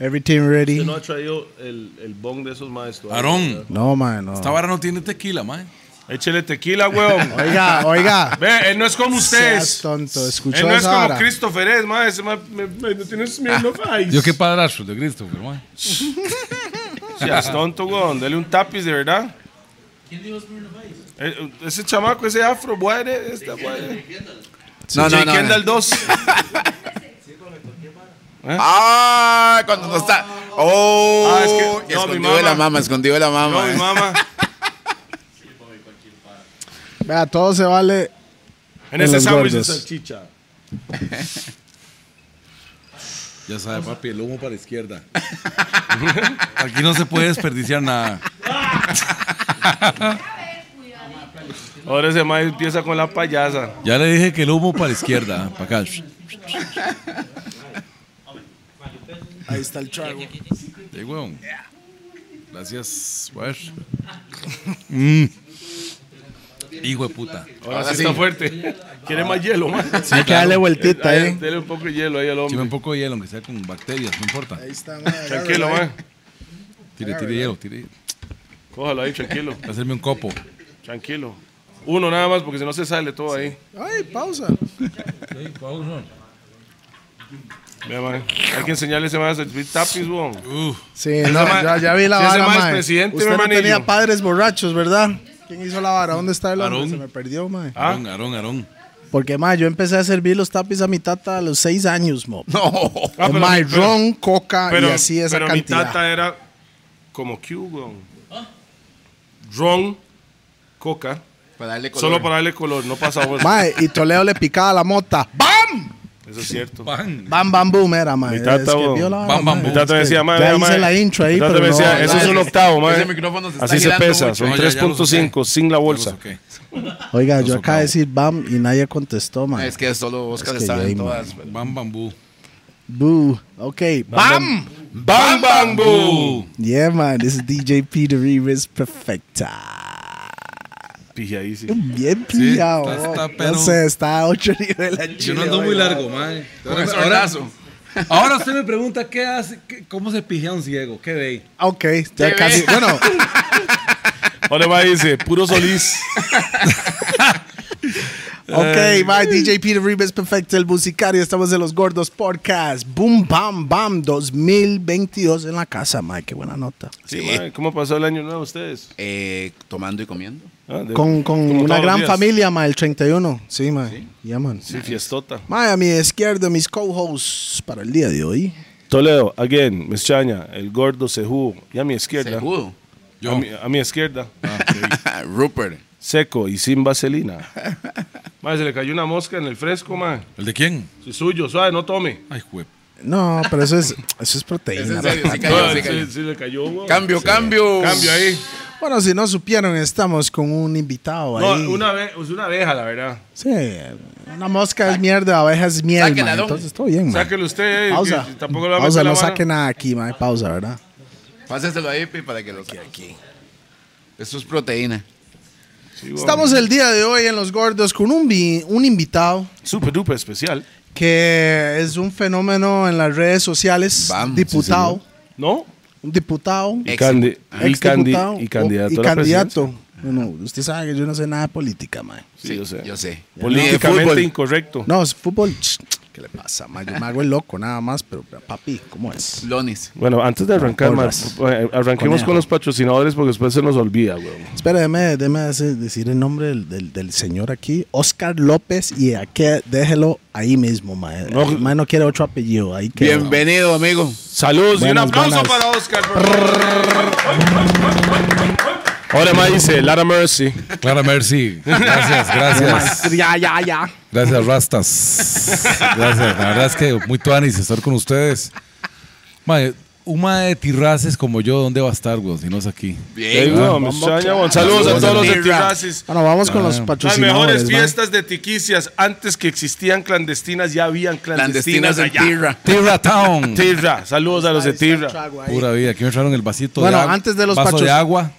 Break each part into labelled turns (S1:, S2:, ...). S1: Every team
S2: Usted
S1: ready.
S2: Este no ha traído el, el bong de esos maestros.
S3: Aarón,
S1: No, man, no.
S3: esta vara no tiene tequila, mae.
S4: Échele tequila, weón.
S1: Oiga, oiga.
S4: Ve, él no es como
S1: Seas
S4: ustedes.
S1: tonto, escuchó
S4: Él no es
S1: esa
S4: como
S1: vara. Ah,
S4: Christopher es, mae. Ese mae me, me- no tiene miedo, mae.
S5: Yo qué padrastro de Christopher, mae.
S4: Seas tonto, weón. Dele un tapiz, de verdad. ¿Quién dijo Ese chamaco, ese afro, bueno, esta, bueno.
S6: No, no,
S4: Jay
S6: no.
S4: Kendall 2.
S6: Ah, cuando no está. Oh,
S4: Ah, es que- no, mi
S6: escondido de la
S4: mamá.
S6: mama, escondido de la mama.
S4: No, mi
S6: eh.
S4: mamá.
S1: Vea, todo se vale. En
S4: En ese
S1: los
S4: sándwich de
S1: gordos.
S4: salchicha.
S3: Ya sabe, papi, el humo para la izquierda. Aquí no se puede desperdiciar nada.
S4: Ahora ese mae empieza con la payasa.
S3: Ya le dije que el humo para la izquierda, para acá.
S1: Ahí está el trago.
S3: Sí, weón. Gracias, wesh. Mm. Hijo de puta.
S4: Ahora,
S6: Ahora
S4: sí,
S6: sí.
S4: está fuerte. Quiere más hielo, mae.
S1: Hay que darle vueltita,
S4: Ahí,
S1: eh.
S4: Dele un poco de hielo ahí al
S3: Lleva
S4: hombre.
S3: un poco de hielo, aunque sea con bacterias, no importa.
S1: Ahí está, man.
S4: Tranquilo, mae.
S1: eh.
S3: Tire, tire hielo, tire.
S4: Cójalo ahí, tranquilo.
S3: Hacerme un copo.
S4: Tranquilo. Uno nada más, porque si no se sale todo ahí.
S1: Ay, pausa.
S4: Vea, mae. Hay que enseñarle ese mae a servir tapis, weón.
S1: Sí, no,
S4: ma-
S1: ya, ya vi la
S4: ese
S1: vara,
S4: ma es
S1: mae.
S4: presidente,
S1: Usted no
S4: hermanillo.
S1: tenía padres borrachos, ¿verdad? ¿Quién hizo la vara? ¿Dónde está el hombre?
S3: Aarón.
S1: Se me perdió, mae.
S3: Aarón, Aarón, Aarón.
S1: Porque, mae, yo empecé a servir los tapis a mi tata a los seis años, mo.
S6: No.
S4: Ah, pero-
S1: mae,
S4: pero-
S1: ron, coca
S4: Pero,
S1: y así esa
S4: pero mi
S1: cantidad.
S4: tata era como Q, weón. Ron, coca.
S6: Para darle color.
S4: Solo para darle color, no pasa sabor.
S1: Mae, y Toledo le picaba la mota. ¡Bam!
S4: Eso es cierto.
S3: Pan.
S1: Bam, bam, boom, era, mae.
S4: Mi tata,
S1: Es que
S4: bo-
S1: vio la vara,
S3: bam, bam,
S1: mae.
S3: boom.
S4: Mi tata me decía, madre,
S1: Este, Ya
S4: mira,
S1: hice
S4: madre.
S1: la intro ahí,
S4: Mi tata
S1: pero
S4: me
S1: no,
S4: decía,
S1: no,
S4: eso
S1: no,
S4: es un octavo, madre.
S6: Ese micrófono se
S4: ¿eh?
S6: está
S4: Así se
S6: girando
S4: pesa,
S6: mucho.
S4: son
S3: No, ya- ya lo
S4: 3.5 sin la bolsa.
S3: Ok.
S1: Oiga, yo acabo
S3: Nos
S1: de
S3: socavo.
S1: decir bam y nadie contestó, mae.
S6: Es que solo Oscar
S1: Es que
S6: estaba
S1: yo ahí,
S6: en todas.
S3: Bam, bambú.
S1: Boo. Ok, bam.
S4: ¡Bam, bam, boom!
S1: Yeah, man, this is DJ P. The Revis Perfecta.
S4: Pijadísimo.
S1: Bien
S3: Sí,
S1: pillado.
S3: está-
S1: oh.
S3: está, pero-
S1: No sé, está a otro nivel al
S3: Yo
S1: chile,
S3: no ando muy
S1: oiga.
S3: largo, mae.
S6: Con ese
S3: Ahora-
S6: brazo.
S3: Ahora usted me pregunta qué hace, qué- cómo se pijea un ciego, qué ve.
S1: Ok, ya casi. Bueno,
S4: Ahora va y dice, puro Solís.
S1: ok, my DJ P. The Revis Perfecta, el musicario. Estamos en los Gordos Podcast. Boom, bam, bam, 2022 en la casa, man. Qué buena nota.
S4: Sí, mae, ¿Cómo pasó el año nuevo ustedes?
S6: Eh, tomando y comiendo.
S4: Ah, de-
S1: Con, con
S4: como
S1: una
S4: todos los
S1: gran
S4: días.
S1: familia, man, el 31. Sí, man. Yeah, man.
S4: Sí, fiestota.
S1: Ma, a mi izquierda, mis co-hosts para el día de hoy.
S4: Toledo, again, Miss Chaña, el gordo Sejú. Y a mi izquierda.
S6: Segudo.
S4: A mi, a mi izquierda.
S6: Rupert.
S4: Seco y sin vaselina. Mae, se le cayó una mosca en el fresco, mae.
S3: ¿El de quién?
S4: Si suyo, suave, no tome.
S3: Ay, juez.
S1: No, pero eso es, eso es
S6: Es en
S1: proteína.
S6: serio, sí
S4: Ah,
S6: cayó, sí
S4: sí,
S6: cayó.
S4: sí le cayó, weón.
S6: Cambio, cambio.
S4: Cambio ahí.
S1: Bueno, si no supieron, estamos con un invitado ahí.
S4: No, una, ave- es una abeja, la verdad.
S1: Sí, una mosca es mierda, abeja es miel,
S6: sáquela,
S1: man.
S6: don.
S1: Entonces, todo bien, man.
S4: Sáquelo usted. eh,
S1: Pausa.
S4: que Tampoco le va a
S1: Pausa,
S4: meter la
S1: no
S4: mano.
S1: saque nada aquí, man. Pausa, ¿verdad?
S6: Pásaselo ahí, Pi, para que lo saque. Aquí. Eso es proteína.
S4: Sí, weón.
S1: Estamos el día de hoy en Los Gordos con un, vi- un invitado
S4: Super duper especial.
S1: que es un fenómeno en las redes sociales.
S6: Vamos,
S1: diputado.
S4: ¿No?
S1: un diputado.
S6: Ex-
S4: y,
S1: ex diputado.
S4: candi- y candidato.
S1: Y
S4: a la presidencia.
S1: candidato. Bueno, usted sabe que yo no sé nada de política, man.
S4: Sí, yo sé.
S6: Yo sé. Ni de
S4: Políticamente
S6: fútbol.
S4: incorrecto.
S1: No, es fútbol. ch, ¿Qué le pasa, man? Yo me hago el loco nada más, pero papi, ¿cómo es?
S6: Lonis.
S4: Bueno, antes de arrancar,
S1: Porras.
S4: ma, eh, arranquemos
S1: Conejo.
S4: con los patrocinadores porque después se nos olvida, weón.
S1: Espera, déjeme, déjeme hacer- decir el nombre del, del- del señor aquí, Oscar López, y aquí déjelo ahí mismo, man.
S4: No.
S1: No, no quiere otro apellido. Ahí queda.
S6: Bienvenido, amigo.
S4: Saludos y un
S1: Buenas,
S4: aplauso
S1: buenas.
S4: para Oscar. por favor. Ahora más dice Lara Mercy.
S3: Clara Mercy. Gracias, gracias.
S1: Ya, ya, ya.
S3: Gracias, Rastas. Gracias. La verdad es que muy tuanis estar con ustedes. Mae, un mae de tirraces como yo, ¿dónde va a estar, weón? Si no es aquí.
S4: Ahí,
S6: Bien.
S4: weón, me extraña, weón. Saludos a todos los de
S6: Mira.
S4: Tirraces.
S1: Bueno, vamos con los
S4: Las
S1: patrocinadores.
S4: mejores
S1: man.
S4: fiestas de tiquicias. Antes que existían clandestinas, ya habían clandestinas,
S6: Clandestinas en
S4: allá.
S6: tierra.
S3: Tirra Town.
S4: Tirra, saludos a los de Tirra.
S3: Pura vida. Aquí me trajeron el vasito
S1: Bueno,
S3: de agua.
S1: antes de los
S3: vaso de
S1: pachos-
S3: agua.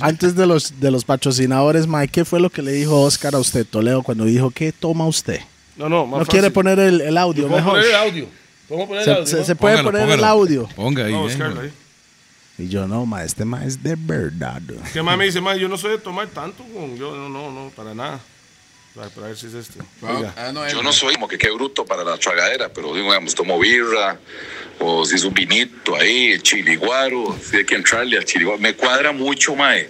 S1: Antes de los, de los patrocinadores, Mike, ¿qué fue lo que le dijo Oscar a usted, Toledo, cuando dijo, ¿qué toma usted?
S4: No, no,
S1: ¿No quiere poner el, el audio
S4: Vamos a
S1: mejor?
S4: poner el audio. Vamos a poner
S1: Se,
S4: el audio,
S1: se-
S4: ¿no?
S1: se puede
S3: Póngalo,
S1: poner el
S3: póngalo.
S1: audio.
S3: Ponga ahí.
S4: Vamos a
S3: eh,
S4: buscarlo
S3: güey.
S4: ahí.
S1: Y yo, no, ma, este ma es de verdad.
S4: Que más me dice, más yo no soy de tomar tanto, güey. Yo no, no, no, para nada. Para, para ver si es este. Oiga.
S6: Ah, no,
S7: Yo
S6: él-
S7: no soy como que qué bruto para la tragadera, pero digamos, tomo birra, o si es un vinito ahí, el chiliguaro, si hay que entrarle al chiliguaro. Me cuadra mucho, mae.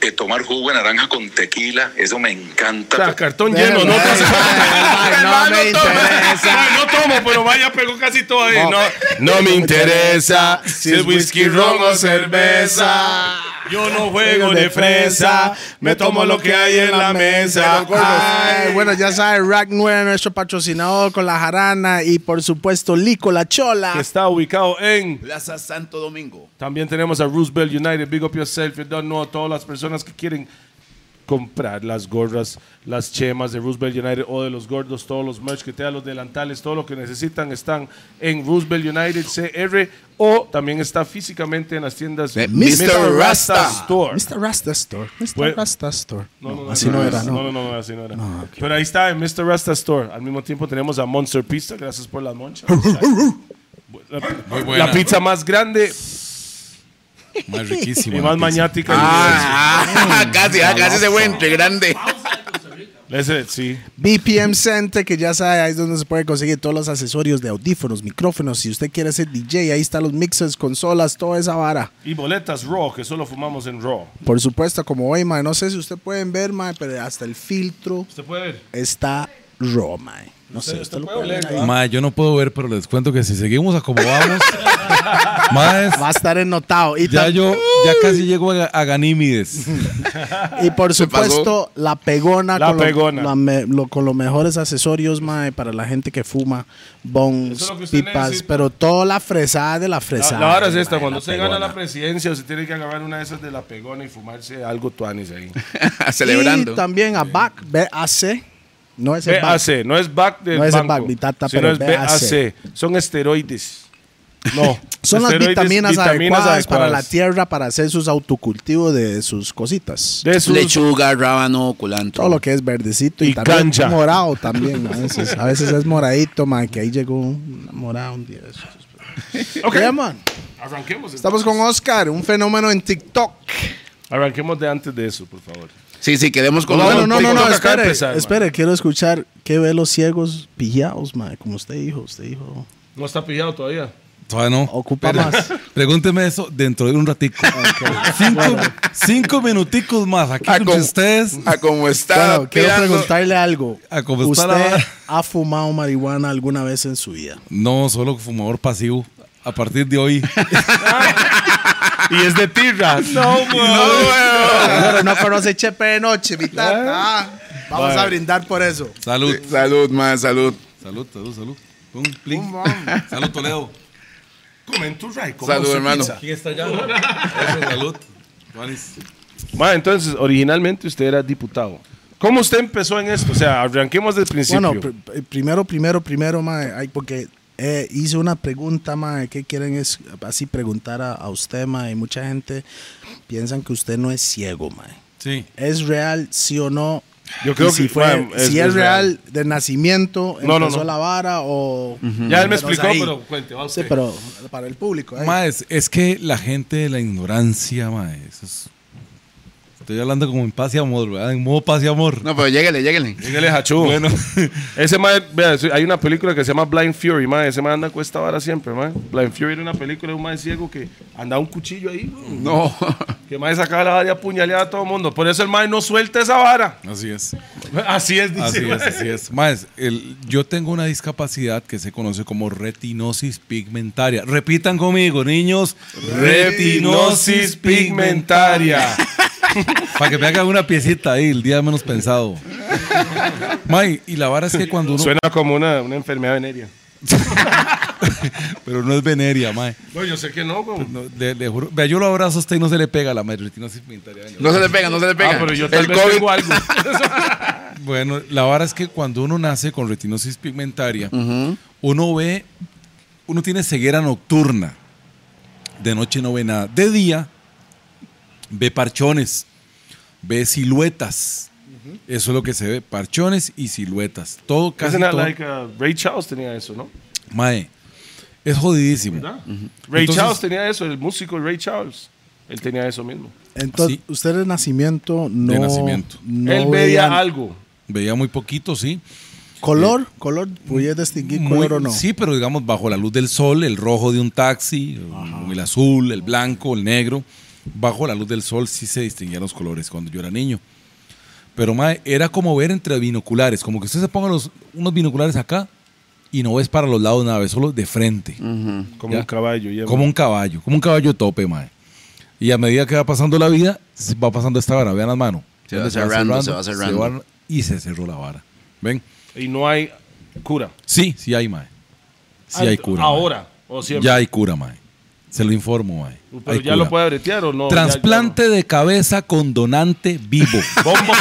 S7: eh, tomar jugo de naranja con tequila, eso me
S4: O
S7: encanta.
S4: sea, cartón lleno, no
S1: Ay, ay, ay, no me
S4: tomo.
S1: interesa.
S4: Ay, No tomo, pero vaya, pegó casi todo ahí. No,
S6: No me interesa si es whisky, ron o cerveza.
S4: yo no juego de fresa, me tomo lo que hay en la mesa.
S1: Ay, bueno, ya sabes, Rack 9, nuestro patrocinador con la jarana y por supuesto Lico la
S4: Que
S1: chola.
S4: está ubicado en.
S6: Plaza Santo Domingo.
S4: También tenemos a Roosevelt United, Big Up Yourself, you don't know, a todas las personas que quieren comprar las gorras, las chemas de Roosevelt United o de los gordos, todos los merch que te dan, los delantales, todo lo que necesitan están en Roosevelt United CR o también está físicamente en las tiendas
S6: De Mr. Rasta.
S4: Store.
S1: Mr. Rasta Store. Mr.
S4: Pues-
S1: Rasta Store.
S4: No, no, no,
S1: así no era,
S4: No,
S1: no.
S4: no, no, no, así no era. Pero ahí está en Mr. Rasta Store. Al mismo tiempo tenemos a Monster Pizza, gracias por las monchas. La-
S3: Muy buena.
S4: La pizza más grande
S3: Más riquísima.
S4: y
S3: la
S4: más
S3: pizza.
S4: maniática.
S6: Ah, casi, ah, casi se fue entre grande.
S4: Ese, sí.
S1: BPM Center, que ya sabe, ahí es donde se puede conseguir todos los accesorios de audífonos, micrófonos. Si usted quiere ser DJ, ahí están los mixers, consolas, toda esa vara.
S4: Y boletas Raw, que solo fumamos en Raw.
S1: Por supuesto, como hoy, ma, no sé si ustedes pueden ver, ma, pero hasta el filtro
S4: ¿Usted puede ver?
S1: está raw, ma. No sé, usted lo puede ver ahí.
S3: Ma, yo no puedo ver, pero les cuento que si seguimos acomodamos, más
S1: Va a estar ennotado. Y,
S3: ya
S1: tam-
S3: yo ya casi llego a, a Ganímides.
S1: y por
S6: pasó?
S1: supuesto, la pegona,
S4: La
S1: con, lo-
S4: pegona.
S1: la me- lo- con los mejores accesorios, ma, para la gente que fuma, bones,
S4: Eso es lo que usted
S1: pipas,
S4: necesita.
S1: pero toda la fresada de la
S4: La,
S1: fresada.
S4: la hora es
S1: ma,
S4: esta,
S1: de
S4: cuando
S1: la
S4: usted
S1: pegona.
S4: gana la presidencia, usted tiene que agarrar una de esas de la pegona y fumarse algo tuanis ahí.
S6: Celebrando.
S1: Y también a BAC, BAC. No es el BAC.
S4: BAC, no es back del
S1: No es el
S4: banco,
S1: back, mi tata,
S4: sino
S1: pero
S4: es BAC.
S1: BAC.
S4: Son esteroides. No.
S1: Son las
S4: esteroides,
S1: vitaminas, adecuadas, para la
S4: adecuadas.
S1: tierra para hacer sus autocultivos de sus cositas.
S4: De sus-
S6: Lechuga, rábano, culantro.
S1: Todo lo que es verdecito y,
S4: Y
S1: también
S4: cancha.
S1: morado también. A veces, a veces es moradito, man, que ahí llegó un morado un día. de esos.
S4: Ok,
S1: Yeah, man.
S4: Arranquemos,
S1: Estamos con Oscar, un fenómeno en TikTok.
S4: arranquemos de antes de eso, por favor.
S6: Sí, sí, quedemos con
S1: Bueno,
S6: los-
S1: no, no, no,
S4: TikTok acaba de
S1: espere,
S4: empezar, man.
S1: espere, quiero escuchar qué ve los ciegos pillados, man, como usted dijo, usted dijo.
S4: No está pillado todavía.
S3: Todavía no.
S1: Ocupa más.
S3: Pregúnteme eso dentro de un ratico. cinco, cinco minuticos más aquí
S6: Ah,
S3: con
S6: con-
S3: ustedes.
S6: Ah, como está.
S1: Bueno, quiero
S6: tirando-
S1: preguntarle algo.
S3: Ah, como está la
S1: ¿Usted
S3: vara.
S1: ha fumado marihuana alguna vez en su vida?
S3: No, solo fumador pasivo. A partir de hoy.
S4: Y es de tirra. No,
S6: Oh,
S1: Pero no conoce Chepe de noche, mi tata. Ah, Vamos a brindar por eso.
S3: Salud.
S6: Salud, más salud.
S3: Salud, salud, salud. Pum, plin. Salud, Toledo.
S4: Comen tu ray, comen
S6: Salud,
S4: su
S6: hermano.
S4: pizza.
S3: ¿Quién está allá? Eso, salud. Juanis.
S4: Ma, entonces, originalmente usted era diputado. ¿Cómo usted empezó en esto? O sea, arranquemos del principio.
S1: Bueno, pr- pr- eh, primero, primero, primero, mae, ay, porque eh, hice una pregunta, mae, que quieren es así preguntar a, a usted, mae, y mucha gente piensan que usted no es ciego, mae.
S3: Sí.
S1: ¿Es real, sí o no?
S4: Yo
S1: Y
S4: creo
S1: si
S4: que,
S1: fue,
S4: mae, es-
S1: si es,
S4: es
S1: real de nacimiento,
S4: No, no,
S1: empezó
S4: no.
S1: la vara o...
S4: ya él me
S1: Pero, o
S4: explicó,
S1: sea, mm, ahí-
S4: pero pues, cuente, va
S1: Sí,
S4: usted.
S1: pero para el público. ahí.
S3: Ma, es, es que la gente de la ignorancia, ma, eso es- Estoy hablando como en paz y amor, ¿verdad? En modo paz y amor.
S6: No, pero lléguele, lléguele.
S4: Dígale, Hachú.
S3: Bueno,
S4: Ese mae, vea, sí, hay una película que se llama Blind Fury, mae. Ese mae anda con esta vara siempre, mae. Blind Fury era una película de un mae ciego que andaba un cuchillo ahí, güey,
S6: No.
S4: que mae sacaba la vara y apuñaleaba a todo el mundo. Por eso el mae no suelta esa vara.
S3: así es.
S4: Así es, dice.
S3: Así es,
S4: mae.
S3: así es. Más, el, yo tengo una discapacidad que se conoce como retinosis pigmentaria. Repitan conmigo, niños.
S4: Retinosis pigmentaria.
S3: Para que me hagan una piecita ahí, el día menos pensado. May, y la vara es que cuando uno.
S4: Suena como una, una enfermedad venérea.
S3: Pero no es veneria, May.
S4: No, yo sé que no, güey.
S3: No, le, le juro. Vea, yo lo abrazo a usted y no se le pega la mae, retinosis pigmentaria.
S6: No se le pega, no se le pega.
S4: Ah, pero yo tal
S6: el
S4: vez
S6: COVID.
S4: tengo algo.
S3: Bueno, la vara es que cuando uno nace con retinosis pigmentaria, uno ve, uno tiene ceguera nocturna. De noche no ve nada. De día ve parchones, ve siluetas. Eso es lo que se ve, parchones y siluetas. Todo casi
S4: Isn't that
S3: todo.
S4: like, uh, Ray Charles tenía eso, ¿no?
S3: Mae, Es jodidísimo.
S4: ¿verdad? Ray
S3: Entonces-
S4: Charles tenía eso, el músico Ray Charles. Él tenía eso mismo.
S1: Entonces,
S3: Sí.
S1: usted de nacimiento no.
S3: nacimiento.
S1: no
S4: Él
S1: veía-
S4: veía algo.
S3: Veía muy poquito, sí.
S1: ¿Color? ¿Color? ¿Podía distinguir
S3: Muy-
S1: color o no?
S3: Sí, pero digamos bajo la luz del sol, el rojo de un taxi, el azul, el blanco, el negro. Bajo la luz del sol sí se distinguían los colores cuando yo era niño. Pero mae, era como ver entre binoculares, como que usted se ponga los, unos binoculares acá y no ves para los lados nada, ves solo de frente,
S4: Como
S3: Ya.
S4: un caballo. ya.
S3: como un caballo, como un caballo tope, mae. Y a medida que va pasando la vida, se va pasando esta vara, vean las manos.
S6: Se va
S3: Entonces,
S6: cerrando, se va cerrando.
S3: y se cerró la vara. ¿Ven?
S4: Y no hay cura.
S3: Sí, sí hay, mae. Sí hay
S4: Ant-
S3: cura. mae.
S4: Ahora, o siempre.
S3: Ya hay cura, mae. Se lo informo, mae.
S4: Pero
S3: Hay
S4: ya
S3: cura.
S4: lo puede bretear o no.
S3: Transplante
S4: Ya-
S3: de cabeza con donante vivo.
S4: ya no. Bombo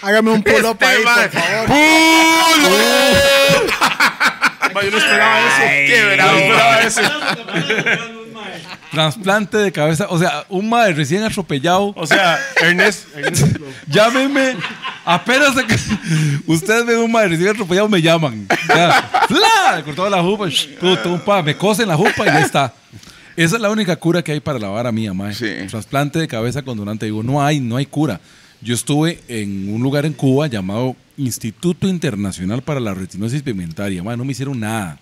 S1: Hágame un polo para ahí, por favor. Oh.
S4: Ma, Yo no esperaba eso.
S6: Qué bravo.
S3: Transplante de cabeza. O sea, un mae recién atropellado.
S4: O sea, Ernest, Ernest, lo-
S3: Llámenme. Apenas se- ustedes ven un mae recién atropellado, me llaman. Ya. ¡Fla! Cortado la jupa. sh, tú, tú, pa, me cosen la jupa y ya está. Esa es la única cura que hay para la vara mía, mae.
S6: Sí.
S3: Trasplante de cabeza con donante vivo. No hay, no hay cura. Yo estuve en un lugar en Cuba llamado Instituto Internacional para la Retinosis Pigmentaria. Mae, no me hicieron nada.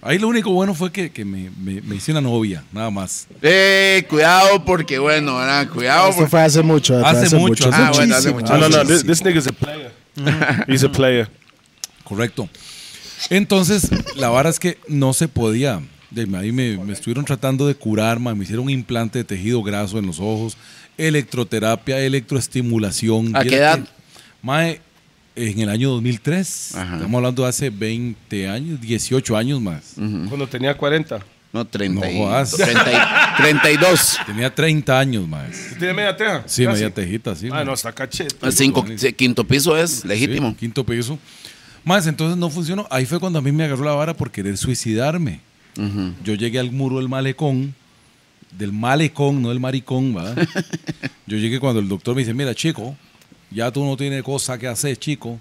S3: Ahí lo único bueno fue que, que me, me, me hice una novia, nada más.
S6: Eh, cuidado porque bueno, ¿verdad? Cuidado
S1: Esto
S6: porque...
S1: fue hace mucho.
S3: Hace mucho,
S6: ah, bueno, hace
S1: muchísimo,
S6: mucho.
S4: Ah, no, no,
S1: muchísimo.
S4: this, this nigga is a player. He's a player.
S3: Correcto. Entonces, la vara es que no se podía. De ahí me, me estuvieron tratando de curar, ma, me hicieron un implante de tejido graso en los ojos, electroterapia, electroestimulación.
S6: ¿A qué
S3: Viera
S6: edad?
S3: que, Mae, en el año 2003,
S6: Ajá.
S3: estamos hablando de hace 20 años, 18 años más.
S6: Mm.
S4: Cuando tenía 40.
S6: No, 30 y-
S3: No jodas.
S6: 30 y- 32.
S3: Tenía 30 años más.
S4: ¿Tiene media teja?
S3: Sí,
S4: Casi.
S3: media tejita, sí.
S4: Ah,
S3: ma.
S4: no, está cachete.
S6: El cinco- sí, quinto piso es legítimo.
S3: Sí, quinto piso. Más, entonces no funcionó. Ahí fue cuando a mí me agarró la vara por querer suicidarme. Yo llegué al muro del malecón, del malecón, no del maricón, ¿verdad? Yo llegué cuando el doctor me dice, mira, chico, ya tú no tienes cosa que hacer, chico.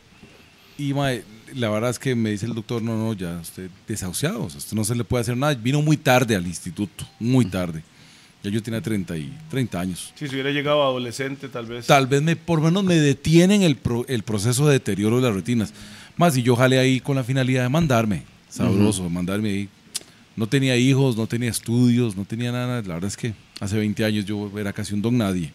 S3: Y mae, la verdad es que me dice el doctor, no, no, ya usted desahuciado, o sea, usted no se le puede hacer nada. Vino muy tarde al instituto, muy tarde. Ya yo tenía 30, y, 30 años.
S4: Si se hubiera llegado adolescente, tal vez.
S3: Tal vez me, por lo menos me detienen el, pro- el proceso de deterioro de las retinas. Más si yo jalé ahí con la finalidad de mandarme, sabroso, mandarme ahí. No tenía hijos, no tenía estudios, no tenía nada. La verdad es que hace 20 años yo era casi un don nadie.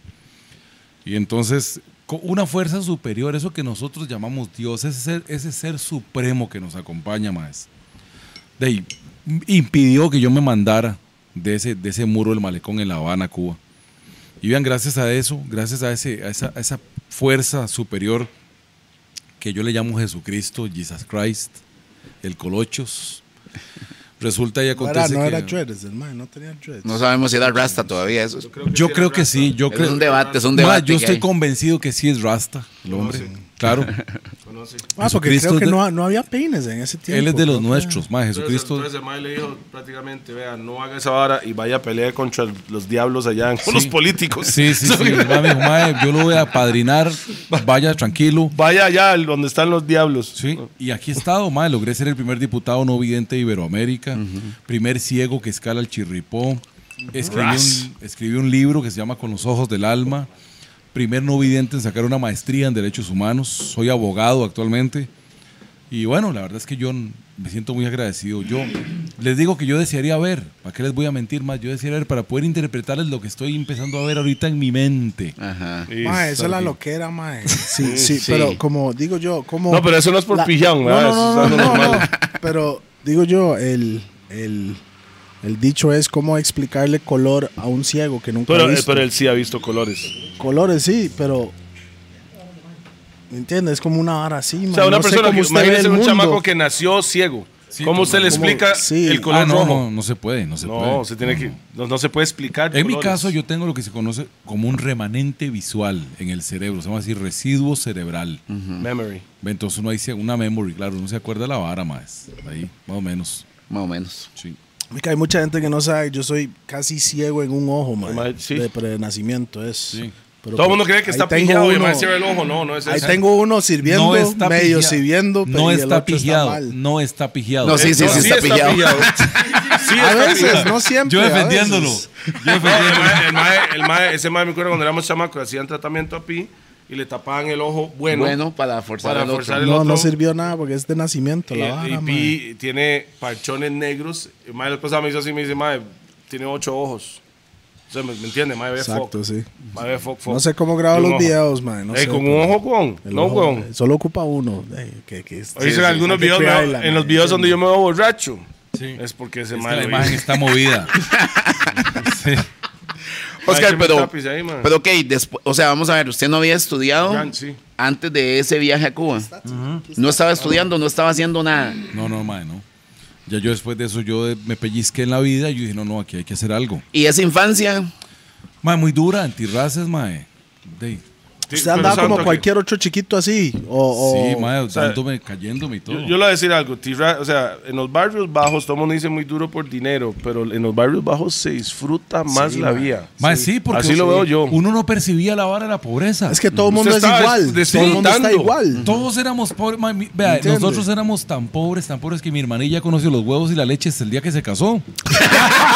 S3: Y entonces, co- una fuerza superior, eso que nosotros llamamos Dios, ese ser, ese ser supremo que nos acompaña, más, de ahí, m- impidió que yo me mandara de ese, de ese muro del malecón en La Habana, Cuba. Y vean, gracias a eso, gracias a, ese, a esa, a esa fuerza superior que yo le llamo Jesucristo, Jesus Christ, el Colochos, resulta y
S1: No era,
S3: acontece
S1: no era
S3: que-
S1: dreads, el mae, no tenía dreads.
S6: No sabemos si era Rasta todavía eso.
S3: yo creo que sí, yo
S6: Es
S3: creo...
S6: un debate, es un
S3: Ma,
S6: debate.
S3: yo
S6: que
S3: estoy
S6: hay.
S3: convencido que sí es Rasta, el hombre. Claro.
S1: Ah, porque
S3: Jesucristo
S1: creo que
S3: de-
S1: no, no había peines en ese tiempo.
S3: Él es de los
S1: creo que-
S3: nuestros, más
S4: Entonces,
S3: Jesucristo.
S4: entonces el mae le dijo prácticamente, vea, no haga esa vara y vaya a pelear contra los diablos allá, con los políticos.
S3: Sí, sí, sí. el mae me dijo, "Mae, yo lo voy a padrinar, vaya tranquilo.
S4: Vaya allá al- donde están los diablos.
S3: Sí, y aquí he estado, mae, logré ser el primer diputado no vidente de Iberoamérica, primer ciego que escala el chirripó, escribí un, escribí un libro que se llama Con los ojos del alma, primer no vidente en sacar una maestría en derechos humanos, soy abogado actualmente, y bueno, la verdad es que yo n- me siento muy agradecido. Yo les digo que yo desearía ver, ¿para qué les voy a mentir más? Yo desearía ver para poder interpretarles lo que estoy empezando a ver ahorita en mi mente.
S6: Ajá.
S1: Mae, eso Ah, es la loquera, mae. Sí, sí,
S6: Sí.
S1: pero como digo yo, como...
S4: No, pero eso no es por pillón,
S1: no,
S4: ¿verdad?
S1: no,
S4: Eso
S1: no,
S4: es
S1: no,
S4: algo
S1: no,
S4: normal.
S1: no, Pero digo yo, el, el, el dicho es cómo explicarle color a un ciego que nunca ha
S4: Pero, eh,
S1: visto.
S4: pero él sí ha visto colores.
S1: Colores sí, pero... ¿Me entiendes? Es como una vara así, mae.
S4: O sea, una
S1: No sé
S4: persona
S1: cómo
S4: que
S1: usted ve
S4: imagínese
S1: el
S4: un
S1: mundo.
S4: chamaco que nació ciego. ¿Cómo usted le
S1: como-
S4: explica
S1: sí.
S4: el color
S3: Ah, no,
S4: rojo?
S3: no, no se puede, no se
S4: No,
S3: puede.
S4: se tiene que no, no se puede explicar.
S3: En mi
S4: colores.
S3: caso yo tengo lo que se conoce como un remanente visual en el cerebro, se llama así residuo cerebral.
S4: memory.
S3: Entonces uno dice una memory, claro, uno se acuerda la vara más, ahí, más o menos.
S6: Más o menos.
S3: Sí.
S1: Mica, hay mucha gente que no sabe, yo soy casi ciego en un ojo, mae.
S4: Mae, sí.
S1: De, pero de nacimiento es.
S3: Sí.
S1: Pero,
S4: Todo el
S1: pues,
S4: mundo cree que
S1: ahí
S4: está
S1: tengo
S4: pillado y
S1: uno-
S4: me cierra el ojo. No, no es
S1: Ahí
S4: eso.
S1: tengo uno sirviendo,
S3: No está
S1: medio
S3: pijado.
S1: sirviendo, pero
S3: No
S1: y el
S3: está
S1: otro
S3: pillado.
S1: mal.
S3: No está pillado.
S6: Ah, No, sí, sí, sí, está pillado.
S4: Sí,
S1: A
S4: está
S1: veces,
S4: pillado.
S1: no siempre.
S3: Yo
S1: a
S3: defendiéndolo.
S1: veces.
S3: Yo
S4: No, el
S3: defendiéndolo.
S4: mae- el mae- el mae- ese mae, me acuerdo cuando éramos chamacos, hacían tratamiento a pi y le tapaban el ojo bueno.
S6: Bueno, para forzar
S4: Para
S6: al otro.
S4: forzar el-
S1: No, no
S4: otro-
S1: sirvió nada porque es de nacimiento
S4: y,
S1: la vara,
S4: y
S1: mae.
S4: pi tiene parchones negros. El mae después me hizo así, me dice, mae, tiene ocho ojos. O sea, ¿me, me entiende? Mae, ve
S1: Exacto,
S4: foc.
S1: sí.
S4: Mae, ve foc, foc.
S1: No sé cómo
S4: Y
S1: grabo
S4: un
S1: los
S4: ojo.
S1: videos, man. No
S4: Ey,
S1: sé,
S4: con
S1: pero
S4: un ojo, con.
S1: el
S4: No,
S1: ojo,
S4: con.
S1: eh, Solo ocupa uno. Ey, que- que es-
S4: Oye,
S1: sí,
S4: en
S1: sí,
S4: algunos
S1: hay que
S4: videos, me-
S1: cuidarla,
S4: en
S1: mae.
S4: los videos donde yo me veo borracho.
S3: Sí.
S4: Es porque ese
S3: Es que
S4: mae
S3: la
S4: lo
S3: imagen
S4: hizo.
S3: está movida. Sí.
S4: Ay,
S6: Oscar,
S4: qué
S6: pero,
S4: tapiz ahí, man.
S6: pero ok, despu- o sea, vamos a ver, usted no había estudiado
S4: Ranch, sí.
S6: antes de ese viaje a Cuba. No estaba estudiando, no estaba haciendo nada.
S3: No, no, mae, no. Ya yo después de eso, yo de- me pellizqué en la vida y yo dije, no, no, aquí hay que hacer algo.
S6: Y esa infancia,
S3: Mae, muy dura, antirraces, mae. De-
S4: Sí,
S1: Usted
S4: pero
S1: andaba
S4: santo
S1: como
S4: que-
S1: cualquier otro chiquito así. O, o-
S3: sí, mae,
S4: Oh, sea,
S3: dándome, cayéndome y todo.
S4: Yo, yo le voy a decir algo, tirra- o sea, en los barrios bajos todo el mundo dice muy duro por dinero, pero en los barrios bajos se disfruta más la vida.
S3: Mae, sí, porque
S4: Así lo veo yo.
S3: uno no percibía la vara de la pobreza.
S1: Es que todo el mundo
S4: Usted
S1: es
S4: estaba
S1: igual.
S4: des-
S1: Todo el mundo está
S4: disfrutando.
S1: igual.
S3: Todos éramos pobres. mae, mi- vea,
S1: Entiende.
S3: nosotros éramos tan pobres, tan pobres que mi hermanilla conoció los huevos y la leche hasta el día que se casó.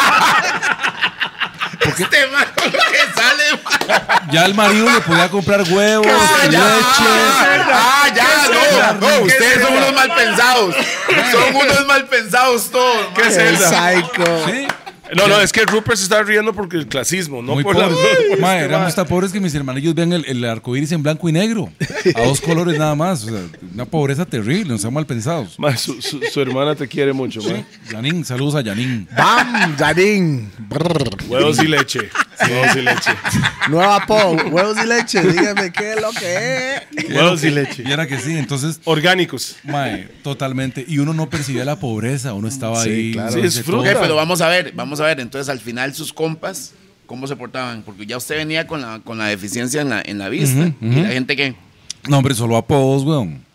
S6: este man, con lo que sale, man.
S3: Ya el marido le podía comprar huevos,
S6: Ah,
S3: leche.
S6: ya, ah, ya, no, no, ustedes son unos mal pensados. Son unos mal pensados todos. man.
S1: El psycho.
S3: Sí.
S4: No, no, es que Rupert se está riendo porque el clasismo, no
S3: Muy
S4: por la...
S3: pobres.
S4: por
S3: Mae,
S4: este
S3: éramos
S4: ma-
S3: tan pobres que mis hermanillos vean el, el arco iris en blanco y negro. A dos colores nada más. O sea, una pobreza terrible, nos han mal pensados.
S4: Ma, su, su- su hermana te quiere mucho, ma.
S3: Yanin, saludos a Yanin.
S1: ¡Bam! Yanin. Brr.
S4: Huevos y leche. Huevos y leche.
S1: Nueva Po. Huevos y leche. Dígame qué es lo que es.
S4: Huevos y leche.
S3: Y era que sí, entonces,
S4: Orgánicos.
S3: mae, totalmente. Y uno no percibía la pobreza, uno estaba
S1: Sí,
S3: ahí.
S1: claro.
S3: no
S4: Sí,
S3: sé,
S4: disfruta.
S3: todo.
S6: Ok, pero vamos a ver, vamos a ver. Entonces, al final, sus compas, ¿cómo se portaban? Porque ya usted venía con la, con la deficiencia en la, en la vista. ¿Y la gente qué?
S3: No, hombre, solo apodos, weón.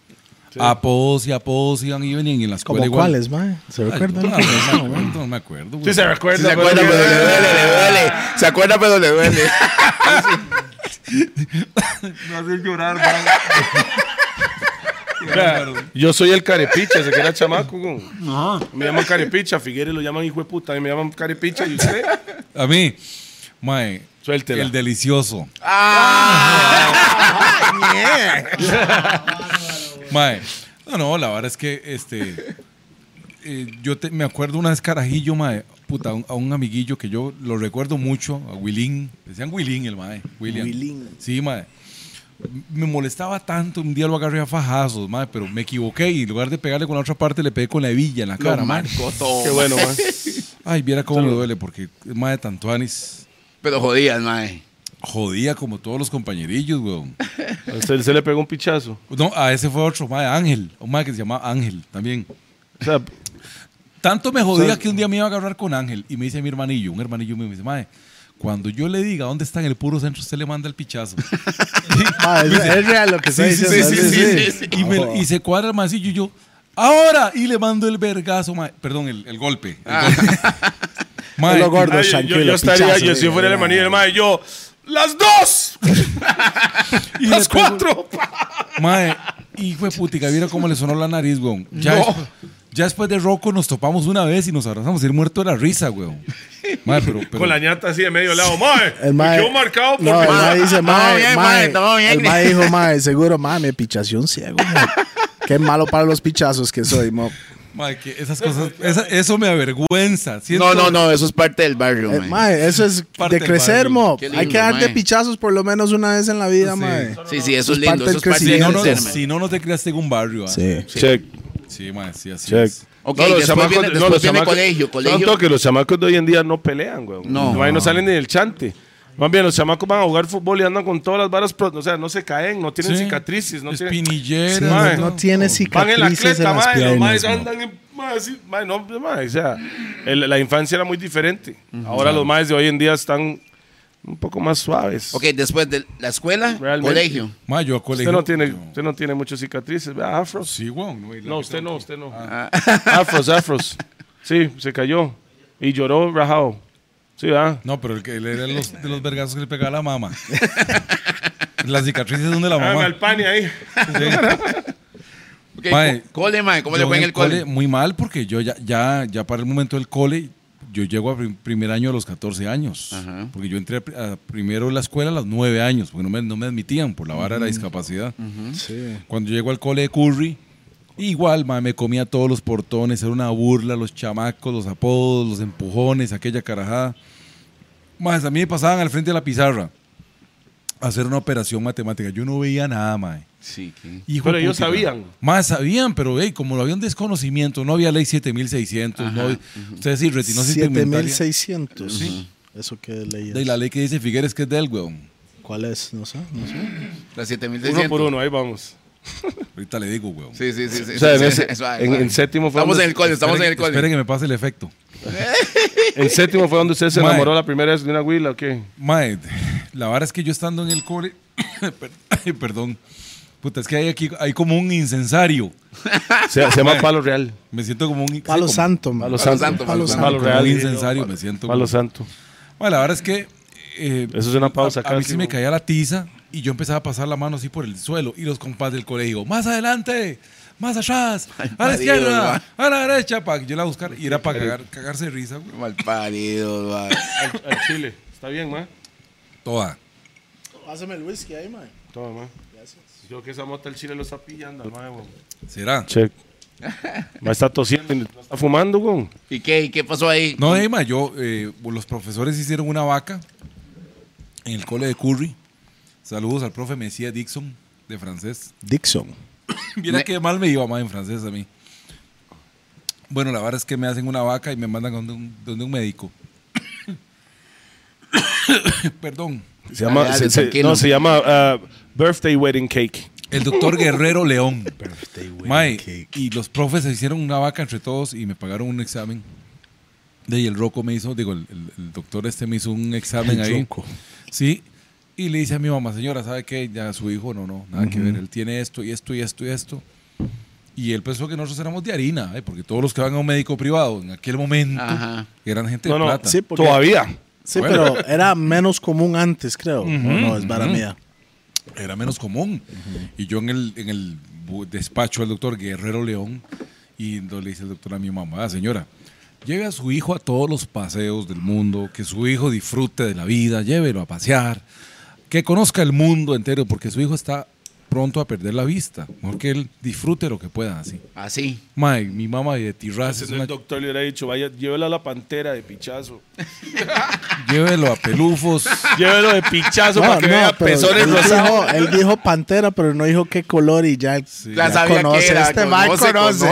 S3: Apodos y apodos iban y venían y en la escuela
S1: ¿Como
S3: igual.
S1: cuáles, mae? ¿Se
S3: Ay,
S1: recuerdan?
S3: no, no, no, no, no me acuerdo, weón.
S4: Sí, se recuerda.
S6: Sí se acuerda,
S4: pero-
S6: pero le duele, le duele. Se acuerda, pero le duele.
S4: Vea, yo soy el carepicha, se que era chamaco. güey. Me llaman carepicha, Figueres lo llaman hijo de puta, y me llaman carepicha y usted.
S3: A mí, mae,
S4: Suéltela.
S3: el delicioso. Mae, no, no, la verdad es que este, eh, yo te- me acuerdo una vez carajillo, mae, puta, a un, a un amiguillo que yo lo recuerdo mucho, a Willín, decían Willín el mae, William.
S1: Willín.
S3: Sí, mae. M- Me molestaba tanto, un día lo agarré a fajazos, mae, pero me equivoqué y en lugar de pegarle con la otra parte le pegué con la hebilla en la cara, mae.
S4: Qué bueno, man.
S3: Ay, viera cómo me duele porque el mae de Tantuanis
S6: Pero jodías, mae.
S3: jodía como todos los compañerillos, weón.
S4: A usted se le pegó un pichazo.
S3: No, a ese fue otro, mae, Ángel, un mae que se llamaba Ángel también.
S4: O sea,
S3: Tanto me jodía que un día me iba a agarrar con Ángel y me dice mi hermanillo, un hermanillo mío, me dice, mae, cuando yo le diga dónde está en el puro centro, usted le manda el pichazo.
S1: Ah, es, es real lo que está diciendo. sí, sí.
S3: Y, me- y se cuadra el masillo y yo, ahora, y le mando el vergazo, mae. Perdón, el, el golpe. el golpe. Mae,
S1: Es lo gordo,
S4: ay, yo- yo,
S1: tranquilo,
S4: estaría,
S1: pichazo,
S4: yo si
S1: sí,
S4: fuera el
S1: ya.
S4: hermanillo, el mae, yo, ¡las dos!
S3: y
S4: ¡Las
S3: le pego-
S4: cuatro!
S3: Mae, y fue putica, vieron cómo le sonó la nariz, weón. Ya, despu- ya después de Rocco nos topamos una vez y nos abrazamos, y él muerto de la risa, weón. Mae, pero, pero-
S4: Con la ñata así de medio lado, mae.
S1: El
S4: me
S1: mae,
S4: quedó marcado por
S1: no, el
S4: mi-
S1: mae dice,
S6: Todo
S1: mae,
S6: bien,
S1: mae,
S6: mae, todo bien.
S1: el mae dijo, mae, seguro, mae, me pichación ciego, mae. Qué malo para los pichazos que soy, mo.
S3: Mae, que esas cosas, esa- eso me avergüenza. siento-
S6: No, no, no, eso es parte del barrio,
S1: Eh,
S6: mae.
S1: mae, eso es
S3: Parte
S1: de
S3: del
S1: crecer,
S3: barrio.
S1: mo.
S6: Qué
S1: Hay
S6: lindo,
S1: que darte
S6: mae.
S1: pichazos por lo menos una vez en la vida,
S3: Sí.
S1: mae.
S6: Sí, sí, eso
S1: Es
S6: es lindo,
S1: parte
S6: eso es
S1: del
S6: parte
S3: Si
S6: del
S3: no,
S1: crecimiento.
S3: no,
S6: ser, mae.
S3: si no, no te creaste en un barrio. ¿ah?
S1: Sí.
S4: Check,
S3: Sí, mae, sí, así
S4: check.
S3: es.
S6: Ok,
S4: No, los
S6: después
S4: chamacos-
S6: viene,
S4: no,
S6: después
S4: los
S6: viene
S4: chamacos-
S6: colegio,
S4: Tanto
S6: colegio.
S4: que los chamacos de hoy en día no pelean, güey.
S6: No.
S4: No, ahí no salen ni del chante. Más bien, los chamacos van a jugar fútbol y andan con todas las varas, pro- o sea, no se caen, no tienen
S3: Sí.
S4: cicatrices, no tienen...
S3: Espinilleras,
S1: Sí,
S4: mae.
S1: no, no tiene
S4: Van en la
S1: cicatrices en
S4: cleta,
S1: las
S4: mae, los maes
S1: piernas, mo.
S4: andan en... mae, sí, mae, no, mae, o sea, el- la infancia era muy diferente. Ahora los maes de hoy en día están un poco más suaves.
S6: Ok, después de la escuela,
S4: Realmente.
S6: colegio.
S3: Mae, yo a
S4: Usted
S3: colegio.
S4: no tiene,
S3: yo-
S4: usted no tiene muchas cicatrices, ¿verdad, afros?
S3: Sí, weón. No, y la
S4: No,
S3: que
S4: usted
S3: tengo
S4: no,
S3: aquí.
S4: usted no. Afros, afros. Sí, se cayó y lloró rajado. Sí, ¿verdad?
S3: No, pero el que él era los, de los vergazos que le pegaba a la mamá. Las cicatrices son de la
S4: Hágame
S3: mamá.
S4: al pani ahí.
S6: Ok,
S3: Mae,
S6: co- cole, mae, ¿cómo
S3: Yo
S6: le fue en el cole?
S3: Muy mal, porque yo ya, ya, ya para el momento del cole, yo llego a prim- primer año a los 14 años.
S6: Ajá.
S3: Porque yo entré a pri- a primero en la escuela a los 9 años, porque no me, no me admitían por la vara de
S6: Mm.
S3: la discapacidad.
S1: Sí.
S3: Cuando yo llego al cole de Curry, igual, ma, me comía todos los portones, era una burla, los chamacos, los apodos, los empujones, aquella carajada. Más, a mí me pasaban al frente de la pizarra a hacer una operación matemática. Yo no veía nada, mae.
S6: Sí, que-
S3: Hijo
S4: Pero
S3: de
S4: ellos
S3: putica.
S4: sabían.
S3: Más sabían, pero hey, como lo había un desconocimiento, no había ley 7600, no, ustedes sí, retinosis pigmentaria.
S1: 7600.
S3: Sí.
S1: Eso que leí.
S3: De la ley que dice Figueres que es del weón.
S1: ¿Cuál es? No sé. No sé.
S4: Uno
S6: Las 7600.
S4: por uno, ahí vamos.
S3: Ahorita le digo, weón.
S6: Sí, sí, sí. sí,
S4: O sea, en,
S6: sí,
S4: ese-
S6: suave,
S4: en-
S6: suave.
S4: en séptimo fue
S6: Estamos en el
S4: donde,
S6: cole, estamos en el
S3: Espere
S6: cole.
S3: que me pase el efecto.
S4: en séptimo fue donde usted se
S3: Mae.
S4: enamoró la primera vez de una huila, ¿o qué?
S3: Mae, la verdad es que yo estando en el cole, per- ay, perdón, puta, es que hay aquí, hay como un incensario.
S4: Se, se llama Palo Real.
S3: Me siento como un sí,
S1: Palo
S3: como-
S1: Santo, man.
S4: Palo
S6: Santo,
S4: Santo.
S6: Palo
S1: Santo.
S3: como
S4: Palo
S3: un
S4: Real.
S3: incensario, me siento.
S4: Palo
S3: como-
S4: Santo.
S3: Mae, la verdad es que eh,
S4: Eso es una pausa.
S3: a, a mí
S4: casi,
S3: sí me
S4: ¿no?
S3: caía la tiza y yo empezaba a pasar la mano así por el suelo y los compas del colegio, más adelante, más atrás, a la
S6: marido,
S3: izquierda,
S6: ¿verdad?
S3: a la derecha, para que yo la buscar y era para cagar- cagarse de risa, güey.
S6: Mal parido, mae.
S4: Al, al Chile. Está bien, ma.
S3: Toda.
S1: Pásame el whisky ahí, man.
S4: Toma, ma. Gracias. Yo que esa mota el Chile lo está pillando, ma. weón.
S3: ¿Será?
S4: Check. Ma está tosiendo y no está fumando, weón.
S6: ¿Y qué, ¿Y qué pasó ahí?
S3: No, Emma, yo, eh, los profesores hicieron una vaca en el cole de Curry. Saludos al profe Mesía Dixon de francés.
S1: Dixon.
S3: Mira
S6: Me-
S3: qué mal me iba más en francés a mí. Bueno, la verdad es que me hacen una vaca y me mandan donde un, donde un médico. Perdón.
S4: Se llama,
S6: Dale, dale,
S4: se- se-
S6: tranquilo.
S4: no, se llama ah, Birthday Wedding Cake.
S3: El doctor Guerrero León. Mae, y los profes se hicieron una vaca entre todos y me pagaron un examen. De ahí el roco me hizo, digo, el, el- el doctor este me hizo un examen ahí. Sí. Y le dice a mi mamá, señora, ¿sabe qué? Ya su hijo, no, no, nada que ver. Él tiene esto y esto y esto y esto. Y él pensó que nosotros éramos de harina, ¿eh? porque todos los que van a un médico privado en aquel momento
S6: Ajá.
S3: eran gente
S4: No,
S3: de
S4: no,
S3: plata.
S1: Sí, porque-
S4: Todavía.
S1: Sí,
S3: Bueno.
S1: pero era menos común antes, creo. ¿O no, es ah. vara mía.
S3: era menos común. Y yo en el, en el bu- despacho del doctor Guerrero León, y entonces le dice el doctor a mi mamá, "Ah, señora, lleve a su hijo a todos los paseos del mundo, que su hijo disfrute de la vida, llévelo a pasear, que conozca el mundo entero, porque su hijo está pronto a perder la vista. Mejor que él disfrute lo que pueda así.
S6: Así.
S3: Mae, mi mamá de tirras es
S4: el
S3: una...
S4: doctor le hubiera dicho, vaya, llévelo a la pantera de pichazo.
S3: Llévelo a pelufos.
S4: llévelo de pichazo
S1: No,
S4: para que
S1: no,
S4: vea
S1: pero
S4: pezones
S1: él
S4: rosados.
S1: dijo, él dijo pantera, pero no dijo qué color y ya,
S6: Ya,
S1: ya
S6: sabía
S1: conoce.
S6: que era.
S1: este man conoce.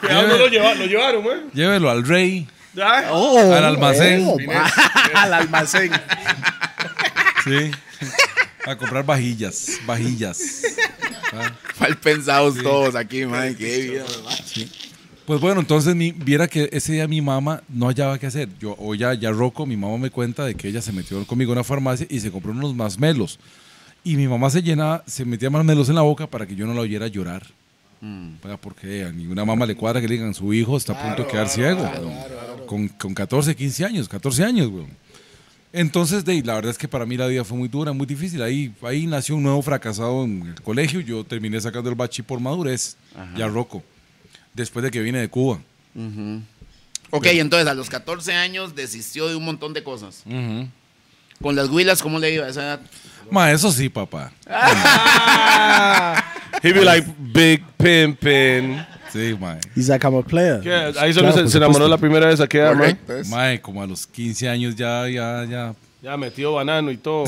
S4: Cuidado, no lo, lleva- lo llevaron, man.
S3: Llévelo al rey.
S4: Ya.
S1: Oh,
S3: Al almacén.
S1: oh, ma- al almacén.
S3: Sí. A comprar vajillas. Vajillas.
S6: Mal pensados todos aquí, mae. Qué bien.
S3: Pues bueno, entonces mi, viera que ese día mi mamá no hallaba qué hacer. Yo, o ya, ya roco, mi mamá me cuenta de que ella se metió conmigo a una farmacia y se compró unos masmelos. Y mi mamá se llenaba, se metía masmelos en la boca para que yo no la oyera llorar. Vaya, Porque a ninguna mamá le cuadra que le digan su hijo está a punto de quedar ciego. weón. Con, con 14, 15 años, 14 años, weón. Entonces, de, ahí, la verdad es que para mí la vida fue muy dura, muy difícil. Ahí, ahí nació un nuevo fracasado en el colegio. Yo terminé sacando el bachi por madurez, ya roco, después de que vine de Cuba.
S6: Ok, entonces a los 14 años desistió de un montón de cosas. Con las huilas, ¿cómo le iba a esa edad?
S3: Ma, eso sí, papá.
S4: He be like, big pimpin.
S3: Sí, mae.
S1: Y sacamos player.
S4: ¿Qué? Ahí solo
S1: Claro,
S4: se,
S1: por
S4: se enamoró
S1: supuesto.
S4: la primera vez a qué edad, man.
S6: es.
S3: Mae, como a los 15 años ya, ya, ya.
S4: Ya metió banano y todo.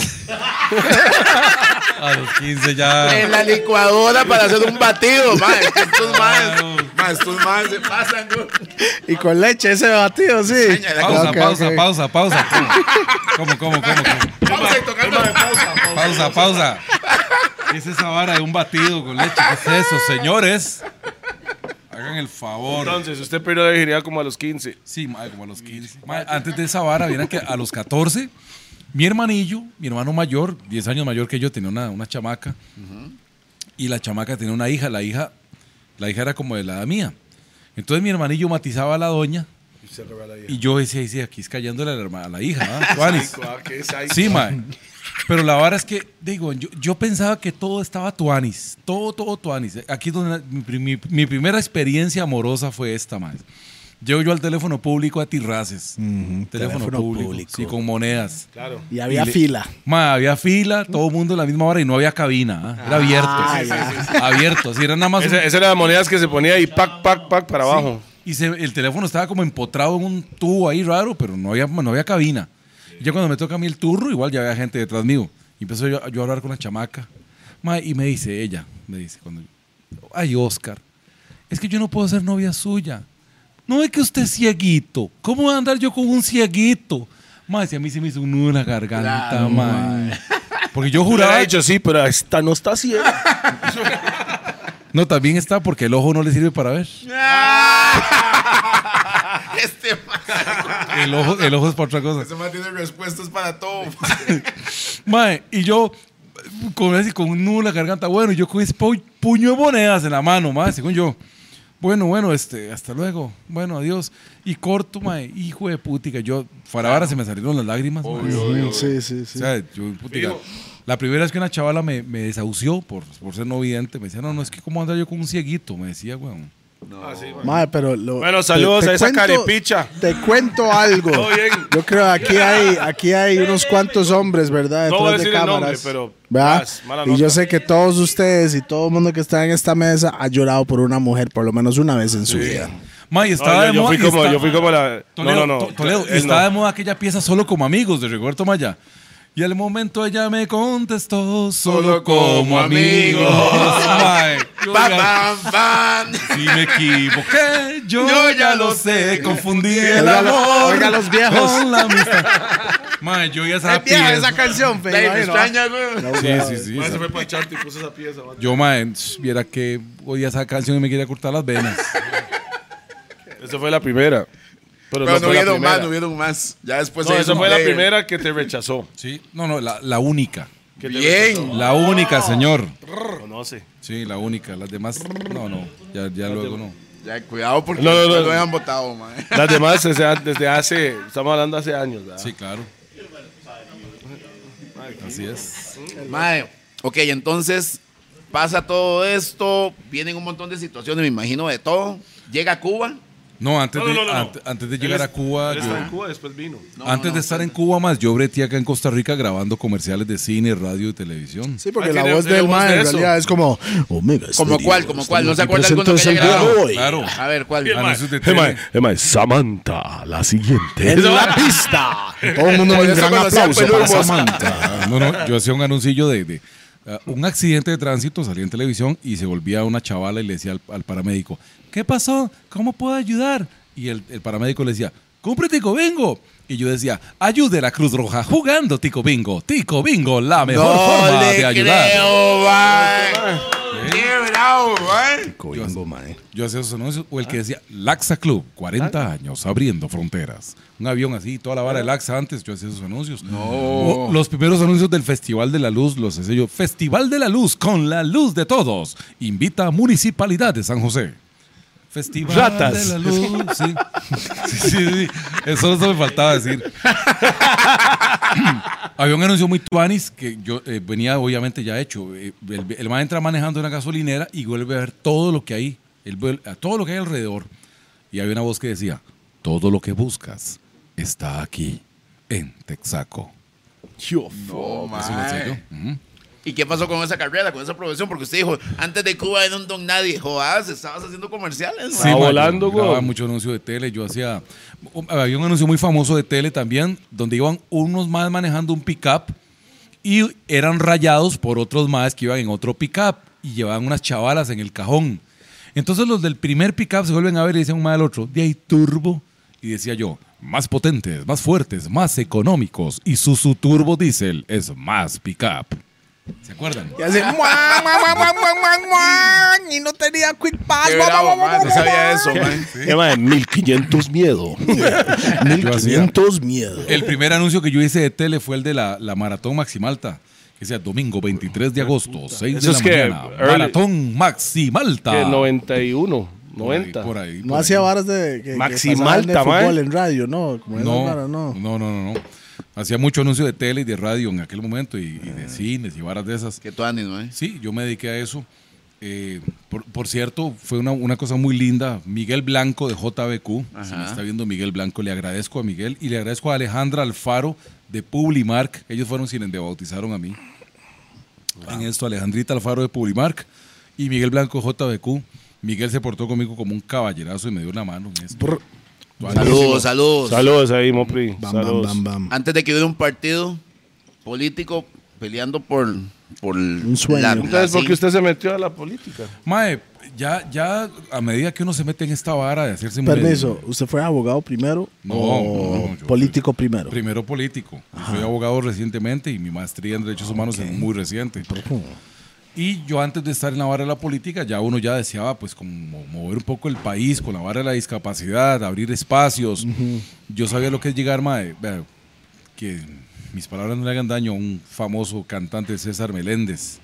S3: A los 15
S4: Ah.
S3: ya.
S6: En la licuadora para hacer un batido, mae. Estos maes, mae, estos maes se pasan, güey.
S1: Y con leche ese batido, sí.
S3: Pausa,
S1: Ok,
S3: pausa,
S1: ok.
S3: pausa, pausa, ¿Cómo, cómo, cómo? cómo?
S6: Vamos a tocar pausa.
S3: Pausa, pausa. ¿Qué es esa vara de un batido con leche? ¿Qué es eso, señores? Hagan el favor.
S4: Entonces, usted perdió la virginidad como a los 15.
S3: Sí, mae, como a los 15. Mae, antes de esa vara, vieran que a los 14, mi hermanillo, mi hermano mayor, 10 años mayor que yo, tenía una, una chamaca. Y la chamaca tenía una hija. La hija la hija era como de la edad mía. Entonces mi hermanillo matizaba a la doña
S4: Se agarra la hija.
S3: Y yo decía, decía aquí es callándole a la, herma- a la hija, ¿ah? Tuanis.
S4: Ah, qué psycho.
S3: Sí, mae. Pero la vara es que, digo, yo, yo pensaba que todo estaba tuanis. Todo, todo tuanis. Aquí es donde mi, pri- mi- mi primera experiencia amorosa fue esta, mae. Llego yo al teléfono público a Tirraces. teléfono,
S1: teléfono
S3: público.
S1: público.
S3: Sí, con monedas.
S4: Claro.
S1: Y había
S3: Y le-
S1: fila.
S3: Ma, había fila, todo el mundo a la misma hora y no había cabina. ¿ah? Era abierto.
S1: Ah,
S3: Sí,
S1: ya.
S3: sí, sí, sí. Abierto. Así era nada más. un-
S4: Esa, esa era la moneda que se ponía y pac, pac, pac para abajo.
S3: Y se- el teléfono estaba como empotrado en un tubo ahí raro, pero no había, no había cabina. Y Ya cuando me toca a mí el turro, igual ya había gente detrás mío. Y empezó yo, yo a hablar con la chamaca. Ma, y me dice ella, me dice, cuando, ay, Oscar, es que yo no puedo ser novia suya. No es que usted es cieguito. ¿Cómo voy a andar yo con un cieguito? Ma, si a mí se me hizo un nudo en la garganta, ma. Porque yo
S4: Hubiera
S3: juraba...
S4: dicho, sí, pero esta no está ¿eh? ciego.
S3: No, también está porque el ojo no le sirve para ver.
S6: Este man,
S3: El ojo, el ojo es para otra cosa.
S6: ese man tiene respuestas para todo.
S3: Mae, y yo con, así, con un nudo en la garganta, bueno, y yo con ese pu- puño de monedas en la mano, mae, según yo. Bueno, bueno, este, hasta luego. Bueno, adiós. Y corto, mae, hijo de putica. Yo, farabara, se me salieron las lágrimas. mae.
S1: Sí, sí,
S3: O
S1: sí.
S3: sea, yo, putica, la primera vez que una chavala me, me desahució por, por ser no vidente, me decía, no, no, es que cómo andar yo con un cieguito, me decía, weón.
S1: Madre, pero lo-
S4: Bueno, saludos a esa carepicha.
S1: Te cuento algo.
S4: Todo bien.
S1: Yo creo aquí hay aquí hay unos cuantos hombres, ¿verdad?
S4: No voy
S1: Detrás
S4: a
S1: de
S4: decir el nombre,
S1: cámaras.
S4: pero-
S1: ¿verdad?
S4: Más, mala
S1: Y yo
S4: nota.
S1: sé que todos ustedes y todo el mundo que está en esta mesa ha llorado por una mujer por lo menos una vez en su vida.
S3: Mae, y
S4: No, yo,
S3: estaba de
S4: yo
S3: moda.
S4: fui
S3: y
S4: como,
S3: está-
S4: yo fui como la. no,
S3: Toledo,
S4: no,
S3: To-
S4: no.
S3: Toledo, y
S4: Él
S3: estaba de
S4: no.
S3: moda aquella pieza solo como amigos de Rigoberto Maya. Y al momento ella me contestó solo como amigos. Ay, yo
S6: Pam,
S3: ya-
S6: pam, pam.
S3: si me equivoqué, yo,
S6: Yo
S3: ya lo sé. Confundí el
S1: Oiga lo-
S3: amor
S1: oiga los viejos.
S3: con la amistad. Mae, yo ya esa pieza.
S1: canción,
S6: Dave, me extraña, güey.
S3: Sí, sí, sí.
S4: Ma,
S3: esa-
S4: Se fue para Chanti y puso esa pieza. ma.
S3: Yo, mae, sh, viera que oía esa canción y me quería cortar las venas.
S4: Esa fue la primera. Pero, no
S6: Pero no
S4: fue la
S6: hubieron
S4: primera.
S6: más, no hubieron más. Ya después
S4: No,
S6: se
S4: esa
S6: hizo
S4: fue la
S6: Dave.
S4: primera que te rechazó.
S3: Sí, no, no, la, la única.
S4: Que te
S6: Bien.
S3: La única, señor.
S4: rechazó. Conoce.
S3: Sí, la única. Las demás, no, no. Ya, ya luego no.
S6: Ya, cuidado porque
S4: No,
S6: no,
S4: no, no.
S6: lo habían votado, man.
S4: Las demás o sea, desde hace. Estamos hablando hace años, ¿verdad?
S3: Sí, claro.
S4: Ah,
S3: Así es.
S6: Mae, ok, entonces pasa todo esto, vienen un montón de situaciones, me imagino, de todo. Llega a Cuba.
S3: No, antes,
S4: No, no, no,
S3: de,
S4: no.
S3: ante- antes de llegar
S4: Él
S3: a
S4: es-
S3: Cuba,
S4: Él
S3: yo-
S4: estaba en Cuba, después vino.
S3: antes de estar en Cuba más, yo breté acá en Costa Rica grabando comerciales de cine, radio y televisión.
S1: Sí, porque
S4: Ah,
S1: la
S4: tiene-
S1: voz
S4: tiene
S1: del
S4: voz
S1: mae
S4: de
S1: en
S4: eso.
S1: realidad es como Omega.
S6: ¿Como
S1: Stereo,
S6: cuál? ¿Como cuál? ¿No se acuerda
S1: presenta
S6: alguno que haya
S1: el día de
S6: grabado?
S1: hoy.
S3: Claro.
S6: A ver, ¿cuál?
S3: Ah, no, eso es de
S4: Emma,
S3: tele.
S4: Emma, Samantha, la siguiente.
S1: En la pista. Todo el mundo
S6: Por
S1: un
S6: eso
S1: gran
S6: cuando sea
S1: aplauso para
S6: peludo,
S1: Samantha.
S3: No, no, yo hacía un anuncillo de, de, ah, un accidente de tránsito, salía en televisión y se volvía una chavala y le decía al, al paramédico, ¿qué pasó? ¿Cómo puedo ayudar? Y el, el paramédico le decía, compre Tico Bingo. Y yo decía, ayude a la Cruz Roja jugando Tico Bingo. Tico Bingo, la mejor forma de ayudar.
S6: creo, man. Qué bravo, man.
S1: Coingo, mae.
S3: Yo hacía esos anuncios. O el que decía, Laxa Club, 40 años abriendo fronteras. Un avión así, toda la vara de Laxa antes, yo hacía esos anuncios. O los primeros anuncios del Festival de la Luz los hacía yo. Festival de la Luz con la luz de todos. Invita a Municipalidad de San José. Festival
S4: Ratas.
S3: de la Luz. Sí. sí, sí, sí. Eso, eso me faltaba decir. Había un anuncio muy tuanis que yo eh, venía obviamente ya hecho. Eh, el, el man entra manejando una gasolinera y vuelve a ver todo lo que hay, él vuel- a todo lo que hay alrededor. Y había una voz que decía, todo lo que buscas está aquí, en Texaco.
S6: No,
S3: Eso lo decía yo.
S6: man.
S3: Ujú.
S6: Oh, ¿Y qué pasó con esa carrera, con esa profesión? Porque usted dijo, antes de Cuba era un don nadie. Jodas, estabas haciendo comerciales,
S3: Sí,
S6: man.
S4: Ah,
S3: ma, yo
S4: volando,
S3: grababa
S4: güey.
S3: mucho anuncio de tele. Yo hacía. um, Había un anuncio muy famoso de tele también, donde iban unos más manejando un pickup y eran rayados por otros más que iban en otro pickup y llevaban unas chavalas en el cajón. Entonces los del primer pickup se vuelven a ver y dicen un más al otro, de ahí turbo. Y decía yo, más potentes, más fuertes, más económicos. Y su, su turbo diésel es más pickup. ¿Se acuerdan?
S1: Y hace, "Mua, mua, mua, mua, mua, mua, mua", Y no tenía quick pass.
S6: Qué
S1: mua, mua,
S6: bravo,
S1: mua,
S6: man.
S1: mua,
S6: No sabía
S1: mua.
S6: eso, man.
S4: Emma, 1500 miedo.
S3: Yo hacía- Eh,
S1: 500 miedo.
S3: El primer anuncio que yo hice de tele fue el de la, la Maratón Maximalta. Que sea domingo 23 de agosto, 6
S4: Eso
S3: de la
S4: es que
S3: mañana.
S4: early-
S3: Maratón Maximalta.
S4: Que 91.
S3: Por ahí,
S4: 90.
S3: Por ahí.
S1: No
S3: por
S1: hacía
S3: ahí.
S1: varas de, que,
S4: Maximal
S1: pasaban de
S4: tamaño.
S1: fútbol en radio, no, como esas
S3: No,
S1: varas, no.
S3: no, no, no, no. Hacía mucho anuncio de tele y de radio en aquel momento y, y de cines y varas de esas.
S6: Que tú andes, ¿no? eh?
S3: Sí, yo me dediqué a eso. Eh, por, por cierto, fue una, una cosa muy linda. Miguel Blanco de JBQ. Si me
S6: Ajá.
S3: está viendo Miguel Blanco, le agradezco a Miguel y le agradezco a Alejandra Alfaro de Publimark. Ellos fueron quienes me bautizaron a mí. En esto, Alejandrita Alfaro de Publimark y Miguel Blanco de JBQ. Miguel se portó conmigo como un caballerazo y me dio la mano. en esto.
S6: Saludos, saludos.
S4: Saludos ahí, Mopri.
S1: Bam, bam,
S4: Saludos.
S1: bam, bam.
S6: Antes de que hubiera un partido político peleando por, por un
S1: sueño.
S4: Entonces, porque usted se metió a la política.
S3: Mae, ya, ya a medida que uno se mete en esta vara de hacerse un
S1: Permiso, ¿usted fue abogado primero
S3: No,
S1: o
S3: no, no, yo-
S1: político primero?
S3: Primero político. Yo Soy abogado recientemente y mi maestría en derechos humanos es muy reciente. Y yo antes de estar en la vara de la política, ya uno ya deseaba pues como mover un poco el país con la vara de la discapacidad, abrir espacios. Yo sabía lo que es llegar, mae, vea, que mis palabras no le hagan daño a un famoso cantante César Meléndez.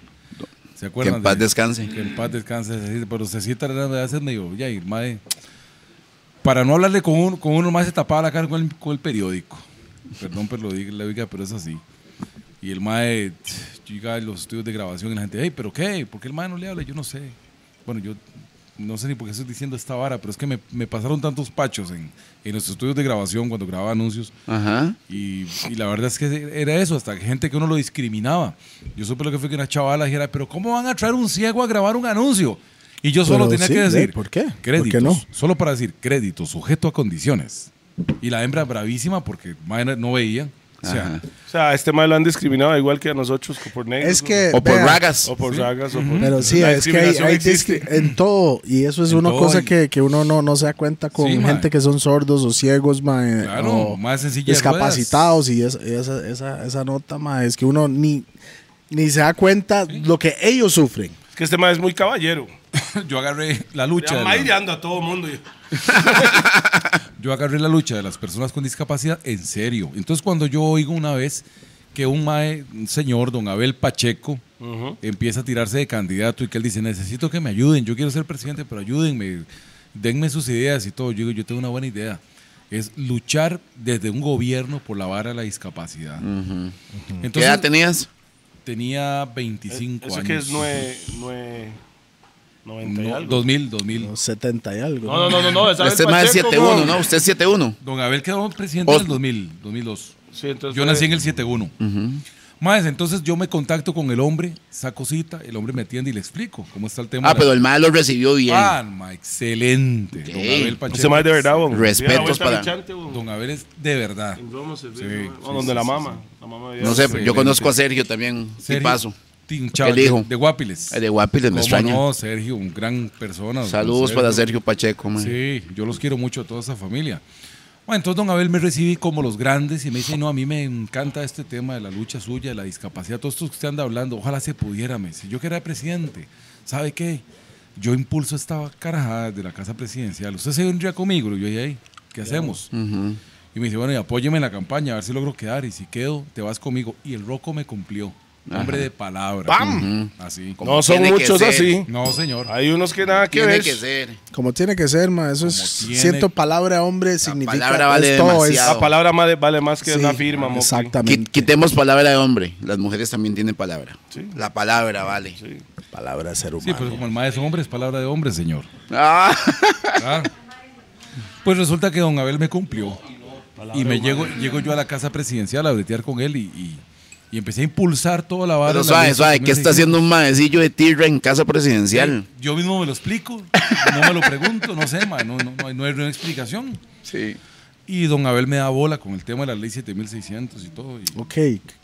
S3: ¿Se
S6: Que
S3: acuerdan?
S6: en paz
S3: de-
S6: descanse.
S3: que en paz descanse, Cecita, pero Cecita era de hacer medio, ya, y, mae, Para no hablarle con uno, con uno más se tapaba la cara con el, con el periódico. Perdón, pero lo diga, la diga, pero es así. Y el mae tch, llega a los estudios de grabación y la gente, hey, ¿pero qué? ¿Por qué el mae no le habla? Yo no sé. Bueno, yo no sé ni por qué estoy diciendo esta vara, pero es que me, me pasaron tantos pachos en, en los estudios de grabación cuando grababa anuncios.
S6: Ajá.
S3: Y, y la verdad es que era eso, hasta gente que uno lo discriminaba. Yo supe lo que fue que una chavala dijera, pero ¿cómo van a traer un ciego a grabar un anuncio? Y yo solo
S1: Pero
S3: tenía
S1: sí,
S3: que
S1: ¿eh?
S3: decir,
S1: ¿Por qué? ¿Por qué
S3: Créditos,
S1: no?
S3: solo para decir, crédito, sujeto a condiciones. Y la hembra bravísima porque mae, no veía. O sea,
S4: O sea, a este mal lo han discriminado igual que a nosotros por negros.
S1: Es que,
S6: O por
S1: Eh, vea,
S6: ragas.
S4: O por ragas. O por...
S1: Pero sí,
S4: La
S1: es que hay,
S4: discriminación
S1: hay
S4: existe.
S1: discri- en todo, y eso es
S3: En
S1: una
S3: todo,
S1: cosa
S3: y-
S1: que, que uno no, no se da cuenta con
S3: Sí, mae.
S1: gente que son sordos o ciegos, mae,
S3: Claro,
S1: o
S3: más en silla de
S1: discapacitados, y esa, esa, esa, esa nota, mae, es que uno ni, ni se da cuenta lo que ellos sufren.
S4: Es que este mal es muy caballero.
S3: yo agarré la lucha. de
S4: Ya
S3: la-
S4: maireando a todo mundo.
S3: yo agarré la lucha de las personas con discapacidad en serio. Entonces, cuando yo oigo una vez que un, mae- un señor, don Abel Pacheco, empieza a tirarse de candidato y que él dice, necesito que me ayuden, yo quiero ser presidente, pero ayúdenme, denme sus ideas y todo. Yo digo, yo tengo una buena idea. Es luchar desde un gobierno por la vara de la discapacidad. Entonces,
S6: ¿Qué edad tenías?
S3: tenía 25
S4: Eso
S3: años.
S4: que es nueve, nueve, noventa y
S3: No,
S4: algo.
S3: 2000, 2000.
S1: Los 70 y algo.
S2: No, no, no, no, no. esa
S6: Este
S2: vez
S6: es más
S2: Pacheco,
S6: 7-1,
S2: weón.
S6: ¿no? Usted es 7-1.
S3: Don Abel quedó presidente
S6: Os-
S3: en el 2000, 2002.
S4: Sí, entonces
S3: Yo
S4: fue-
S3: nací en el 7-1. Más, entonces yo me contacto con el hombre, saco cita, el hombre me atiende y le explico cómo está el tema.
S6: Ah,
S3: de
S6: pero
S3: la-
S6: el mal lo recibió bien.
S3: Ah, ma, excelente. Don
S6: Ok.
S3: Abel Pacheco.
S4: Este mal es de verdad, weón.
S6: Respetos
S4: Mira, la vuelta
S6: para-
S4: al Chante, weón.
S3: Don Abel es de verdad.
S4: En Roma se ve,
S3: Sí,
S4: ¿no?
S3: sí,
S4: O donde
S3: sí,
S4: la
S3: sí,
S4: mama.
S3: sí.
S4: La mamá de
S6: No sé,
S3: Excelente.
S6: yo conozco a Sergio también.
S3: Sergio,
S6: paso.
S3: Tim Chávez,
S6: El hijo.
S3: de, de Guapiles.
S6: El Eh, de Guapiles, me
S3: Cómo
S6: extraña.
S3: No, Sergio, un gran persona. don
S6: Saludos para Sergio Pacheco, man.
S3: Sí, yo los quiero mucho a toda esa familia. Bueno, entonces don Abel me recibí como los grandes y me dice, no, a mí me encanta este tema de la lucha suya, de la discapacidad, todo esto que usted anda hablando, ojalá se pudiera, me dice, yo que era presidente, ¿sabe qué? Yo impulso esta carajada de la casa presidencial, usted se vendría conmigo, y yo dije, "Ey, ¿qué hacemos? Y me dice, bueno, y apóyeme en la campaña, a ver si logro quedar, y si quedo, te vas conmigo. Y el roco me cumplió, hombre de palabra.
S4: ¡Pam!
S3: Ujú, Así.
S6: Como
S4: No son
S6: tiene que
S4: muchos
S6: ser.
S4: así.
S3: No, señor.
S4: Hay unos que nada que
S6: Tiene
S4: ver.
S6: que ser.
S1: Como tiene que ser, mae, eso es,
S3: tiene-
S1: siento palabra hombre significa
S6: palabra vale
S1: es todo, es-
S6: demasiado.
S4: La palabra más de- vale más que
S1: sí, ah,
S4: la firma, Moki.
S1: Exactamente.
S6: Qui- Quitemos palabra de hombre. Las mujeres también tienen palabra.
S4: Sí.
S6: La palabra, vale.
S4: Sí.
S1: Palabra de ser humano.
S3: Sí, pues, pero como el maestro hombre es palabra de hombre, señor.
S6: Ah,
S3: Ah. Pues resulta que don Abel me cumplió. Y me llego, llego yo a la casa presidencial a bretear con él y, y- y empecé a impulsar toda la vara.
S6: pero
S3: la
S6: suave,
S3: lucha
S6: suave.
S3: que me
S6: ¿Qué está
S3: seguía.
S6: haciendo un maecillo de tirra en casa presidencial?
S3: Yo mismo me lo explico, no me lo pregunto, no sé, ma, no, no- no hay, no hay una explicación.
S6: Sí.
S3: Y don Abel me da bola con el tema de la ley 7600 y todo. y-
S1: Ok,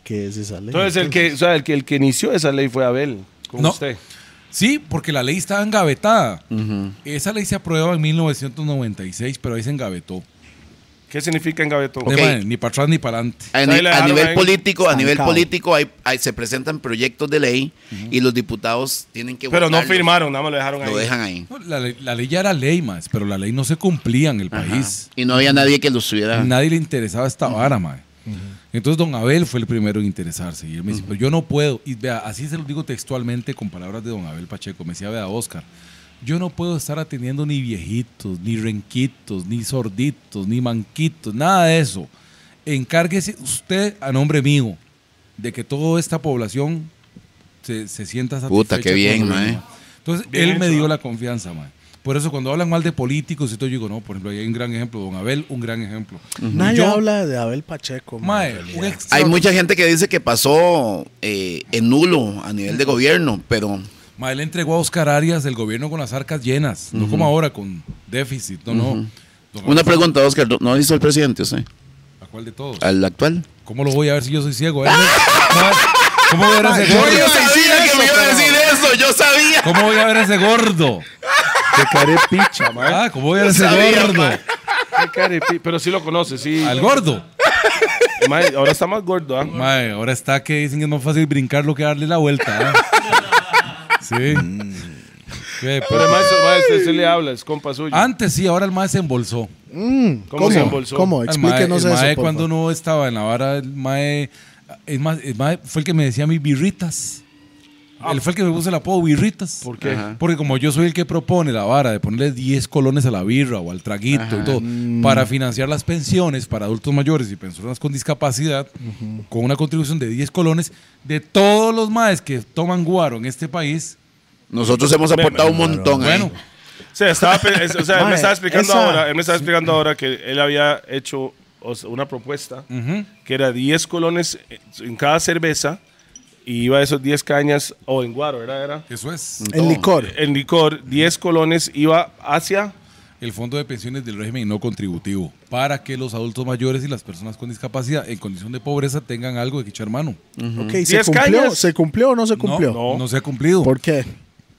S1: ¿qué es esa ley?
S4: Entonces, el que, o sea, el que el que inició esa ley fue Abel, con
S3: No.
S4: usted.
S3: Sí, porque la ley estaba engavetada. Esa ley se aprueba en 1996, pero ahí se engavetó.
S4: ¿Qué significa engavetón?
S6: Ok.
S3: De manera, ni para atrás ni para adelante.
S6: A,
S4: Ahí
S6: ni-
S4: la
S6: a
S4: dejaron
S6: nivel
S4: ahí.
S6: político, a nivel
S1: Estancado.
S6: político hay, hay- se presentan proyectos de ley y los diputados tienen que
S4: Pero no
S6: votarlos.
S4: firmaron, nada más lo dejaron ahí.
S6: Lo dejan ahí.
S3: No, La, ley- la ley ya era ley, más, pero la ley no se cumplía en el país.
S6: Y no había nadie que los tuviera.
S3: Nadie le interesaba esta vara, mae. Entonces don Abel fue el primero en interesarse. Y él me dice, pero yo no puedo. Y vea, así se lo digo textualmente con palabras de don Abel Pacheco. Me decía, vea, Oscar, Yo no puedo estar atendiendo ni viejitos, ni renquitos, ni sorditos, ni manquitos, nada de eso. Encárguese usted a nombre mío de que toda esta población se, se sienta satisfecha.
S6: Puta, qué
S3: con
S6: bien,
S3: lo
S6: mae.
S3: mismo. Entonces,
S4: Bien
S3: él me
S4: hecho,
S3: dio
S4: ¿eh?
S3: la confianza, mae. Por eso cuando hablan mal de políticos y todo, yo digo, no, por ejemplo, ahí hay un gran ejemplo, don Abel, un gran ejemplo.
S1: Nadie
S3: Yo-
S1: habla de Abel Pacheco. mae,
S3: Mae,
S1: en realidad.
S3: un extra-
S6: Hay mucha gente que dice que pasó eh, en nulo a nivel de gobierno, pero
S3: Mae, le entregó a Oscar Arias el gobierno con las arcas llenas, no como ahora con déficit, no, no. Don
S6: una
S3: Abel,
S6: pregunta, Oscar, ¿no- ¿no hizo el presidente usted?
S3: ¿A cuál de todos?
S6: ¿Al actual?
S3: ¿Cómo lo voy a ver si yo soy ciego? Mae, ¿Cómo voy a ver a ese
S6: Yo,
S3: gordo?
S6: sabía que me iba a decir eso, yo sabía.
S3: ¿Cómo voy a ver a ese gordo?
S4: Qué carepicha, mae.
S3: Ah, ¿Cómo voy a ver a ese
S6: ¿Eh? sabía,
S3: gordo?
S6: mae.
S4: Qué carepi- Pero sí lo conoce, sí.
S3: Al gordo.
S4: Mae, ahora está más gordo, ¿ah?
S3: Mae, ahora está que dicen que es más fácil brincarlo que darle la vuelta. ¿ah? Sí.
S6: Mm.
S3: Qué
S4: Pero
S3: puta.
S4: mae, eso- mae, usted, usted le habla, es compa suyo.
S3: Antes sí, ahora el mae se embolsó.
S4: ¿Cómo, se embolsó?
S1: ¿Cómo?
S3: El mae,
S1: Explíquenos
S3: el
S1: eso.
S3: mae
S1: por
S3: cuando
S1: favor.
S3: no estaba en la vara, el mae, es más, el mae fue el que me decía mis birritas. Él fue el que me puso el apodo birritas.
S4: Ah. ¿Por qué?
S6: Ajá.
S3: Porque como yo soy el que propone la vara de ponerle 10 colones a la birra o al traguito y todo, para financiar las pensiones para adultos mayores y personas con discapacidad, con una contribución de 10 colones, de todos los maes que toman guaro en este país,
S6: Nosotros hemos aportado un montón
S3: bueno,
S6: ahí.
S4: Sí, estaba pe- es- o sea, él
S1: Mae,
S4: me estaba explicando
S1: esa-
S4: ahora, él me estaba explicando ahora que él había hecho o sea, una propuesta
S3: ujú,
S4: que era 10 colones eh, en cada cerveza y iba esos 10 cañas o en guaro, ¿verdad? Era
S3: eso es.
S1: El licor.
S4: en licor, 10 colones iba hacia
S3: El Fondo de Pensiones del Régimen No Contributivo, para que los adultos mayores y las personas con discapacidad en condición de pobreza tengan algo de que echar mano.
S1: Ok, ¿se
S4: Diez
S1: cumplió?
S4: cañas.
S1: ¿Se cumplió o no se cumplió?
S3: No, no se ha cumplido.
S1: ¿Por qué?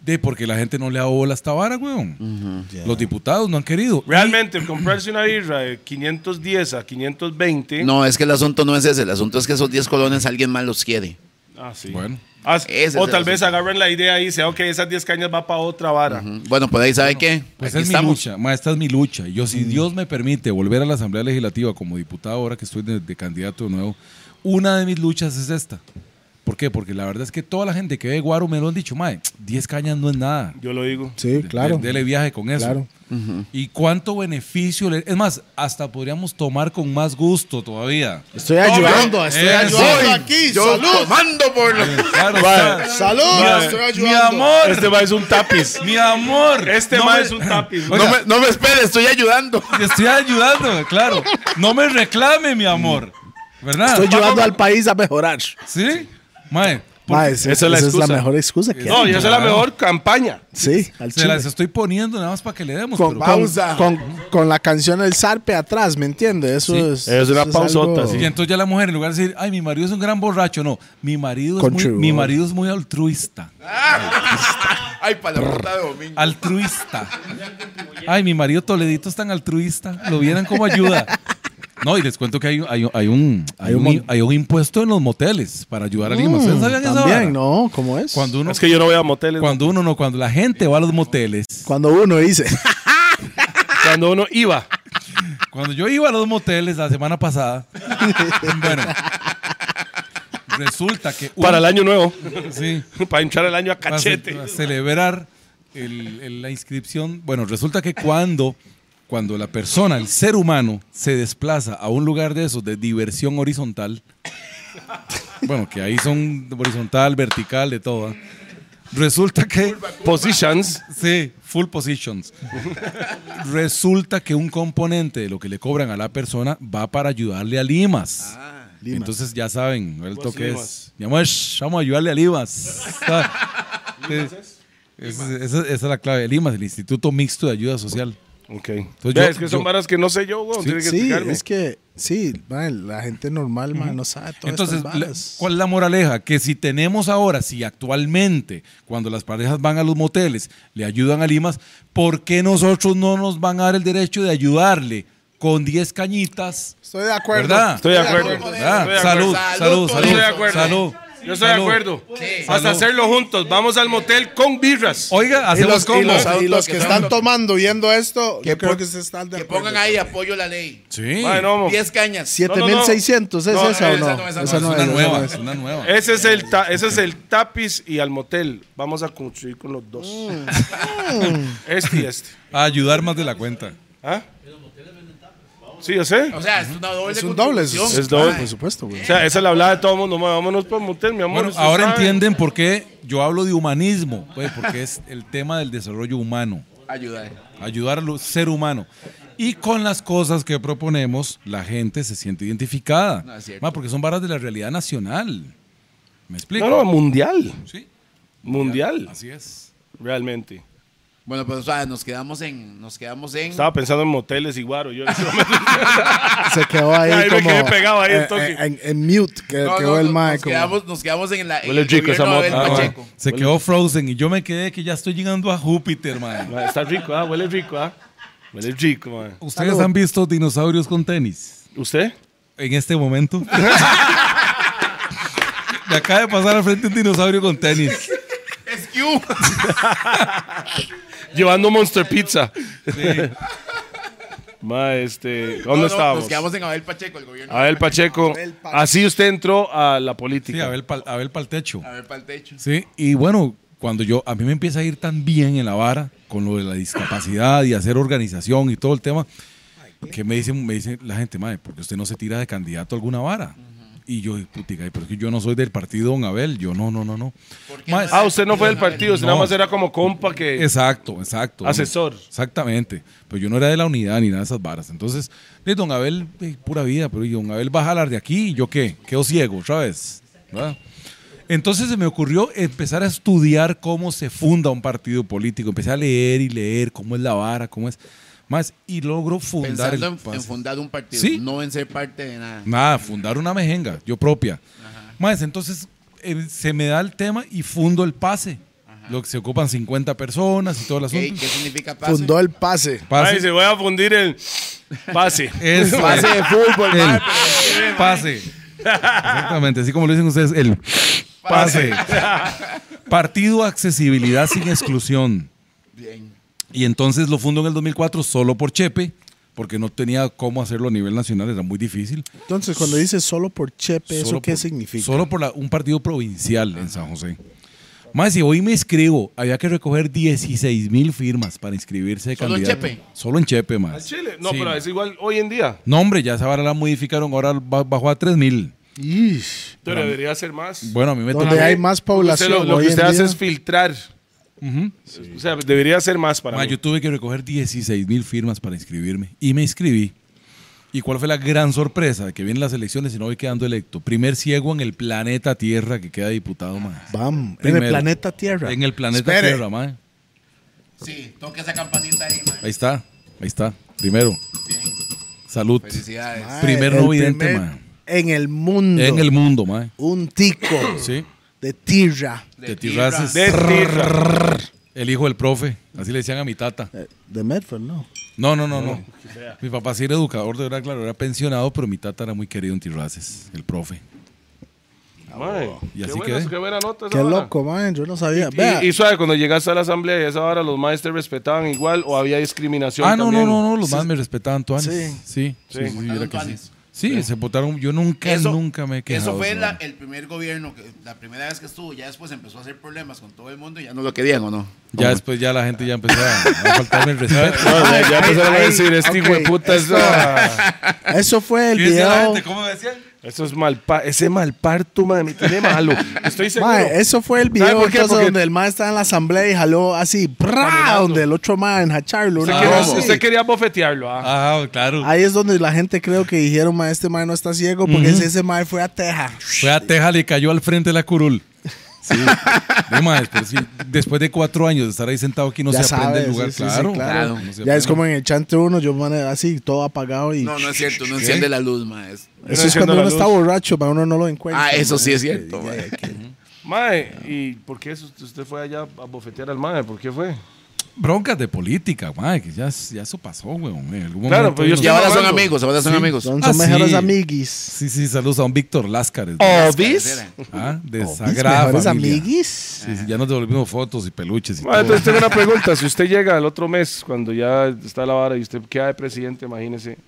S3: De porque la gente no le ha dado bola a esta vara, weón. Los diputados no han querido.
S4: realmente comprarse una birra de 510 a 520.
S6: No, es que el asunto no es ese, el asunto es que esos 10 colones alguien más los quiere.
S4: Ah, sí.
S3: Bueno.
S4: Ah, sí.
S6: Ese es
S4: o
S6: el
S4: tal vez
S6: asunto.
S4: agarren la idea y sea, ok, esas 10 cañas va para otra vara.
S6: Bueno, pues ahí sabe qué.
S3: Pues
S6: Aquí
S3: es mi
S6: estamos.
S3: lucha, ma, esta es mi lucha. Yo, si Dios me permite volver a la Asamblea Legislativa como diputado, ahora que estoy de, de candidato de nuevo, una de mis luchas es esta. ¿Por qué? Porque la verdad es que toda la gente que ve Guaro me lo han dicho, mae, 10 cañas no es nada.
S4: Yo lo digo.
S1: Sí, claro.
S3: De- Dele viaje con eso.
S1: Claro.
S3: ¿Y cuánto beneficio? le- es más, hasta podríamos tomar con más gusto todavía.
S1: Estoy ayudando. Estoy
S3: Eso.
S1: ayudando
S3: Soy
S1: aquí.
S6: Yo tomando por la-
S3: Claro, está.
S1: Salud. Estoy
S3: Mi
S1: ayudando.
S3: amor,
S4: Este va es un tapiz.
S3: mi amor.
S4: Este
S3: No
S4: ma
S3: me-
S4: es un tapiz.
S3: Oiga,
S6: No me, no me espere, estoy ayudando.
S3: Te estoy ayudando, claro. No me reclame, mi amor.
S4: Mm.
S3: ¿Verdad?
S1: Estoy ayudando al país a mejorar.
S3: ¿Sí? Mae, por-
S1: Mae, esa,
S4: Esa es la
S1: esa es la
S4: excusa.
S1: mejor excusa que
S4: No,
S1: hay.
S4: y esa es la mejor campaña.
S1: Sí, al
S3: se
S1: chile.
S3: las estoy poniendo nada más para que le demos.
S1: Con,
S3: pero-
S1: con- con- con la canción El Zarpe atrás, ¿me entiendes? Eso
S3: Sí.
S1: es.
S4: Es una
S1: eso
S4: pausota,
S1: algo-
S4: sí.
S3: Y entonces ya la mujer, en lugar de decir, ay, mi marido es un gran borracho, no. Mi marido, es muy,
S1: Contribuo.
S3: mi marido es muy altruista.
S6: Ay, para la puta de domingo.
S3: Altruista. Ay, mi marido Toledito es tan altruista. Lo vieran como ayuda. No, y les cuento que hay, hay- hay un, hay,
S1: Hay un
S3: un,
S1: mon- Mm,
S3: hay un impuesto en los moteles para ayudar a alguien. más. ¿Ustedes sabían esa vara?
S1: También, ¿no? ¿Cómo es?
S3: Cuando uno,
S4: Es que yo no voy a moteles. Cuando,
S3: cuando uno no, cuando la gente va a los moteles.
S1: Cuando uno dice.
S4: uno iba.
S3: Cuando yo iba a los moteles la semana pasada, bueno, resulta que un-
S4: Para el año nuevo.
S3: sí,
S4: Para hinchar el año a
S3: para ce-
S4: cachete.
S3: para celebrar el- el- la inscripción, bueno, resulta que cuando cuando la persona, el ser humano, se desplaza a un lugar de esos de diversión horizontal, bueno, que ahí son horizontal, vertical, de todo, ¿ah? resulta que
S4: Positions.
S3: Sí, full positions. Resulta que un componente de lo que le cobran a la persona va para ayudarle a Limas.
S1: Ah, Limas.
S3: Entonces ya saben, el toque
S4: Limas.
S3: es. Mi amor, shh, vamos a ayudarle a Limas. es? Esa, esa- esa es la clave. Limas, el Instituto Mixto de Ayuda Social.
S4: Ok.
S3: yo-
S4: Ya, es que son
S3: yo-
S4: varas que no sé yo, weón. Tiene que
S1: Sí,
S4: explicarme.
S1: es que. Sí, mae, la gente normal, mae, no sabe todas
S3: Entonces,
S1: estas
S3: la-
S1: varas.
S3: ¿cuál es la moraleja? Que si tenemos ahora, si actualmente, cuando las parejas van a los moteles, le ayudan a Limas, ¿por qué nosotros no nos van a dar el derecho de ayudarle con 10 cañañitas?
S1: Estoy de acuerdo.
S3: ¿Verdad?
S4: Estoy de acuerdo.
S3: ¿Verdad?
S4: Estoy de
S3: Ah,
S4: acuerdo.
S3: Salud, salud, salud,
S4: Estoy de
S3: salud,
S4: acuerdo. Yo estoy de
S3: Salud.
S4: acuerdo.
S3: Salud.
S4: Hasta hacerlo juntos. Vamos al motel con birras.
S3: Oiga,
S1: Y
S3: hacemos
S1: los,
S3: como.
S1: y los- y los que
S6: Que
S1: están
S6: son-
S1: tomando viendo esto,
S6: Que
S1: yo creo
S6: pon-
S1: que se están de
S6: Que
S1: acuerdo.
S6: pongan ahí apoyo a la ley.
S3: Sí.
S4: Mae, no, mo.
S6: 10 cañas.
S1: 7600, ¿es
S4: No,
S1: esa o
S6: esa
S1: no?
S6: no, esa
S1: Esa
S6: no,
S1: no
S3: es una
S1: es,
S3: nueva,
S1: no
S3: es
S1: es.
S3: una nueva.
S4: Ese es, el ta- ese es el tapiz y al motel. Vamos a construir con los dos. este y este.
S3: A ayudar más de la cuenta.
S4: ¿Ah? Sí, yo sé.
S6: O sea, es una doble.
S1: Es un doble, es,
S6: construcción.
S4: Es doble,
S1: Ah, por supuesto, güey.
S4: O sea, esa es la hablada de todo el mundo. mae, Vámonos por el motel, mi amor.
S3: Bueno,
S4: usted
S3: ahora
S4: sabe.
S3: entienden por qué yo hablo de humanismo, pues, porque es el tema del desarrollo humano,
S6: Ayuda.
S3: ayudar al ser humano. Y con las cosas que proponemos, la gente se siente identificada.
S4: Ah,
S6: No, es cierto.
S3: Ma, porque son varas de la realidad nacional. ¿Me explico?
S4: No, no, mundial.
S3: Sí,
S4: Mundial,
S3: así es.
S4: realmente.
S6: Bueno, pues o sea, nos quedamos en. Nos quedamos en.
S4: Estaba pensando en moteles y guaro. Yo en ese momento.
S1: Se quedó ahí,
S4: Ahí me
S1: como.
S4: quedé pegado ahí el
S1: eh,
S4: toque.
S1: eh, en, en mute, que
S6: No, no,
S1: quedó el
S6: no,
S1: mae.
S6: nos,
S1: como-
S6: quedamos, nos quedamos en la. en
S4: Huele
S6: el
S4: rico esa
S6: gobierno de
S4: mota,
S6: Abel
S4: ah,
S6: Pacheco.
S3: Se quedó Frozen y yo me quedé que ya estoy llegando a Júpiter, man.
S4: Mae, Está rico, ah, huele rico, ah. Huele rico, mae.
S3: ¿Ustedes han visto dinosaurios con tenis
S4: ¿Usted?
S3: en este momento? Me acaba de pasar al frente un dinosaurio con tenis.
S6: Es que-
S4: Llevando Monster Pizza. Mae, este. ¿Dónde
S6: No, no,
S4: estábamos?
S6: Nos quedamos en Abel Pacheco, el gobierno.
S4: Abel Pacheco. Así usted entró a la política.
S3: Sí, a ver, pal, a ver pa'l techo.
S6: A ver, para el techo.
S3: Ah. Sí, y bueno, cuando yo, a mí me empieza a ir tan bien en la vara con lo de la discapacidad y hacer organización y todo el tema, que me dicen, me dicen la gente, madre, porque usted no se tira de candidato a alguna vara. Y yo, putica, pero es que yo no soy del partido Don Abel. Yo, no, no, no, no. Mae,
S4: Ah, usted no fue del partido, usted nada
S3: No.
S4: más era como compa que.
S3: Exacto, exacto.
S4: Asesor.
S3: Exactamente. Pero yo no era de la unidad ni nada de esas varas. Entonces, de Don Abel, eh, pura vida, pero ¿y Don Abel va a jalar de aquí y yo qué, quedo ciego otra vez. ¿verdad? Entonces se me ocurrió empezar a estudiar cómo se funda un partido político. Empecé a leer y leer cómo es la vara, cómo es. Más, y logro fundar.
S6: Pensando
S3: el
S6: en,
S3: pas-
S6: en fundar un partido,
S3: Sí.
S6: no en ser parte de nada.
S3: Nada, fundar una mejenga, yo propia. Más, entonces eh, se me da el tema y fundo el pase. Lo que se ocupan 50 personas y todo el
S6: ¿Qué,
S3: asunto.
S6: qué significa pase?
S1: Fundó el pase.
S4: Ay, se voy a fundir el. Pase.
S3: Eso,
S1: Pase
S3: el-
S1: de fútbol,
S3: el
S1: mae,
S3: pase. Exactamente, así como lo dicen ustedes, el pase. Partido Accesibilidad sin Exclusión.
S6: Bien.
S3: Y entonces lo fundó en el 2004 solo por Chepe, porque no tenía cómo hacerlo a nivel nacional, era muy difícil.
S1: Entonces, cuando dice solo por Chepe, ¿eso
S3: Solo
S1: qué
S3: por-
S1: significa?
S3: Solo por la- un partido provincial en San José. Más, si hoy me inscribo, había que recoger 16 mil firmas para inscribirse de
S6: ¿Solo en
S3: candidato.
S6: Chepe?
S3: Solo en Chepe, más.
S4: Al Chile. No,
S3: Sí,
S4: pero
S3: mae.
S4: es igual hoy en día.
S3: No, hombre, ya esa vara la modificaron, ahora ba- bajó a 3 mil.
S4: Pero debería ser más.
S3: Bueno, a mí me
S1: Donde
S3: tocó.
S1: hay más
S4: Usted
S1: población.
S4: lo, lo
S1: hoy
S4: que
S1: en
S4: usted hace
S1: día.
S4: es filtrar. O sea, debería ser más para
S3: Ma,
S4: mí.
S3: yo tuve que recoger 16 mil firmas para inscribirme y me inscribí. ¿Y cuál fue la gran sorpresa? Que vienen las elecciones y no voy quedando electo. Primer ciego en el planeta Tierra que queda diputado, más.
S1: Bam. En
S3: Primero.
S1: el planeta Tierra.
S3: En el planeta
S1: Espere.
S3: Tierra, ma.
S6: Sí, toca esa campanita ahí, man.
S3: Ahí está, ahí está. Primero. Salud.
S6: Felicidades.
S1: Mae,
S3: Primer
S1: Ah, el
S3: no vidente,
S1: primer
S3: ma.
S1: En el mundo.
S3: En el mundo, ma.
S1: Un tico
S3: Sí.
S1: de tierra.
S3: De
S6: tierra.
S3: Tirraces.
S4: De tierra.
S3: El hijo del profe. Así le decían a mi tata.
S1: Eh, De Medford, ¿no?
S3: No, no, no, no. Mi papá sí era educador, de verdad, claro, era pensionado, pero mi tata era muy querido en Tirraces, el profe.
S4: Mae,
S3: Y así
S4: qué, buena-
S3: quedé.
S4: qué buena nota esa
S1: Qué
S4: vara.
S1: loco, man. Yo no sabía. Vea,
S4: Y, y suave, cuando llegaste a la asamblea y a esa hora los maestros respetaban igual o había discriminación.
S3: Ah, no, no,
S4: también?
S3: no, no, los más me respetaban Tuanes.
S1: Sí.
S3: Sí. Sí, sí,
S4: Sí.
S3: sí, era que sí.
S6: Tuanes.
S3: Sí, se votaron. Yo nunca, nunca me he quejado.
S6: eso fue
S3: ¿no?
S6: la- el primer gobierno, que, la primera vez que estuvo, ya después empezó a hacer problemas con todo el mundo y ya no lo querían, ¿o no?
S3: Ya después ya la gente ya empezó a, a faltarme el respeto.
S4: No, o sea, ya
S1: Ay,
S4: empezaron a
S1: ay,
S4: decir, este
S1: ok,
S4: hijo de puta es,
S1: esto-
S4: ah,
S1: eso fue el
S3: ¿Qué decía la
S1: video.
S3: gente? ¿Cómo decían?
S4: eso es mal pa- ese mal parto, madre, me tiene malo. Estoy seguro.
S1: Mae, eso fue el
S4: ¿Sabe
S1: video
S4: por qué?
S1: entonces,
S4: Porque-
S1: donde el man estaba en la asamblea y jaló así, ¡bra! donde el otro man, Hacharlo.
S4: usted,
S1: una
S4: quería,
S1: cosa así.
S4: usted quería bofetearlo. ah.
S3: Ah, claro.
S1: Ahí es donde la gente creo que dijeron, ma, este man no está ciego porque ese- ese man fue a Teja.
S3: Fue a Teja, le cayó al frente la curul. Sí. No, más, pero sí, después de cuatro años de estar ahí sentado aquí no
S1: ya
S3: se aprende
S1: sabes,
S3: el
S1: sí,
S3: lugar.
S1: sí, sí,
S3: claro.
S1: claro.
S3: No se
S1: Ya es
S3: aprende.
S1: como en el chante uno, yo man, así, todo apagado y...
S6: No, no es cierto, no enciende la luz, maestro.
S1: Eso es
S4: Enciendo
S1: cuando
S4: la
S1: uno
S4: luz.
S1: está borracho, ma, uno no lo encuentra.
S6: Ah, eso
S1: ma,
S6: sí es
S1: que-
S6: cierto,
S1: que-
S6: mae.
S1: que-
S4: Mae, ¿y por qué eso- usted fue allá a bofetear al madre? ¿Por qué fue?
S3: broncas de política, mae, que ya, ya eso pasó, weón. En algún
S4: Claro,
S3: momento
S4: pero yo
S3: uno-
S6: Y ahora son
S4: hablando.
S6: amigos, ahora son amigos.
S1: Son,
S3: Ah,
S1: son mejores
S3: sí.
S1: amiguis.
S3: Sí, sí, saludos a un Víctor Láscares.
S6: Oh. Obis.
S3: Ah, de
S1: Oh, Mis
S3: Sagrada
S1: mejores
S3: Familia.
S1: amiguis.
S3: Sí, sí, ya nos devolvimos fotos y peluches y
S4: Ma,
S3: todo.
S4: entonces tengo una pregunta. Si usted llega el otro mes, cuando ya está la vara y usted queda de presidente, imagínese.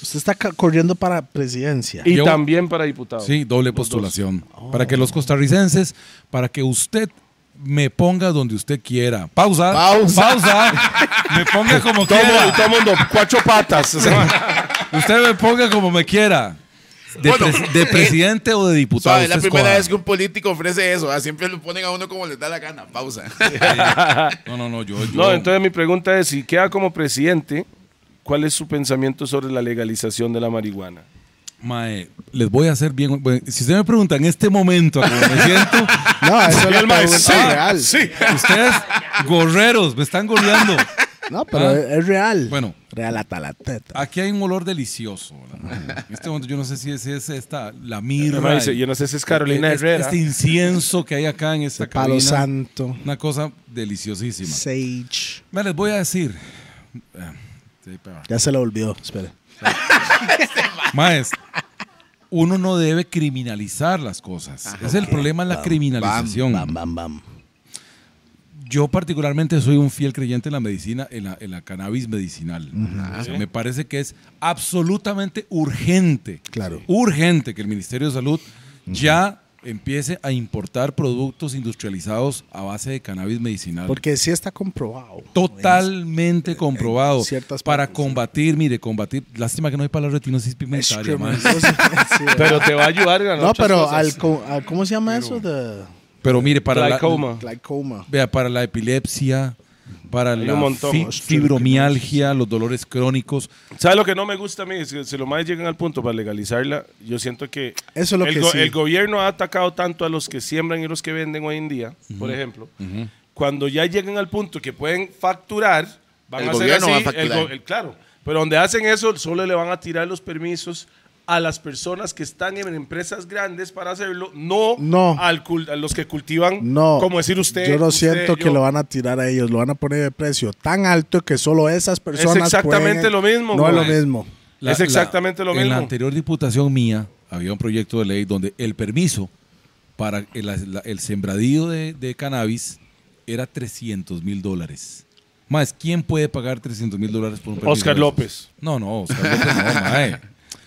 S1: Usted está ca- corriendo para presidencia.
S4: Y
S3: Yo-
S4: también para diputado.
S3: Sí, doble postulación.
S1: Oh.
S3: Para que los costarricenses, para que usted me ponga donde usted quiera. Pausa.
S6: Pausa.
S3: me ponga como
S4: Todo, y
S3: quiera.
S4: todo mundo, cuatro patas. O sea,
S3: Usted me ponga como me quiera. De,
S6: Bueno,
S3: pres- de presidente o de diputado.
S6: Suave, es la
S3: usted
S6: primera
S3: escoja.
S6: vez que un político ofrece eso. ah, Siempre lo ponen a uno como les da la gana. Pausa.
S3: No, no, no, yo. yo-
S4: no, entonces mi pregunta es, si queda como presidente, ¿cuál es su pensamiento sobre la legalización de la marihuana?
S3: Mae, les voy a hacer bien. bueno, si usted me pregunta en este momento cómo me siento,
S1: No, eso es la pregunta real.
S3: ustedes, gorreros, me están goleando.
S1: No, pero
S3: Ah.
S1: es- es real.
S3: Bueno.
S1: Real hasta la teta.
S3: Aquí hay un olor delicioso. ¿verdad? En este momento yo no sé si es, es esta, la
S4: Ma,
S3: mirra.
S4: dice, yo no sé si es Carolina
S3: Este-
S4: Herrera.
S3: Este incienso que hay acá en esta
S1: Palo
S3: cabina.
S1: santo.
S3: Una cosa deliciosísima.
S1: Sage.
S3: Bueno, les voy a decir. eh, sí, pero-
S1: Ya se lo olvidó. Espere.
S3: Maes, uno no debe criminalizar las cosas. Ese es el problema, es la criminalización.
S1: Ah, Bam, bam, bam.
S3: Yo particularmente soy un fiel creyente en la medicina, en la, en la cannabis medicinal.
S1: Ah,
S3: O sea, me parece que es absolutamente urgente,
S1: Claro.
S3: urgente que el Ministerio de Salud ya empiece a importar productos industrializados a base de cannabis medicinal.
S1: Porque sí está comprobado.
S3: Totalmente comprobado.
S1: ciertas
S3: para
S1: partes, sí.
S3: combatir, mire, combatir. Lástima que no hay para la retinosis
S1: Es
S3: pigmentaria.
S1: criminal.
S3: mae.
S1: Sí,
S4: Pero te va a ayudar a ganar
S1: No,
S4: muchas
S1: pero
S4: cosas.
S1: al, co- al- ¿cómo se llama eso? De
S3: Pero mire, para la,
S4: Glaucoma.
S1: glaucoma.
S3: vea, para la epilepsia, para la
S4: un montón.
S3: fi- fibromialgia, los dolores crónicos.
S4: ¿Sabes lo que no me gusta a mí? Es que si los más llegan al punto para legalizarla, yo siento que,
S1: Eso es lo
S4: el,
S1: que sí.
S4: el gobierno ha atacado tanto a los que siembran y los que venden hoy en día, por ejemplo. Cuando ya llegan al punto que pueden facturar, van
S6: El
S4: a hacer
S6: gobierno
S4: así,
S6: va a facturar.
S4: el go- el- claro, pero donde hacen eso, solo le van a tirar los permisos a las personas que están en empresas grandes para hacerlo, no,
S1: No.
S4: al cul- a los que cultivan,
S1: No.
S4: como decir usted.
S1: Yo no
S4: usted,
S1: siento que
S4: yo.
S1: lo van a tirar a ellos. Lo van a poner de precio tan alto que solo esas personas.
S4: exactamente
S1: pueden-
S4: lo mismo,
S1: No es lo
S4: güey.
S1: mismo.
S3: La-
S4: Es exactamente lo
S3: En la
S4: mismo.
S3: anterior diputación mía había un proyecto de ley donde el permiso para el, la- el sembradío de, de cannabis era 300 mil dólares. Más, ¿quién puede pagar 300 mil dólares por un permiso?
S4: Oscar
S3: de esos?
S4: López.
S3: No, no, Oscar López no, mae.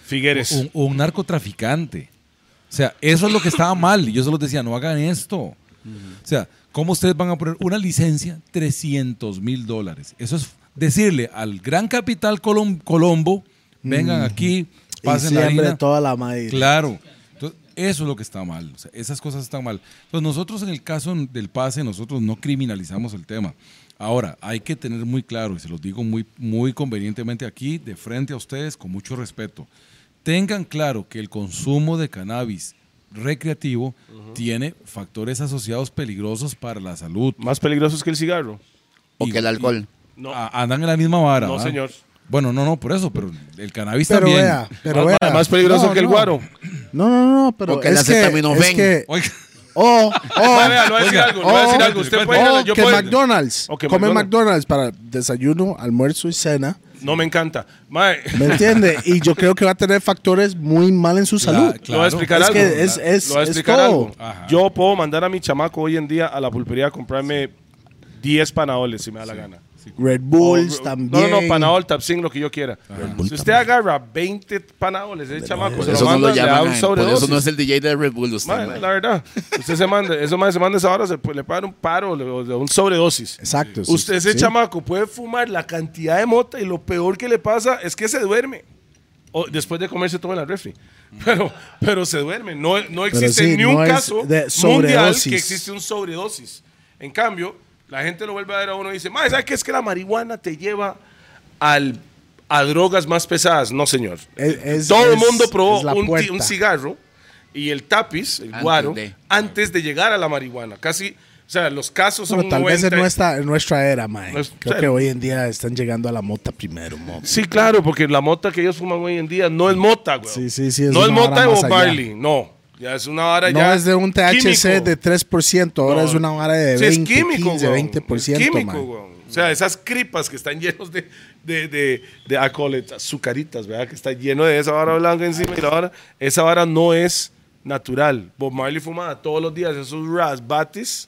S4: Figueres.
S3: un, un narcotraficante. O sea, eso es lo que estaba mal. Y yo se los decía, no hagan esto. O sea, ¿cómo ustedes van a poner una licencia? 300 mil dólares. Eso es decirle al gran capital colom- Colombo, vengan aquí,
S1: Y
S3: pasen la
S1: siempre
S3: harina.
S1: toda la madre.
S3: Claro. Entonces, eso es lo que está mal. O sea, esas cosas están mal. Entonces, nosotros en el caso del pase, nosotros no criminalizamos el tema. Ahora, hay que tener muy claro, y se los digo muy, muy convenientemente aquí, de frente a ustedes, con mucho respeto. Tengan claro que el consumo de cannabis recreativo tiene factores asociados peligrosos para la salud.
S4: Más peligrosos que el cigarro.
S6: O
S3: Y-
S6: que el alcohol.
S4: No.
S1: Ah,
S3: A- andan en la misma vara.
S4: No,
S3: ¿va?
S4: señor.
S3: Bueno, no, no, por eso, pero el cannabis
S1: Pero
S3: también.
S1: vea, pero
S4: más,
S1: vea.
S4: más peligroso
S1: No,
S4: que el
S1: no.
S4: guaro.
S1: No, no, no, pero
S6: O que
S1: es,
S6: la
S1: que,
S6: acetaminofén.
S1: es que-
S3: Oiga.
S1: Oh, oh,
S4: Ma, vea, le voy a decir
S3: Oiga,
S4: algo, le voy a decir
S1: oh,
S4: algo. Usted
S3: que-
S4: puede ir a la-
S1: oh,
S4: yo
S1: que
S4: puedo-
S1: McDonald's.
S4: O que
S1: come McDonald's
S4: McDonald's.
S1: para desayuno, almuerzo y cena.
S4: No me encanta. Mae,
S1: ¿Me entiende? y yo creo que va a tener factores muy mal en su salud.
S4: le voy a explicar
S1: Es
S4: algo.
S1: que es- es-
S4: Le voy a
S1: es
S4: explicar
S1: todo.
S4: algo.
S3: Ajá.
S4: Yo puedo mandar a mi chamaco hoy en día a la pulpería a comprarme 10 panaoles si me da la gana.
S1: Red Bulls
S4: O-
S1: también.
S4: No, no, no, panaol, tapsin, lo que yo quiera.
S1: Bull
S4: Si usted agarra 20 panaoles, ese chamaco
S6: Por
S4: se lo
S6: eso no
S4: manda,
S6: lo
S4: le da
S6: llaman.
S4: un
S6: a él, Por eso
S4: sobredosis.
S6: no es el DJ de Red Bull.
S1: este,
S6: usted,
S4: Mae,
S6: mae.
S4: la verdad, usted se manda, eso más se manda esa hora, se puede- le pagan un paro, le, o- un sobredosis.
S1: Exacto. sí,
S4: Usted, ese
S1: sí.
S4: chamaco, puede fumar la cantidad de mota y lo peor que le pasa es que se duerme. O después de comerse todo en la refri. Pero, pero se duerme. No, no existe
S1: sí,
S4: ni un
S1: no es
S4: caso
S1: de
S4: mundial
S1: sobredosis.
S4: que existe un sobredosis. En cambio, la gente lo vuelve a ver a uno y dice, "Mae, ¿sabes qué es que la marihuana te lleva al, a drogas más pesadas? No, señor.
S1: Es- es-
S4: todo el
S1: es-
S4: mundo probó
S1: es la
S4: un, ti-
S1: puerta.
S4: un cigarro y el tapiz, el
S6: Antes
S4: guaro,
S6: de.
S4: antes de llegar a la marihuana. Casi, o sea, los casos
S1: Bueno,
S4: son
S1: tal vez en
S4: 90
S1: nuestra, en nuestra era, mae.
S4: No es-
S1: Creo que hoy en día están llegando a la mota primero, mo.
S4: Pues, Sí, claro, porque la mota que ellos fuman hoy en día no es mota, güey.
S1: Sí, sí, sí, es
S4: no es
S1: una
S4: mota
S1: vara
S4: de
S1: más
S4: Bob
S1: allá.
S4: Marley, no. Ya es una vara
S1: No
S4: ya.
S1: es de un THC
S4: químico.
S1: de 3%, ahora
S4: No.
S1: es una vara de
S4: Sí,
S1: 20, 15,
S4: güey.
S1: 20%,
S4: Es químico,
S1: mae.
S4: güey. O O sea, esas cripas que están llenos de, de, de, de alcohol, azucaritas, ¿verdad? Que está lleno de esa vara blanca encima y la vara, esa vara no es natural. Bob Marley fumaba todos los días esos rasbatis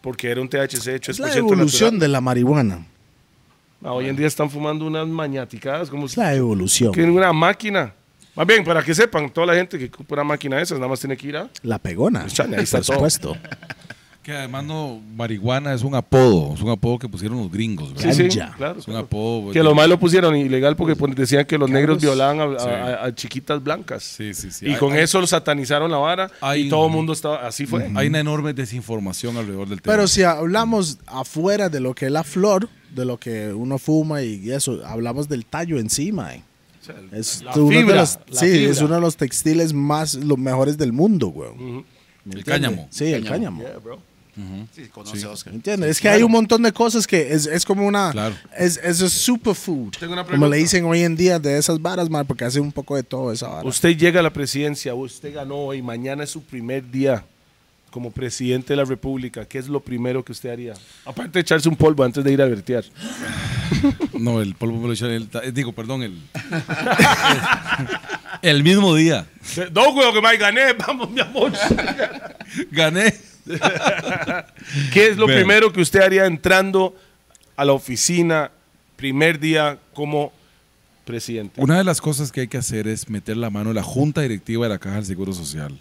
S4: porque era un THC hecho
S1: Es la evolución de la marihuana.
S4: Ah, hoy en día están fumando unas mañaticadas como
S1: Es
S4: si
S1: la evolución.
S4: que una máquina. Más bien, para que sepan, toda la gente que compra una máquina de esas nada más tiene que ir a...
S1: La pegona.
S4: Pues, Chale, ahí está
S1: por
S4: todo.
S1: supuesto.
S3: Que además no, marihuana es un apodo, es un apodo que pusieron los gringos, ¿verdad?
S4: Sí, sí,
S1: Ganja.
S4: claro.
S3: Es un apodo. güey.
S4: Que los más lo pusieron ilegal porque pon- decían que los negros violaban a, a- a- a chiquitas blancas.
S3: Sí, sí, sí.
S4: Y
S3: Hay-
S4: con
S3: hay-
S4: eso satanizaron la vara
S3: Hay-
S4: y todo el mundo estaba. Así fue.
S3: Hay una enorme desinformación alrededor
S4: Este,
S3: del tema.
S1: Pero si hablamos afuera de lo que es la flor, de lo que uno fuma y eso, hablamos del tallo encima. eh. Es,
S4: la
S1: uno
S4: fibra,
S1: de los,
S4: la
S1: sí,
S4: fibra.
S1: es uno de los textiles más, los mejores del mundo, güey. ¿Me
S3: El
S1: entiende?
S3: cáñamo.
S1: Sí, el cáñamo.
S6: Sí, conoce a Oscar.
S1: ¿Me entiendes? Es que hay un montón de cosas que es, es como una.
S3: Claro.
S1: Es, es un superfood.
S4: Tengo una
S1: Como
S4: pregunta.
S1: le dicen hoy en día de esas varas, man, porque hace un poco de todo esa vara.
S4: Usted llega a la presidencia, usted ganó hoy, mañana es su primer día como presidente de la República. ¿Qué es lo primero que usted haría? Aparte de echarse un polvo antes de ir a vertear.
S3: No, el polvo me lo echaron el ta- eh, digo, perdón, el. el mismo día.
S4: No, güey, que más gané, vamos, mi amor.
S3: Gané.
S4: ¿Qué es lo
S3: Bueno.
S4: primero que usted haría entrando a la oficina, primer día como presidente?
S3: Una de las cosas que hay que hacer es meter la mano en la junta directiva de la Caja del Seguro Social.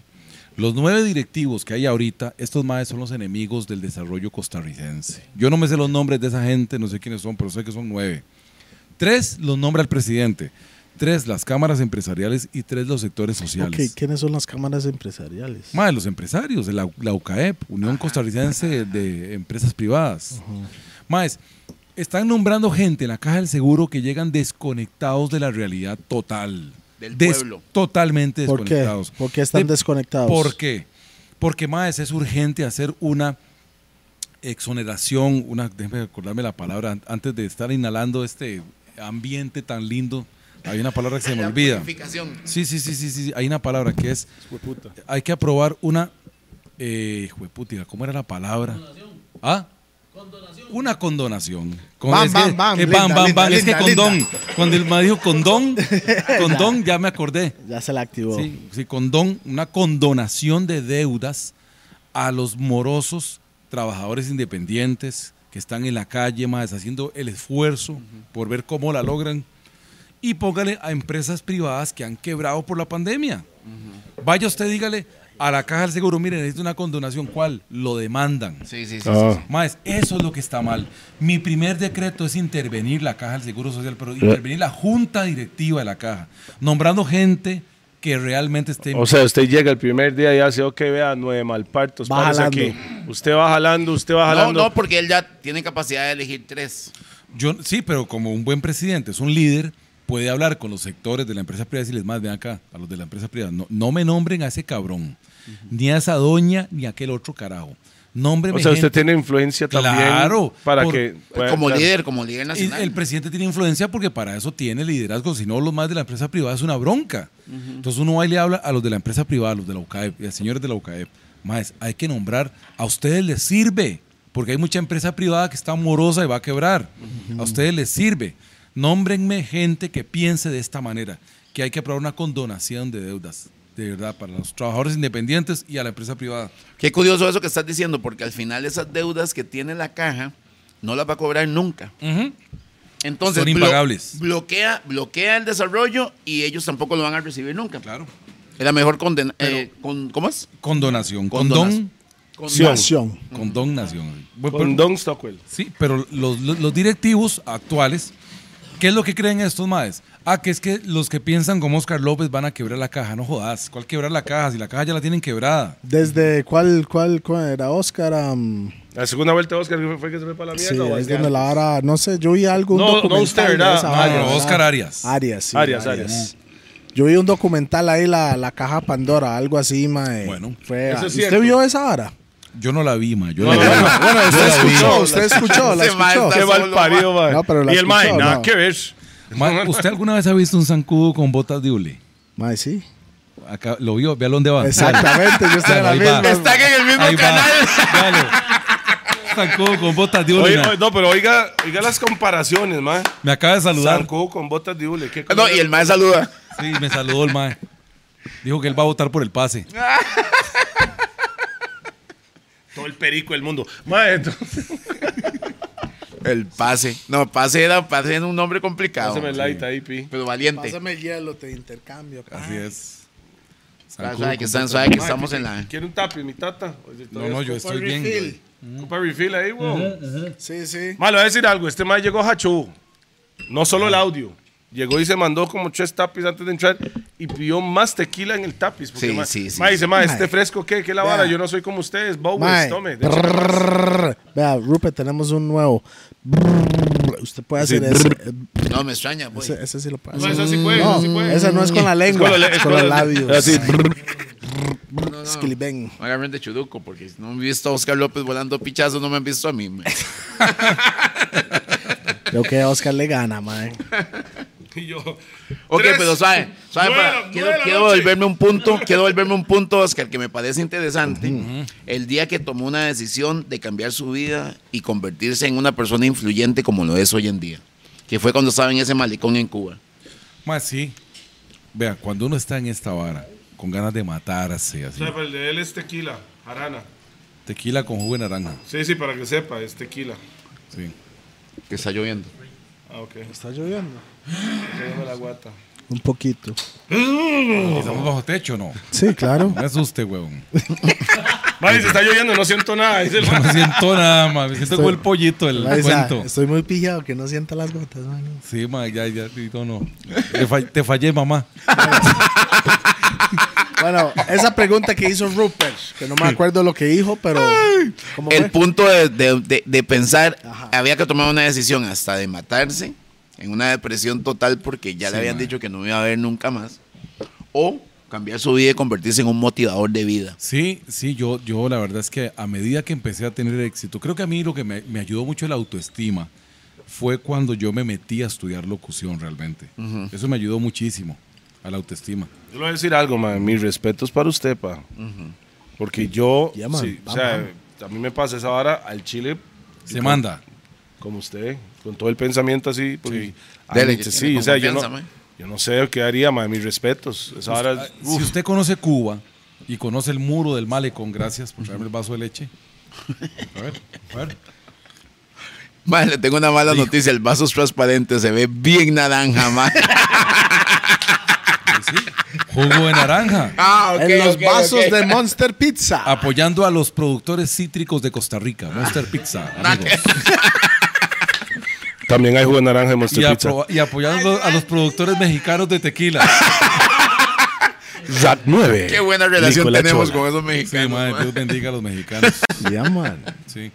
S3: Los nueve directivos que hay ahorita, estos maes son los enemigos del desarrollo costarricense. Yo no me sé los nombres de esa gente, no sé quiénes son, pero sé que son nueve. Tres los nombra el presidente, tres las cámaras empresariales y tres los sectores sociales.
S1: Ok, ¿Quiénes son las cámaras empresariales?
S3: Más los empresarios, de la, la UCAEP, Unión Costarricense de Empresas Privadas. Más, están nombrando gente en la caja del seguro que llegan desconectados de la realidad total.
S6: Del
S3: Des-
S6: pueblo.
S3: Totalmente
S1: ¿Por qué?
S3: desconectados.
S1: ¿Por qué están
S3: De-
S1: desconectados?
S3: ¿Por qué? Porque, más, es urgente hacer una exoneración, una, déjeme acordarme la palabra, an- antes de estar inhalando este ambiente tan lindo. Hay una palabra que se me
S6: La
S3: olvida.
S6: purificación.
S3: Sí, sí, sí, sí, sí, hay una palabra que es
S4: Puta.
S3: hay que aprobar una. Eh, jueputica, ¿cómo era la palabra? ¿Ah? Una condonación. Con-
S1: Bam,
S3: es que-
S1: bam, bam,
S3: eh, bam,
S1: linda,
S3: bam,
S1: linda,
S3: bam, Es que
S1: linda,
S3: condón.
S1: linda.
S3: Cuando el ma dijo condón, condón, ya me acordé.
S1: Ya se la activó.
S3: Sí, sí, condón, una condonación de deudas a los morosos trabajadores independientes que están en la calle, más haciendo el esfuerzo por ver cómo la logran. Y póngale a empresas privadas que han quebrado por la pandemia. Vaya usted, dígale a la caja del seguro, mire, necesito una condonación. ¿Cuál? Lo demandan.
S6: Sí, sí, sí.
S3: Ah.
S4: Ah.
S6: sí,
S3: Maes, eso es lo que está mal. Mi primer decreto es intervenir la Caja del Seguro Social,
S4: Eh.
S3: pero intervenir la junta directiva de la Caja, nombrando gente que realmente esté...
S4: O sea, usted llega el primer día y hace, ok, vea, nueve malpartos,
S1: Va
S4: párese
S1: jalando.
S4: aquí. Usted va jalando, usted va
S6: sí. No,
S4: jalando.
S6: no, porque él ya tiene capacidad de elegir tres.
S3: Yo, sí, pero como un buen presidente, es un líder, puede hablar con los sectores de la empresa privada y decirles más, ven acá, a los de la empresa privada, no, no me nombren a ese cabrón, ni a esa doña, ni a aquel otro carajo. Nómbreme
S4: o sea, usted
S3: gente-
S4: tiene influencia también.
S3: Claro,
S4: Para
S3: por-
S4: que. pueda
S6: como
S4: entrar.
S6: líder, como líder
S3: Y
S6: nacional.
S3: el presidente tiene influencia porque para eso tiene liderazgo, si no, los más de la empresa privada es una bronca. Entonces uno va y le habla a los de la empresa privada, a los de la UCAEP, y a señores de la UCAEP. Más, hay que nombrar, a ustedes les sirve, porque hay mucha empresa privada que está morosa y va a quebrar. A ustedes les sirve. Nómbrenme gente que piense de esta manera, que hay que aprobar una condonación de deudas, de verdad, para los trabajadores independientes y a la empresa privada.
S6: Qué curioso eso que estás diciendo, porque al final esas deudas que tiene la caja no las va a cobrar nunca. Entonces,
S3: Son impagables.
S6: bloquea, bloquea el desarrollo y ellos tampoco lo van a recibir nunca.
S3: Claro.
S6: Es la mejor condena. eh, con- ¿Cómo es?
S3: Condonación,
S6: Condonación.
S3: condón,
S1: Nación.
S3: condonación.
S4: Con Don Stockwell.
S3: Sí, pero los, los- los directivos actuales, ¿qué es lo que creen estos maes? Ah, que es que los que piensan como Oscar López van a quebrar la caja. No jodas, ¿cuál quebrar la caja? Si la caja ya la tienen quebrada.
S1: Desde cuál, cuál, cuál era Oscar. am,
S4: La segunda vuelta de Oscar fue que se fue para la
S1: sí,
S4: mierda. o
S1: ahí es
S4: Arias?
S1: donde la vara. No sé, yo vi algo. un
S4: No, no,
S1: documental
S4: usted,
S1: de
S4: ¿verdad?
S1: esa
S4: No,
S1: vara,
S3: no,
S1: ¿verdad?
S3: Oscar Arias.
S1: Arias, sí.
S4: Arias,
S1: Yo vi un documental ahí, la, la caja Pandora, algo así, mae.
S3: Bueno.
S1: Fue-
S4: Eso es
S1: ¿Usted
S4: cierto.
S1: vio esa vara?
S3: Yo no la vi, ma. Yo
S4: No,
S3: la
S4: no,
S3: vi.
S4: no, no, bueno,
S1: Usted
S3: la vi.
S1: escuchó, usted escuchó, la
S6: Ese mae
S1: escuchó.
S6: está
S4: Qué
S6: Eso
S4: mal
S6: lo
S4: parido, mae.
S1: No, pero la
S4: y el mae,
S1: escuchó,
S4: nada
S1: no.
S4: que ver.
S3: Ma, ¿Usted alguna vez ha visto un zancudo con botas de hule?
S1: Mae, sí.
S3: Acá, lo vio, vea dónde va.
S1: Exactamente, yo estoy en la
S3: Ahí va.
S1: misma.
S6: Están en el mismo
S3: Ahí va.
S6: canal.
S3: Claro. Sancudo con botas de
S4: Oye,
S3: Ulina.
S4: oye, no, pero oiga, oiga las comparaciones, mae.
S3: Me acaba de saludar.
S4: Sanco con botas de hule. ¿qué
S6: No, y el mae saluda.
S3: Sí, me saludó el mae. Dijo que él va a votar por el pase.
S4: Todo el perico del mundo. Mae, entonces-
S6: El pase. No, pase era, pase era un nombre complicado.
S4: Pásame el light ahí, pi.
S6: Pero valiente.
S1: Pásame el hielo, te intercambio. pa.
S3: Así es.
S6: Suave,
S3: Sancudo
S6: suave, que
S3: con
S6: están
S3: botas-
S6: suave, que estamos en la.
S4: ¿Quiere un tapi, mi tata? Oye,
S3: No,
S4: todavía
S3: no,
S4: es
S3: yo
S1: Por
S3: estoy bien.
S1: refill.
S4: Copa refill ahí, weón.
S1: Sí, sí.
S4: Mae, le voy a decir algo. Este mae llegó hachú. No solo el audio. Llegó y se mandó como tres tapis antes de entrar y pidió más tequila en el tapiz. Porque,
S6: Sí,
S4: mae-
S6: sí, sí,
S4: mae, dice, mae, este
S1: Mae.
S4: fresco, ¿qué? ¿Qué la vara?
S1: Vea.
S4: Yo no soy como ustedes. Bowers,
S1: Mae,
S4: tome. De hecho,
S1: brrrr. Vea, Rupert, tenemos un nuevo. Brrrr. Usted puede hacer Eh, ese.
S6: No, me extraña, güey.
S1: Ese, ese sí lo puede
S4: No,
S1: hacer.
S4: esa sí puede,
S1: No,
S4: esa sí puede.
S1: esa no es con la lengua,
S4: con la
S1: es con,
S4: le- es con
S1: los
S4: la-
S1: labios.
S4: así.
S1: Es que le ven.
S6: No agarren de chuduco, porque no han visto a Oscar López volando pichazos, no me han visto a mí. mae.
S1: Creo que a Oscar le gana, mae.
S4: Y yo.
S6: Ok,
S4: Tres.
S6: pero suave, suave
S4: Nueva-
S6: para- quiero,
S4: nueva
S6: quiero
S4: noche.
S6: volverme un punto, quiero volverme un punto, Oscar, que me parece interesante. El día que tomó una decisión de cambiar su vida y convertirse en una persona influyente como lo es hoy en día, que fue cuando estaba en ese malecón en Cuba.
S3: Mae, sí. Vea, cuando uno está en esta vara, con ganas de matarse, así.
S4: O sea, pero el de él es tequila, jarana.
S3: Tequila con jugo de naranja.
S4: Sí, sí, para que sepa, es tequila.
S3: Sí.
S6: Que está lloviendo.
S4: Ah, ok.
S1: Está lloviendo.
S4: Déjame la guata.
S1: Un poquito.
S3: Estamos bajo techo, ¿no?
S1: Sí, claro.
S3: No me asuste, weón.
S4: Vale, se está lloviendo, no siento nada. Dice el
S3: No me siento nada, mae. Me siento como el pollito del
S1: Mae, o sea,
S3: cuento.
S1: estoy muy pillado que no sienta las gotas, mae.
S3: Sí, mae, ya, ya, sí, no, no. Te, fall- te fallé, mamá.
S1: Bueno, esa pregunta que hizo Rupert, que no me acuerdo lo que dijo, pero. ¿cómo
S6: El
S1: fue?
S6: punto de, de- de- de pensar,
S1: Ajá.
S6: había que tomar una decisión hasta de matarse, en una depresión total porque ya le habían dicho que no iba a haber nunca más, o cambiar su vida y convertirse en un motivador de vida.
S3: Sí, sí, yo, yo la verdad es que a medida que empecé a tener éxito, creo que a mí lo que me, me ayudó mucho la autoestima fue cuando yo me metí a estudiar locución realmente. Eso me ayudó muchísimo a la autoestima.
S4: Yo le voy a decir algo, man. Mis respetos para usted, pa. Porque yo.
S1: Ya, man,
S4: sí, o
S1: va,
S4: sea,
S1: man.
S4: a mí me pasa esa vara al chile.
S3: Se manda.
S4: Como usted, con todo el pensamiento así. Porque, Ah,
S6: Dele,
S4: dice,
S6: que
S4: sí,
S6: tiene
S4: o sea, yo
S6: confianza,
S4: no,
S6: man.
S4: yo no sé qué haría, man. Mis respetos. Esa vara.
S3: Ah, Si usted conoce Cuba y conoce el muro del malecón, gracias por traerme el vaso de leche. A ver, a ver.
S6: Madre, le tengo una mala noticia, el vaso es transparente, se ve bien naranja, madre.
S3: ahí pues sí. Jugo de naranja.
S6: Ah,
S1: en los vasos de Monster Pizza.
S3: Apoyando a los productores cítricos de Costa Rica, Monster Pizza. amigos.
S4: También hay jugo de naranja en
S3: Y,
S4: Monster Pizza.
S3: apro- y apoyando a los productores mexicanos de tequila.
S4: Rat 9.
S6: Qué buena relación
S4: Nicolás
S6: tenemos
S4: Chola.
S6: con esos
S3: Sí,
S6: mexicanos.
S3: madre,
S6: madre.
S3: Dios bendiga a los mexicanos.
S1: Ya, man.
S3: Sí.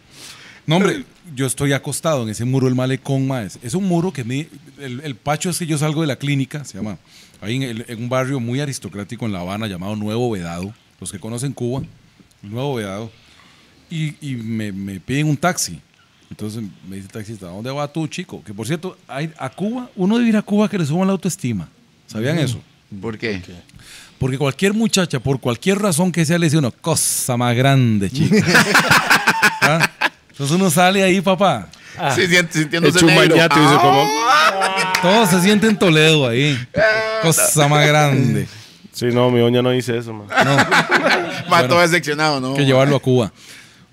S3: No, hombre, yo estoy acostado en ese muro del malecón, más. Es un muro que me, el, el pacho es que yo salgo de la clínica, se llama, ahí en, el- en un barrio muy aristocrático en La Habana llamado Nuevo Vedado. Los que conocen Cuba, Nuevo Vedado. Y, y me, me piden un taxi. Entonces me dice el taxista, ¿a dónde va tú, chico? Que por cierto, hay- a Cuba, uno debe ir a Cuba que le suban la autoestima. ¿Sabían eso?
S6: ¿Por qué?
S3: Porque cualquier muchacha, por cualquier razón que sea, le dice uno, cosa más grande, chica. ¿Ah? Entonces uno sale ahí, papá.
S1: Ah.
S6: Sí, sient-
S4: El
S6: sintiéndose negro.
S4: chumañate dice
S6: Ah,
S4: como.
S3: Todos se sienten Toledo ahí. Cosa más grande.
S4: Sí, no, mi doña no dice eso, man.
S6: va todo decepcionado, ¿no?
S3: que llevarlo a Cuba.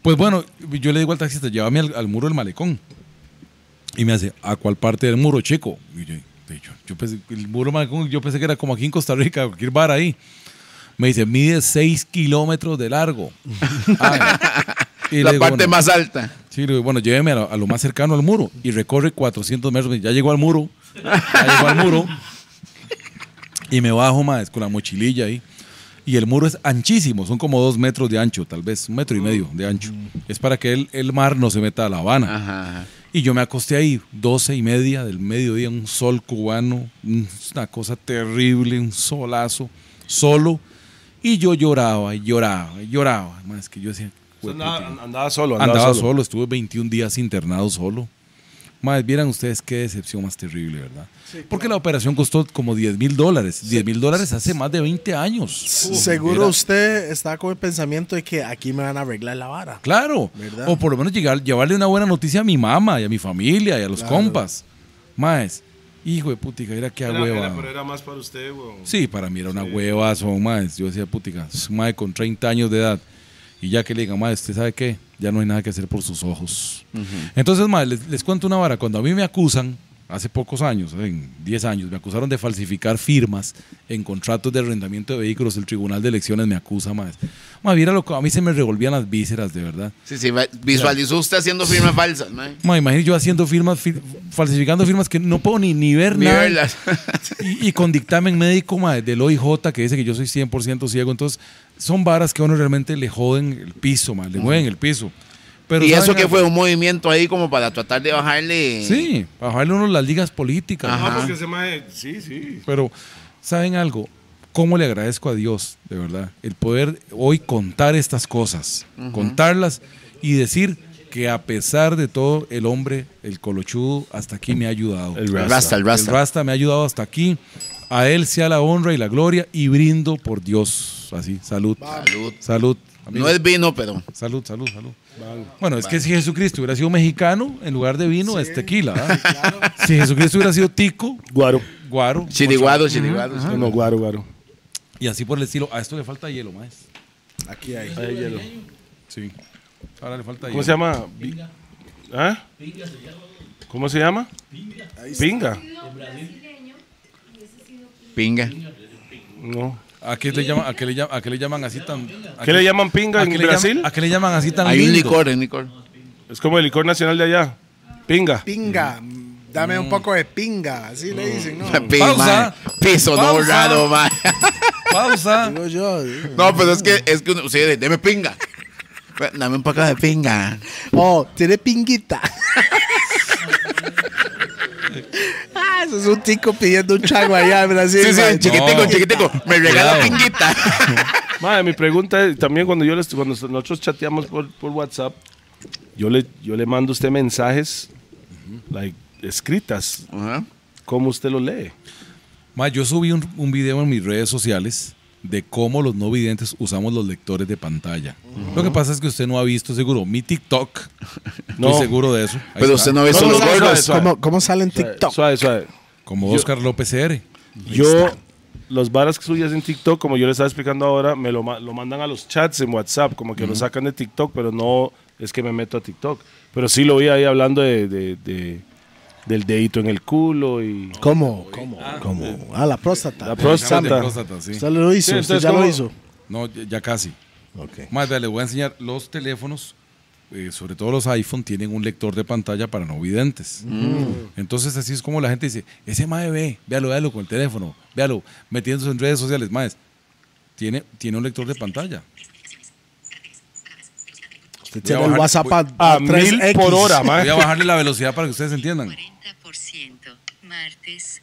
S3: Pues bueno, yo le digo al taxista, llévame al, al muro del malecón. Y me hace, ¿a cuál parte del muro, chico? Y yo, y yo- yo pensé, el muro del malecón, yo pensé que era como aquí en Costa Rica, cualquier bar ahí. Me dice, mide 6 kilómetros de largo. Ah, y le
S6: La
S3: digo,
S6: parte
S3: bueno,
S6: más alta.
S3: Sí, le digo, bueno, lléveme a lo, a lo más cercano al muro. Y recorre 400 metros. Ya llegó al muro. Ya llegó al muro. Y me bajo, más con la mochililla ahí. Y el muro es anchísimo. Son como dos metros de ancho, tal vez. Un metro y medio de ancho. Es para que el, el mar no se meta a La Habana.
S6: Mm. Ajá. ajá.
S3: Y yo me acosté ahí, 12 y media del mediodía, un sol cubano, un- una cosa terrible, un solazo, solo. Y yo lloraba y lloraba y lloraba. Más que yo decía,
S4: Andaba,
S3: "Jueputa".
S4: andaba solo, andaba,
S3: Andaba
S4: solo.
S3: solo. estuve 21 días internado solo. Madre, vieran ustedes qué decepción más terrible, ¿verdad? Porque la operación costó como 10 mil dólares. 10 mil dólares hace más de 20 años.
S1: Seguro
S3: Era-
S1: usted está con el pensamiento de que aquí me van a arreglar la vara.
S3: Claro.
S1: ¿Verdad?
S3: O por lo menos llegar, llevarle una buena noticia a mi mamá y a mi familia y a los compas. Maes, hijo de putica, era que a
S4: Era-
S3: hueva.
S4: era- pero era más para usted, weón.
S3: Sí, para mí era una hueva, son maes. Yo decía, putica, es un mae con 30 años de edad. Y ya que le digan, mae, ¿usted sabe qué? Ya no hay nada que hacer por sus ojos. Entonces, mae, les, les cuento una vara. Cuando a mí me acusan, hace pocos años, en 10 años, me acusaron de falsificar firmas en contratos de arrendamiento de vehículos. El Tribunal de Elecciones me acusa, mae. Mae, viera lo que a mí se me revolvían las vísceras, de verdad.
S6: Sí, sí, va- visualizó usted haciendo firmas falsas, mae.
S3: Ma, imagino yo haciendo firmas, fir- falsificando firmas que no puedo ni, ni ver
S6: Ni
S3: nada.
S6: verlas.
S3: Y, y con dictamen médico ma, del OIJ que dice que yo soy 100% ciego. Entonces, son varas que a uno realmente le joden el piso, ma, le mueven el piso. Pero,
S6: Y eso
S3: ¿saben
S6: que
S3: qué?
S6: fue un movimiento ahí como para tratar de bajarle.
S3: Sí, bajarle uno las ligas políticas.
S6: Ajá.
S3: ma.
S4: Ah, porque ese mae- sí, sí.
S3: Pero, ¿saben algo? ¿Cómo le agradezco a Dios, de verdad? El poder hoy contar estas cosas, contarlas y decir que a pesar de todo, el hombre, el colochudo, hasta aquí me ha ayudado.
S4: El
S6: El Rasta, el
S3: El
S6: Rasta.
S3: Rasta me ha ayudado hasta aquí. A él sea la honra y la gloria y brindo por Dios. Así, salud.
S6: Salud.
S3: Salud.
S6: No
S3: amigos.
S6: es vino, pero.
S3: Salud, salud, salud. Bueno, es que si Jesucristo hubiera sido mexicano, en lugar de vino, es tequila. ¿verdad? Si Jesucristo hubiera sido tico,
S4: Guaro.
S3: guaro.
S6: Chiriguado, chiriguado.
S4: No, no, guaro, guaro.
S3: Y así por el estilo. A esto le falta hielo, maestro.
S1: Aquí hay.
S3: Sí. Ahora le falta
S4: ¿Cómo
S3: hielo.
S4: se llama? Vi- ¿Ah? ¿Cómo se llama? Pinga.
S6: Pinga.
S4: No.
S3: ¿A qué le llaman, a qué le llaman, a qué le llaman así tan. a
S4: ¿Qué le llaman pinga
S3: a
S4: en
S3: qué le llaman-
S4: Brasil?
S3: ¿A qué le llaman así tan
S6: Hay un
S3: lindo?
S6: licor, hay un licor.
S4: Es como el licor nacional de allá. Pinga.
S1: Pinga. Dame un poco de pinga. Así le dicen, ¿no?
S6: Pi-
S3: Pausa.
S6: mae. Piso, no
S3: Pausa.
S6: raro, mae.
S3: Pausa.
S1: Digo yo.
S6: No, pero es que, es que uno, sí, deme pinga. Dame un poco de pinga.
S1: Oh, tiene pinguita. ah, eso es un tico pidiendo un chago allá en Brasil.
S6: Sí, sí,
S1: man.
S6: chiquitico,
S3: No.
S6: chiquitico. Me regala
S3: Cuidado.
S6: pinguita.
S4: Madre, mi pregunta es, también cuando yo les, cuando nosotros chateamos por, por WhatsApp, yo le, yo le mando a usted mensajes, like, escritas,
S6: Ajá.
S4: ¿cómo usted lo lee?
S3: Ma, yo subí un, un video en mis redes sociales de cómo los no videntes usamos los lectores de pantalla. Lo que pasa es que usted no ha visto seguro mi TikTok.
S4: No.
S3: Estoy seguro de eso. Ahí
S6: Pero
S3: está.
S6: usted no ve
S4: No,
S6: solo
S4: no, no,
S6: gordos.
S4: no,
S1: Pues, ¿Cómo, ¿Cómo sale en TikTok?
S4: Suave, suave.
S3: Como Oscar López R.
S4: Yo, los varas suyas en TikTok, como yo les estaba explicando ahora, me lo, ma- lo mandan a los chats en WhatsApp, como que lo sacan de TikTok, pero no es que me meto a TikTok. Pero sí lo vi ahí hablando de, de- de- del dedito en el culo y...
S1: ¿Cómo? ¿Cómo? ¿Cómo? Ah, la próstata.
S4: Ah, La próstata.
S3: Próstata, sí.
S1: Usted lo hizo,
S4: Sí,
S1: usted
S4: entonces,
S1: ya lo
S4: ¿cómo?
S1: hizo.
S3: No, ya ya casi.
S1: Ok.
S3: Más le voy a enseñar los teléfonos, eh, sobre todo los iPhone, tienen un lector de pantalla para no videntes. Entonces así es como la gente dice, ese mae ve, véalo, véalo con el teléfono, véalo, metiéndose en redes sociales, maes. Tiene, tiene un lector de pantalla.
S1: Usted
S3: Voy a
S1: tiene el
S3: bajar-
S1: WhatsApp a,
S4: A mil
S1: 3X.
S4: por hora, man.
S3: Voy a bajarle la velocidad para que ustedes entiendan.
S8: 40%, martes,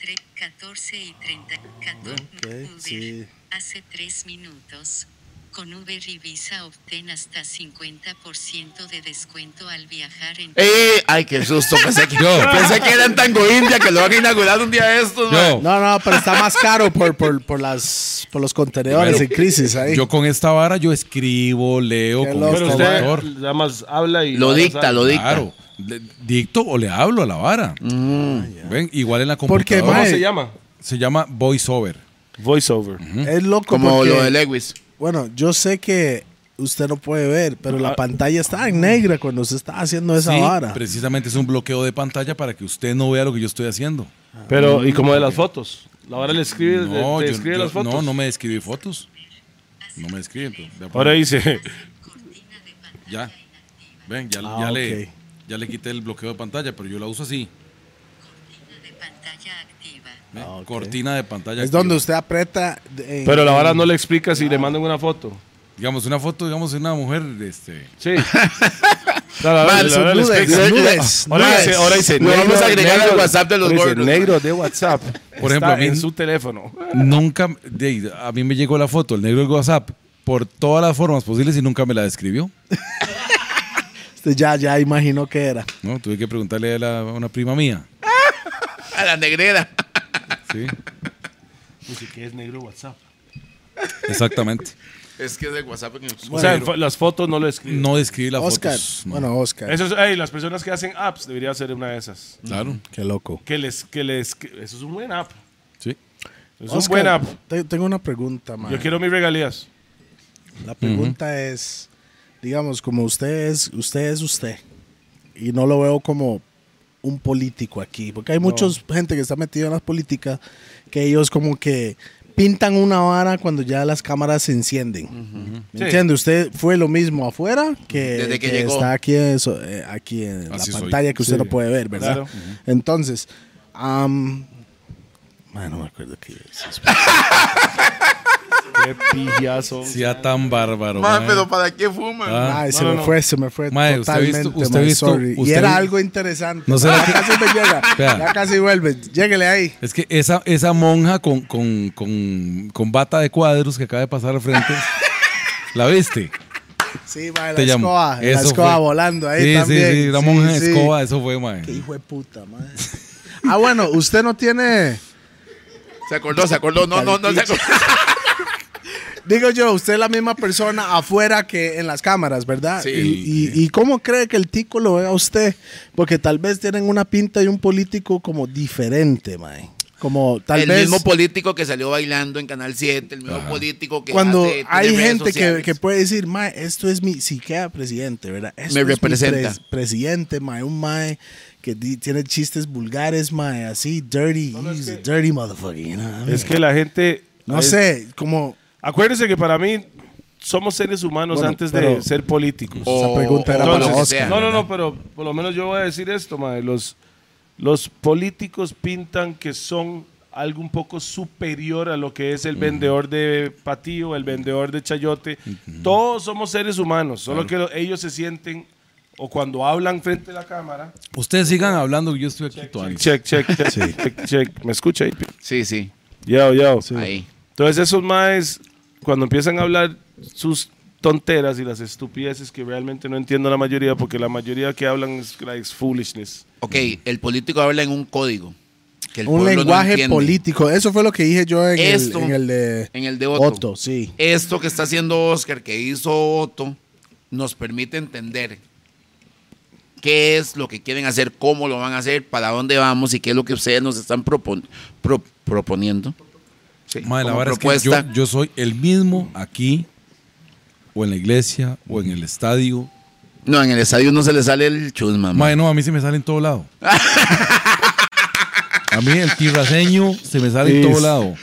S8: tre- 14 y 30, 14, Uber,
S1: sí.
S8: hace 3 minutos. Con Uber y Visa obtén hasta 50% de descuento al viajar en...
S6: Ey, ey, ay, qué susto. Pensé que,
S3: Yo.
S6: pensé que eran tango india que lo van a inaugurar un día de estos. mae.
S3: Yo,
S1: pues, No, no, pero está más caro por, por, por, las, por los contenedores
S3: Bueno,
S1: en crisis ahí.
S3: yo con esta vara yo escribo, leo,
S1: Qué
S3: con
S1: loco,
S4: Pero
S3: este
S1: man.
S4: usted
S3: lector.
S4: nada más habla y...
S6: Lo
S4: ahora
S6: dicta,
S4: sale.
S6: lo dicta.
S3: Claro. Le- dicto o le hablo a la vara. Ven, igual en la
S1: Porque,
S3: computadora.
S4: ¿Cómo
S1: Mae.
S4: se llama?
S3: Se llama voiceover.
S4: Voiceover.
S1: es loco
S6: Como
S1: porque,
S6: lo de Lewis.
S1: Bueno, yo sé que usted no puede ver, pero
S4: Ah.
S1: la pantalla está en negra cuando usted está haciendo esa
S3: Sí,
S1: vara.
S3: precisamente es un bloqueo de pantalla para que usted no vea lo que yo estoy haciendo.
S4: Pero, ¿y como de las fotos? La hora le escribe, le-
S3: Mm, No,
S4: le
S3: yo-
S4: escribe
S3: yo-
S4: las fotos.
S3: no, no me escribí fotos. No me escribe. entonces, ya,
S4: Ahora dice,
S8: Cortina de pantalla
S3: ya. Ven, ya,
S1: Ah,
S3: ya
S1: ok.
S3: le, ya le quité el bloqueo de pantalla, pero yo la uso así.
S8: de pantalla activa.
S3: ¿ve? Cortina de pantalla.
S1: Ah, es
S3: activa.
S1: donde usted aprieta. eh, de- en-
S4: pero la hora no le explica si le mandan una foto.
S3: Digamos, una foto, digamos, de una mujer. Este,
S4: Sí. No, la hora-
S6: Mal,
S4: la hora le
S1: sus
S4: explica.
S1: nudes,
S6: Ahora
S1: nudes,
S4: Ahora dice, ahora dice,
S6: Lo vamos a agregar al
S4: negro-
S6: WhatsApp de los
S4: dice,
S6: gordos.
S4: negro de WhatsApp. Por
S3: ejemplo, a
S4: ejemplo,
S3: mí-
S4: en su teléfono.
S3: nunca. de- a mí me llegó la foto, el negro del WhatsApp, por todas las formas posibles y nunca me la describió.
S1: Usted ya, ya imaginó que era.
S3: No, tuve que preguntarle a, la- a una prima mía.
S6: A la negrera.
S3: Sí,
S4: Dice que es Pues negro WhatsApp.
S3: exactamente.
S6: Es que es el WhatsApp en el-
S4: O sea, fo- las fotos no lo escriben.
S3: No describí las
S1: Oscar.
S3: fotos. no.
S1: Bueno, Oscar.
S4: Eso es, ey, las personas que hacen apps debería ser una de esas.
S3: Claro,
S1: Qué loco.
S4: Que les, que les, que- eso es un buen app.
S3: sí.
S4: Es un
S1: Oscar,
S4: buen app.
S1: te- tengo una pregunta, mae.
S4: Yo quiero mis regalías.
S1: La pregunta es, digamos, como usted es, usted es usted, y no lo veo como un político aquí, porque hay mucha gente que está metida en las políticas que ellos como que pintan una vara cuando ya las cámaras se encienden. ¿Me
S4: Sí.
S1: entiende? Usted fue lo mismo afuera que,
S6: Desde que llegó.
S1: está aquí, en so- eh, aquí en
S3: Así
S1: la
S3: soy.
S1: pantalla que usted
S4: Sí.
S1: no puede ver, ¿verdad?
S4: Claro.
S1: Entonces, am, ay, no me acuerdo qué es.
S4: Qué pillazo.
S3: Sea tan bárbaro.
S6: Ma,
S3: mae.
S6: Ah, pero ¿para qué fuman?
S3: Ah,
S1: Ay,
S4: No,
S1: se
S4: no,
S1: me
S4: no.
S1: fue, se me fue
S3: Mae, usted ha visto-
S1: totalmente,
S3: usted ha
S1: mae,
S3: visto-
S1: sorry. y
S3: usted
S1: era
S3: vi-
S1: algo interesante.
S3: No será
S1: Ya
S3: que-
S1: casi me llega,
S3: Vea.
S1: ya casi vuelve. Lléguele ahí.
S3: Es que esa, esa monja con, con, con, con bata de cuadros que acaba de pasar al frente, ¿la viste?
S1: Sí, mae, la
S3: Te llamo.
S1: escoba, la
S3: Eso
S1: escoba
S3: fue.
S1: volando ahí
S3: sí,
S1: también.
S3: Sí, sí, la monja
S1: Sí,
S3: de
S1: sí.
S3: escoba, eso fue, mae.
S1: Qué hijo de puta, mae. Ah, bueno, usted no tiene,
S6: Se acordó, se acordó. No, no, no se acordó.
S1: digo yo, usted es la misma persona afuera que en las cámaras, ¿verdad?
S6: Sí.
S1: Y, y- y cómo cree que el tico lo vea a usted? Porque tal vez tienen una pinta de un político como diferente, mae. Como tal
S6: el
S1: vez
S6: mismo político que salió bailando en Canal 7, el mismo político que
S1: cuando
S6: hace- tiene
S1: hay
S6: redes
S1: gente que,
S6: sociales.
S1: que puede decir, mae, esto es mi, si queda presidente, ¿verdad? Esto
S6: Me
S1: es mi
S6: representa.
S1: pres- presidente, mae, un mae que di- tiene chistes vulgares, mae, así, dirty, he's a dirty motherfucker, you know what I mean?
S4: Es que la gente.
S1: no
S4: es-
S1: sé, como
S4: Acuérdense que para mí somos seres humanos
S1: Bueno,
S4: antes
S1: pero-
S4: de ser políticos.
S6: O-
S1: esa pregunta era
S6: o
S1: para
S6: lo que
S1: Oscar.
S6: sea.
S4: No, no, no, pero por lo menos yo voy a decir esto, mae. Los, los políticos pintan que son algo un poco superior a lo que es el vendedor de patío, el vendedor de chayote. Todos somos seres humanos, solo que lo- ellos se sienten, o cuando hablan frente a la cámara,
S3: Ustedes sigan hablando que yo estoy aquí todavía.
S4: check, check, check, check, check. ¿Me escucha ahí? pi?
S6: Sí, sí,
S4: Yo, yo.
S6: ahí.
S4: Entonces esos maes, cuando empiezan a hablar sus tonteras y las estupideces que realmente no entiendo la mayoría, porque la mayoría que hablan es like, foolishness.
S6: Ok, el político habla en un código. Que el
S1: un
S6: pueblo no
S1: lenguaje
S6: entiende.
S1: político. Eso fue lo que dije yo en,
S6: Esto,
S1: el, en el de,
S6: en el de Otto.
S1: sí.
S6: Esto que está haciendo Oscar, que hizo Otto, nos permite entender qué es lo que quieren hacer, cómo lo van a hacer, para dónde vamos y qué es lo que ustedes nos están propon- pro- proponiendo. Sí,
S3: Mae, la
S6: como
S3: verdad es que
S6: propuesta.
S3: yo, yo soy el mismo aquí, o en la iglesia, o en el estadio.
S6: No, en el estadio no se le sale el chusma. mae.
S3: Mae, no, a mí se me sale en todo lado. A mí el tirraseño se me sale en todo lado.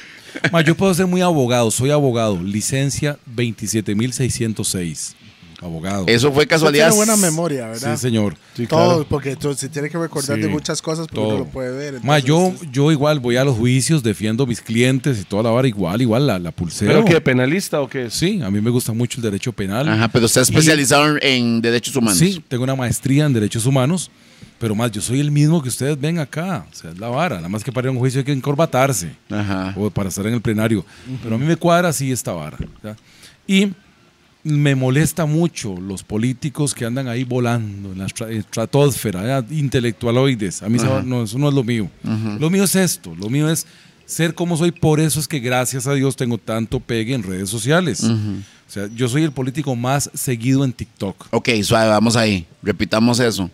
S3: Mae, yo puedo ser muy abogado, soy abogado. Licencia 27606. Abogado.
S6: Eso fue
S1: Usted
S6: casualidad.
S1: Tiene buena memoria, ¿verdad?
S3: Sí, señor.
S1: Todo, porque tú- se tiene que recordar
S3: Sí,
S1: de muchas cosas porque
S3: todo.
S1: uno lo puede ver.
S3: Ma,
S1: entonces
S3: yo,
S1: usted-
S3: yo igual voy a los juicios, defiendo mis clientes y toda la vara, igual, igual la, la pulsera.
S4: ¿Pero qué, penalista o qué es?
S3: Sí, a mí me gusta mucho el derecho penal.
S6: Ajá, pero está especializado en- en derechos humanos.
S3: Sí, tengo una maestría en derechos humanos, pero más, yo soy el mismo que ustedes ven acá. O sea, es la vara. Nada más que para ir a un juicio hay que encorbatarse
S6: Ajá.
S3: o para estar en el plenario. Pero a mí me cuadra así esta vara. ¿ya? Y me molesta mucho los políticos que andan ahí volando en la estra- estratosfera, ¿ya? intelectualoides. A mí esa vara- no, eso no es lo mío. Lo mío es esto, lo mío es ser como soy, por eso es que gracias a Dios tengo tanto pegue en redes sociales. O sea, yo soy el político más seguido en TikTok.
S6: Ok, suave, vamos ahí. Repitamos eso.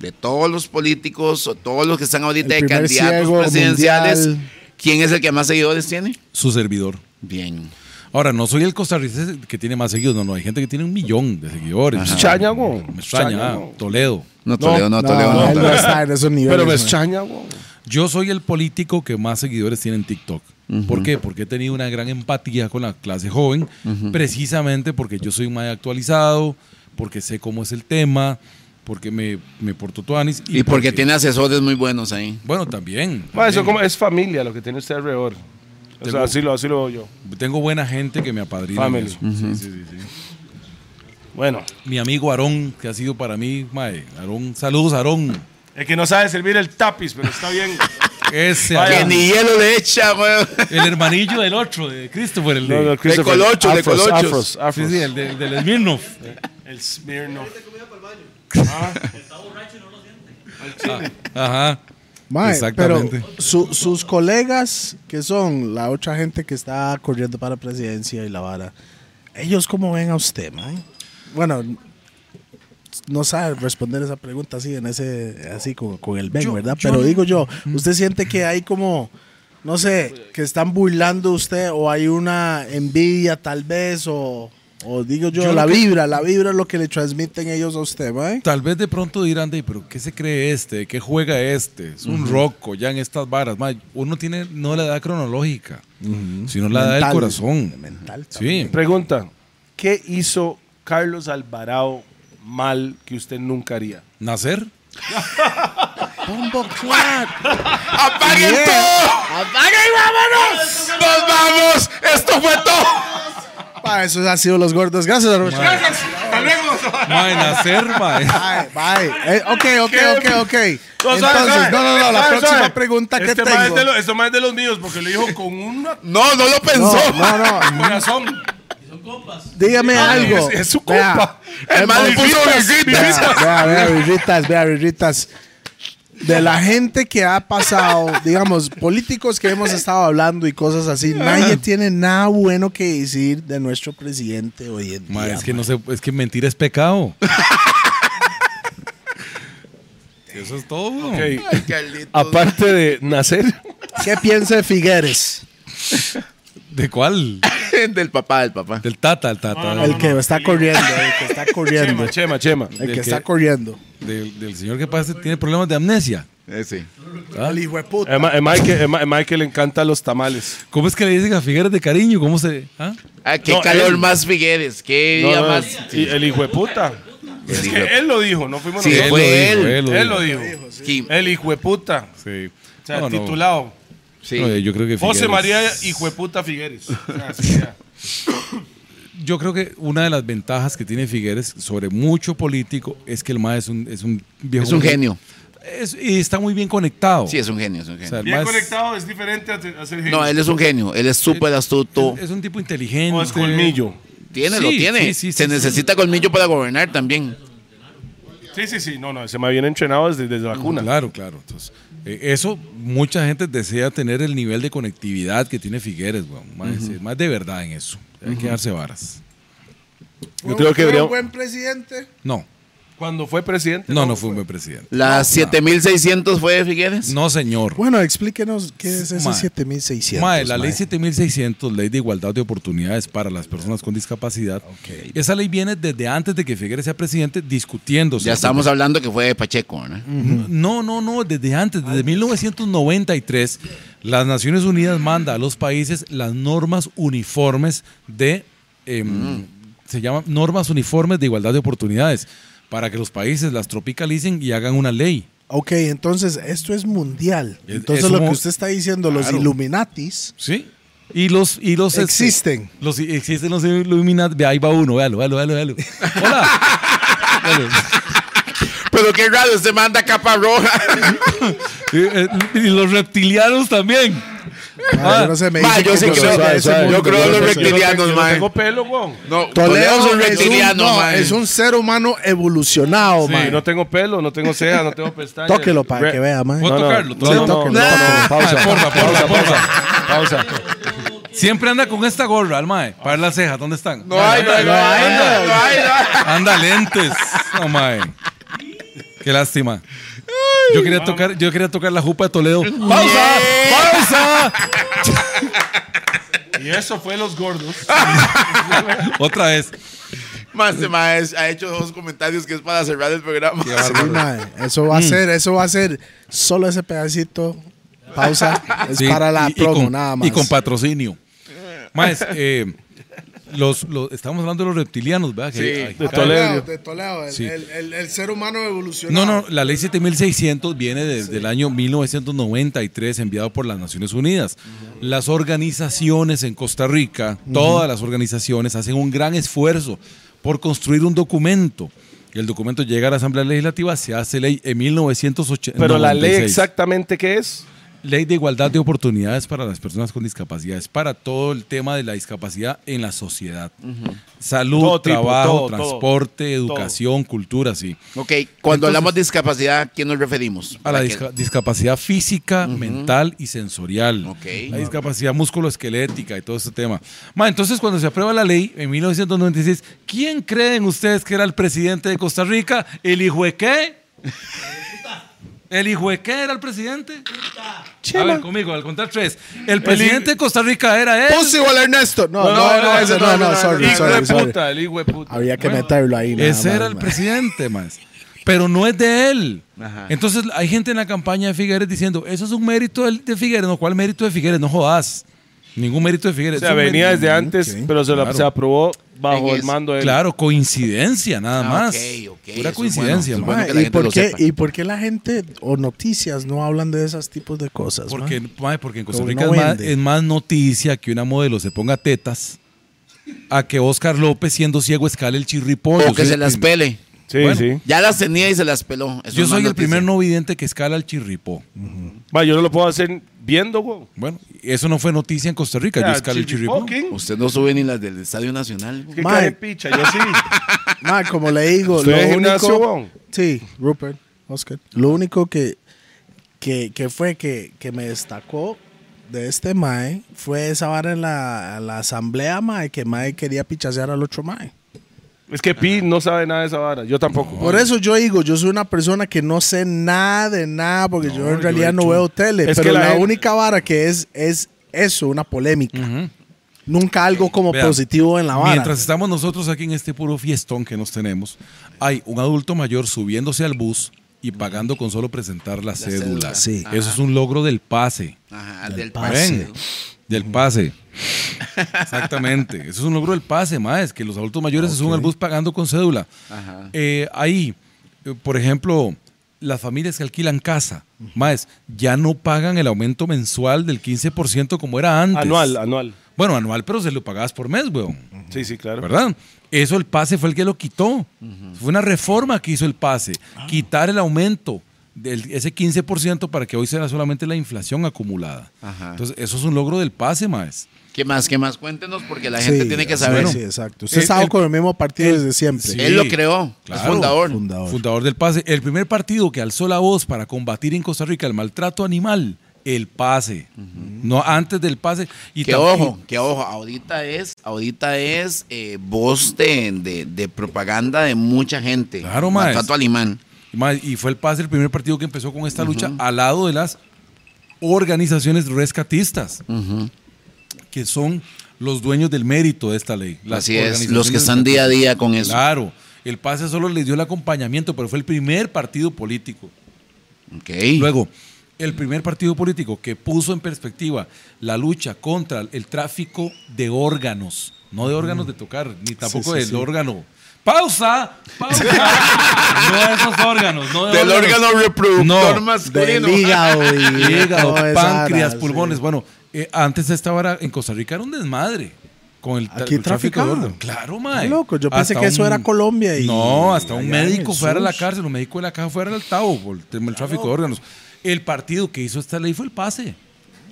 S6: De todos los políticos o todos los que están ahorita
S1: El
S6: de
S1: primer
S6: candidatos
S1: ciego
S6: presidenciales,
S1: mundial.
S6: ¿quién es el que más seguidores tiene?
S3: Su servidor.
S6: Bien.
S3: Ahora, no soy el costarricense que tiene más seguidores, no, no, hay gente que tiene un millón de seguidores.
S4: Me extraña, güey.
S3: Me extraña, ah, Toledo.
S6: No, Toledo,
S1: No,
S6: no, Toledo, no.
S1: él no
S6: Toledo.
S1: está en esos niveles.
S4: Pero me
S1: mae.
S4: extraña, güey.
S3: Yo soy el político que más seguidores tiene en TikTok. ¿Por qué? Porque he tenido una gran empatía con la clase joven, precisamente porque yo soy más actualizado, porque sé cómo es el tema, porque me, me porto tuanis.
S6: Y porque tiene asesores muy buenos ahí.
S3: Bueno, también.
S4: Ma, Ah, eso
S3: también.
S4: como es familia lo que tiene usted alrededor. O sea,
S3: Tengo-
S4: así lo, así lo veo yo.
S3: Tengo buena gente que me apadrina. en
S4: Family.
S3: eso. Sí, sí, sí, sí.
S4: Bueno,
S3: Mi amigo Aarón, que ha sido para mí, mae, Aarón, saludos Aarón.
S4: el que no sabe servir el tapiz, pero está bien.
S3: Ese
S4: Vaya.
S6: Que
S3: Aarón.
S6: ni hielo le echa, güey.
S3: El hermanillo del otro, de Christopher, el de...
S4: Christopher.
S6: colocho, de
S4: Afros,
S6: colochos.
S4: Afros, afros.
S3: Sí, sí, el de- el del Smirnoff.
S4: El Smirnoff.
S3: Ah, Ajá.
S1: Mae,
S3: Exactamente.
S1: Pero su- sus colegas, que son la otra gente que está corriendo para presidencia y la vara, ellos cómo ven a usted, mae? Bueno, no sabe responder esa pregunta así, en ese, así con, con el ven, ¿verdad? pero digo yo, ¿usted siente que hay como, no sé, que están burlando usted o hay una envidia tal vez o... o digo yo,
S3: Yo
S1: la
S3: lo que-
S1: vibra, la vibra es lo que le transmiten ellos a usted, mae.
S3: Tal vez de pronto dirán, "Dey, pero ¿qué se cree este? ¿Qué juega este? Es un roco, ya en estas varas. Ma, uno tiene no la edad cronológica, sino la edad del
S1: Mental.
S3: corazón.
S1: Mental
S3: Sí.
S4: Pregunta, ¿qué hizo Carlos Alvarado mal que usted nunca haría?
S3: ¿Nacer?
S1: Bombo clap.
S6: ¡Apaguen
S1: Yeah.
S6: todo! ¡Apaguen y vámonos! ¡Nos vamos! ¡Esto fue todo!
S1: Pa, eso ha sido los gordos. Gracias, Arrocha.
S5: ¡Hasta luego!
S3: Ma, nacer, ma.
S1: Bye, bye. Eh, ok, ok, ok, ok.
S4: No,
S1: Entonces,
S4: suave, suave.
S1: no, no, no, la
S4: Suave,
S1: próxima
S4: suave.
S1: pregunta que
S4: Este
S1: tengo.
S4: mae es de lo- este mae es de los míos porque lo dijo con un
S6: No, no lo pensó.
S1: No, no, no.
S4: corazón.
S1: Dígame algo.
S4: Ah, es- es su
S1: Vea,
S4: culpa.
S6: El mal puso
S1: Vea,
S6: visitas.
S1: vea, vea, birritas, vea, birritas. De la gente que ha pasado, digamos, políticos que hemos estado hablando y cosas así,
S4: Ah.
S1: nadie tiene nada bueno que decir de nuestro presidente hoy en día.
S3: Ma, es que no sé, es que mentir es pecado. Eso es todo.
S4: Ok,
S6: Ay, Carlitos.
S4: Aparte de nacer,
S1: ¿Qué piensa de Figueres?
S3: ¿De cuál?
S6: Del papá, del papá.
S3: Del tata, el tata.
S1: Ah, el que está corriendo, el que está corriendo.
S4: Chema, Chema, Chema.
S1: El que
S3: que-
S1: está corriendo.
S3: Del, del señor que parece que tiene problemas de amnesia.
S6: Eh, sí.
S1: El hijo de puta.
S4: Es ma- es mae que- es ma- es mae que le encantan los tamales.
S3: ¿Cómo es que le dicen a Figueres de cariño? ¿Cómo se.? ah?
S6: Ah, qué
S4: No,
S6: calor
S4: él.
S6: más Figueres. Qué día
S4: No, no,
S6: más.
S4: y el hijo de puta. Es
S6: hijo
S4: que
S6: de-
S4: él lo dijo, no fuimos
S6: Sí,
S4: nosotros.
S6: fue él.
S4: Él, lo dijo.
S6: Sí.
S4: El hijo de puta.
S3: Sí.
S4: O sea,
S3: No, no.
S4: titulado.
S6: Sí.
S3: No, yo creo que
S4: José
S3: Figueres-
S4: María hijo de puta Figueres. O sea, así ya.
S3: Yo creo que una de las ventajas que tiene Figueres sobre mucho político es que el MAE es un, es un viejo.
S6: Es un genio.
S3: Es- y está muy bien conectado.
S6: Sí, es un genio, es un
S3: O sea,
S6: genio.
S3: el
S4: Bien
S3: mae es-
S4: conectado es diferente a ser- a ser genio.
S6: No, él es un genio. Él es súper astuto.
S3: Es, es un tipo inteligente.
S4: O es colmillo.
S6: Tiene, lo
S3: Sí,
S6: tiene.
S3: sí, sí,
S6: Se
S3: sí,
S6: necesita colmillo para gobernar también.
S4: Sí, sí, sí. No, no, se me viene entrenado desde, desde la cuna.
S3: Claro, claro. Entonces, eh, eso mucha gente desea tener el nivel de conectividad que tiene Figueres, weón. Mae, sí, Más de verdad en eso. Hay que darse varas.
S4: Yo creo que debería-
S1: buen presidente.
S3: No,
S4: Cuando fue presidente.
S3: no, no fue un buen presidente.
S6: Las 7600 fue de Figueres.
S3: No, señor.
S1: Bueno, explíquenos qué es ese
S3: Mae.
S1: 7600.
S3: Mae, la ley
S1: mae.
S3: 7600, ley de igualdad de oportunidades para las personas con discapacidad. Esa ley viene desde antes de que Figueres sea presidente discutiéndose.
S6: Ya estamos hablando que fue de Pacheco, ¿verdad?
S3: Mm. No, no, no, desde antes, desde 1993, las Naciones Unidas manda a los países las normas uniformes de, em, se llaman normas uniformes de igualdad de oportunidades, para que los países las tropicalicen y hagan una ley.
S1: Ok, entonces esto es mundial.
S3: Es-
S1: Entonces
S3: es
S1: lo
S3: mu-
S1: que usted está diciendo, los
S3: Claro.
S1: Illuminatis.
S3: Sí. Y los. Y los este,
S1: Existen.
S3: los, existen los Illuminati. Ve, Ahí va uno, véalo, véalo, véalo. véalo. Hola. Véalo.
S6: Pero qué raro, se manda capa roja.
S3: Y, eh, y los reptilianos también.
S1: Mae, yo no sé, me
S6: Mae,
S1: dice
S6: yo sí
S1: yo
S6: creo
S1: soy
S6: que-
S1: de ese
S6: yo
S1: mundo,
S6: creo en
S1: yo
S6: los
S1: no sé.
S4: Yo no tengo-
S6: Reptilianos,
S4: yo no
S6: mae.
S4: tengo pelo, weón.
S6: No, Toledo
S1: Toledo
S6: es un
S1: es un,
S6: reptiliano,
S1: no,
S6: mae.
S1: es un ser humano evolucionado, mae.
S4: Sí, no tengo pelo, no tengo cejas, no tengo pestañas.
S1: Tóquelo para
S4: Re-
S1: que vea, mae.
S3: Voy a
S4: No, no,
S3: tocarlo.
S4: no,
S3: tóquelo.
S4: no, no, no, no,
S3: Ah,
S4: pausa,
S3: porfa, porfa,
S4: pausa,
S3: porfa. Siempre anda con esta gorra, al mae. Para ver las cejas, ¿dónde están?
S6: No hay, no hay, no hay, no hay, no hay, no hay.
S3: Anda lentes. No, mae. Qué lástima. Yo quería tocar, yo quería tocar la jupa de Toledo. ¡Pausa! ¡Pausa!
S4: Y eso fue los gordos.
S3: Otra vez.
S6: Más se mae, este ha hecho dos comentarios que es para cerrar el programa.
S1: Sí, mae, Eso va a ser, eso va a ser solo ese pedacito. Pausa. Es
S3: Sí,
S1: para la
S3: y- y
S1: promo,
S3: con-
S1: nada más.
S3: Y con patrocinio. Más, eh, los, los- estamos hablando de los reptilianos, ¿verdad? Que-
S4: De
S3: ay,
S4: Toledo.
S1: de Toledo, el,
S3: Sí.
S1: el- el- el ser humano evolucionado.
S3: No, no, la ley 7600 viene desde el año 1993, enviado por las Naciones Unidas. Las organizaciones en Costa Rica, todas las organizaciones, hacen un gran esfuerzo por construir un documento. El documento llega a la Asamblea Legislativa, se hace ley en 1980.
S4: Pero la ley
S3: 96.
S4: exactamente qué es.
S3: Ley de igualdad de oportunidades para las personas con discapacidades, para todo el tema de la discapacidad en la sociedad. Salud,
S4: Todo tipo,
S3: trabajo,
S4: todo, todo,
S3: transporte, educación, cultura, sí.
S6: Ok, cuando hablamos de discapacidad, ¿quién nos referimos?
S3: A la
S6: Para que-
S3: disca- discapacidad física, mental y sensorial.
S6: Ok.
S3: La discapacidad musculoesquelética y todo ese tema. Ma, entonces, cuando se aprueba la ley en 1996, ¿quién creen ustedes que era el presidente de Costa Rica? ¿El hijo de qué? ¿El hijo de qué era el presidente? A ver, conmigo, al contar tres. El presidente de Costa Rica era él.
S1: Pussy o el Ernesto. No, no, no, no, ese no, no, sorry,
S4: Hijo
S1: sorry,
S4: de
S1: sorry.
S4: puta, el hijo de puta.
S1: Habría que meterlo ahí. nada
S3: Ese
S1: más,
S3: era el
S1: man.
S3: presidente, más. Pero no es de él. Entonces hay gente en la campaña de Figueres diciendo, eso es un mérito del- de Figueres. No, ¿cuál mérito de Figueres? No jodas. Ningún mérito de
S4: O
S3: Figueres.
S4: sea,
S3: Es un
S4: venía
S3: mérito-
S4: desde antes,
S1: ok,
S4: pero se, la-
S3: claro.
S4: se aprobó bajo
S6: En
S4: el
S6: es-
S4: mando de él.
S3: Claro, coincidencia, nada
S6: Ah,
S3: más.
S6: ok, ok, eso
S3: Pura
S6: es
S3: coincidencia, man.
S6: bueno, bueno.
S1: Ma,
S6: que la
S1: ¿y,
S6: gente lo
S1: por qué,
S6: sepa.
S1: ¿Y por qué la gente o noticias no hablan de esos tipos de cosas? ma?
S3: Porque, mae, porque en Costa
S1: Como
S3: Rica
S1: no
S3: es, más,
S1: vende.
S3: es más noticia que una modelo se ponga tetas a que Oscar López, siendo ciego, escale el chirripollo.
S6: O que
S3: Soy
S6: se
S3: el
S6: las
S3: primer-
S6: pele.
S4: Sí,
S3: Bueno.
S4: sí.
S6: Ya las tenía y se las peló. Eso
S3: Yo
S6: es
S3: soy
S6: más
S3: el primer
S6: noticia.
S3: no vidente que escala el chirripó.
S4: Va, yo no lo puedo hacer viendo, güey.
S3: Bueno, eso no fue noticia en Costa Rica. Yo escalé el chirripó.
S6: Usted no sube ni las del Estadio Nacional. güey.
S4: ¿Qué
S1: Mae.
S4: cae picha? Yo sí.
S1: Ma, como le digo,
S4: Estoy
S1: lo
S4: en
S1: único,
S4: gimnasio, weón.
S1: Sí, Rupert, Oscar. Lo único que, que, que fue que, que me destacó de este Mae fue esa vara en la, la asamblea Mae, que Mae quería pichasear al otro Mae.
S4: Es que Pi no sabe nada de esa vara. Yo tampoco.
S1: Por eso yo digo, yo soy una persona que no sé nada de nada, porque yo en realidad no veo tele.
S4: Es
S1: pero
S4: que la
S1: la,
S4: gente-
S1: única vara que es, es eso, una polémica. Nunca algo como
S3: Vea,
S1: positivo en la vara.
S3: Mientras estamos nosotros aquí en este puro fiestón que nos tenemos, hay un adulto mayor subiéndose al bus y pagando con solo presentar la, cédula.
S6: cédula.
S1: Sí.
S3: Eso es un logro del pase.
S6: Ajá, del
S1: pase.
S6: pase.
S3: Del pase. Exactamente. Eso es un logro del pase, más que los adultos mayores se suben al bus pagando con cédula. Eh, ahí, eh, por ejemplo, las familias que alquilan casa, más, ya no pagan el aumento mensual del 15% como era antes.
S4: Anual, anual.
S3: Bueno, anual, pero se lo pagabas por mes, weón.
S4: Sí, sí, claro.
S3: ¿Verdad? Eso el pase fue el que lo quitó. Fue una reforma que hizo el pase.
S6: Ah.
S3: Quitar el aumento del ese 15% para que hoy sea solamente la inflación acumulada.
S6: Ajá.
S3: Entonces, eso es un logro del pase, maes.
S6: ¿Qué más? ¿Qué más? Cuéntenos porque la gente tiene que saber.
S1: Sí, sí, exacto. Usted
S3: El-
S1: ha estado
S3: el-
S1: con el mismo partido desde siempre.
S3: sí.
S6: Él lo creó, es
S3: Claro.
S6: fundador.
S1: Fundador.
S3: Fundador del pase. El primer partido que alzó la voz para combatir en Costa Rica el maltrato animal, el pase. No antes del pase. Y
S6: Que
S3: tam-
S6: ojo, que ojo, ahorita es, ahorita es eh, voz de, de- de propaganda de mucha gente.
S3: Claro, maes.
S6: Maltrato alemán.
S3: Y, mae, y fue el pase el primer partido que empezó con esta lucha al lado de las organizaciones rescatistas, que son los dueños del mérito de esta ley. Las
S6: Así es, los que
S3: organizaciones
S6: están día a día con eso.
S3: Claro, el pase solo le dio el acompañamiento, pero fue el primer partido político.
S6: Ok.
S3: Luego, el primer partido político que puso en perspectiva la lucha contra el tráfico de órganos, no de órganos de tocar, ni tampoco
S1: Mm. sí,
S3: del
S1: sí.
S3: órgano. ¡Pausa! ¡Pausa! no de esos órganos, no de órganos.
S6: reproductor
S3: No,
S1: Del hígado y
S3: hígado,
S1: toda esa
S3: páncreas,
S1: vara,
S3: pulmones.
S1: sí.
S3: Bueno, eh, antes esta hora en Costa Rica era un desmadre. Con el, tra-
S1: Aquí
S3: el tráfico de
S1: traficaban.
S3: órganos. Claro, mae.
S1: Qué loco, yo pensé
S3: Hasta
S1: que eso era Colombia y-
S3: No, hasta un
S1: allá en
S3: médico
S1: el
S3: fuera a la
S1: sur.
S3: cárcel, un médico de la caja fuera al tabo por el, tema del tráfico de órganos. El partido que hizo esta ley fue el pase.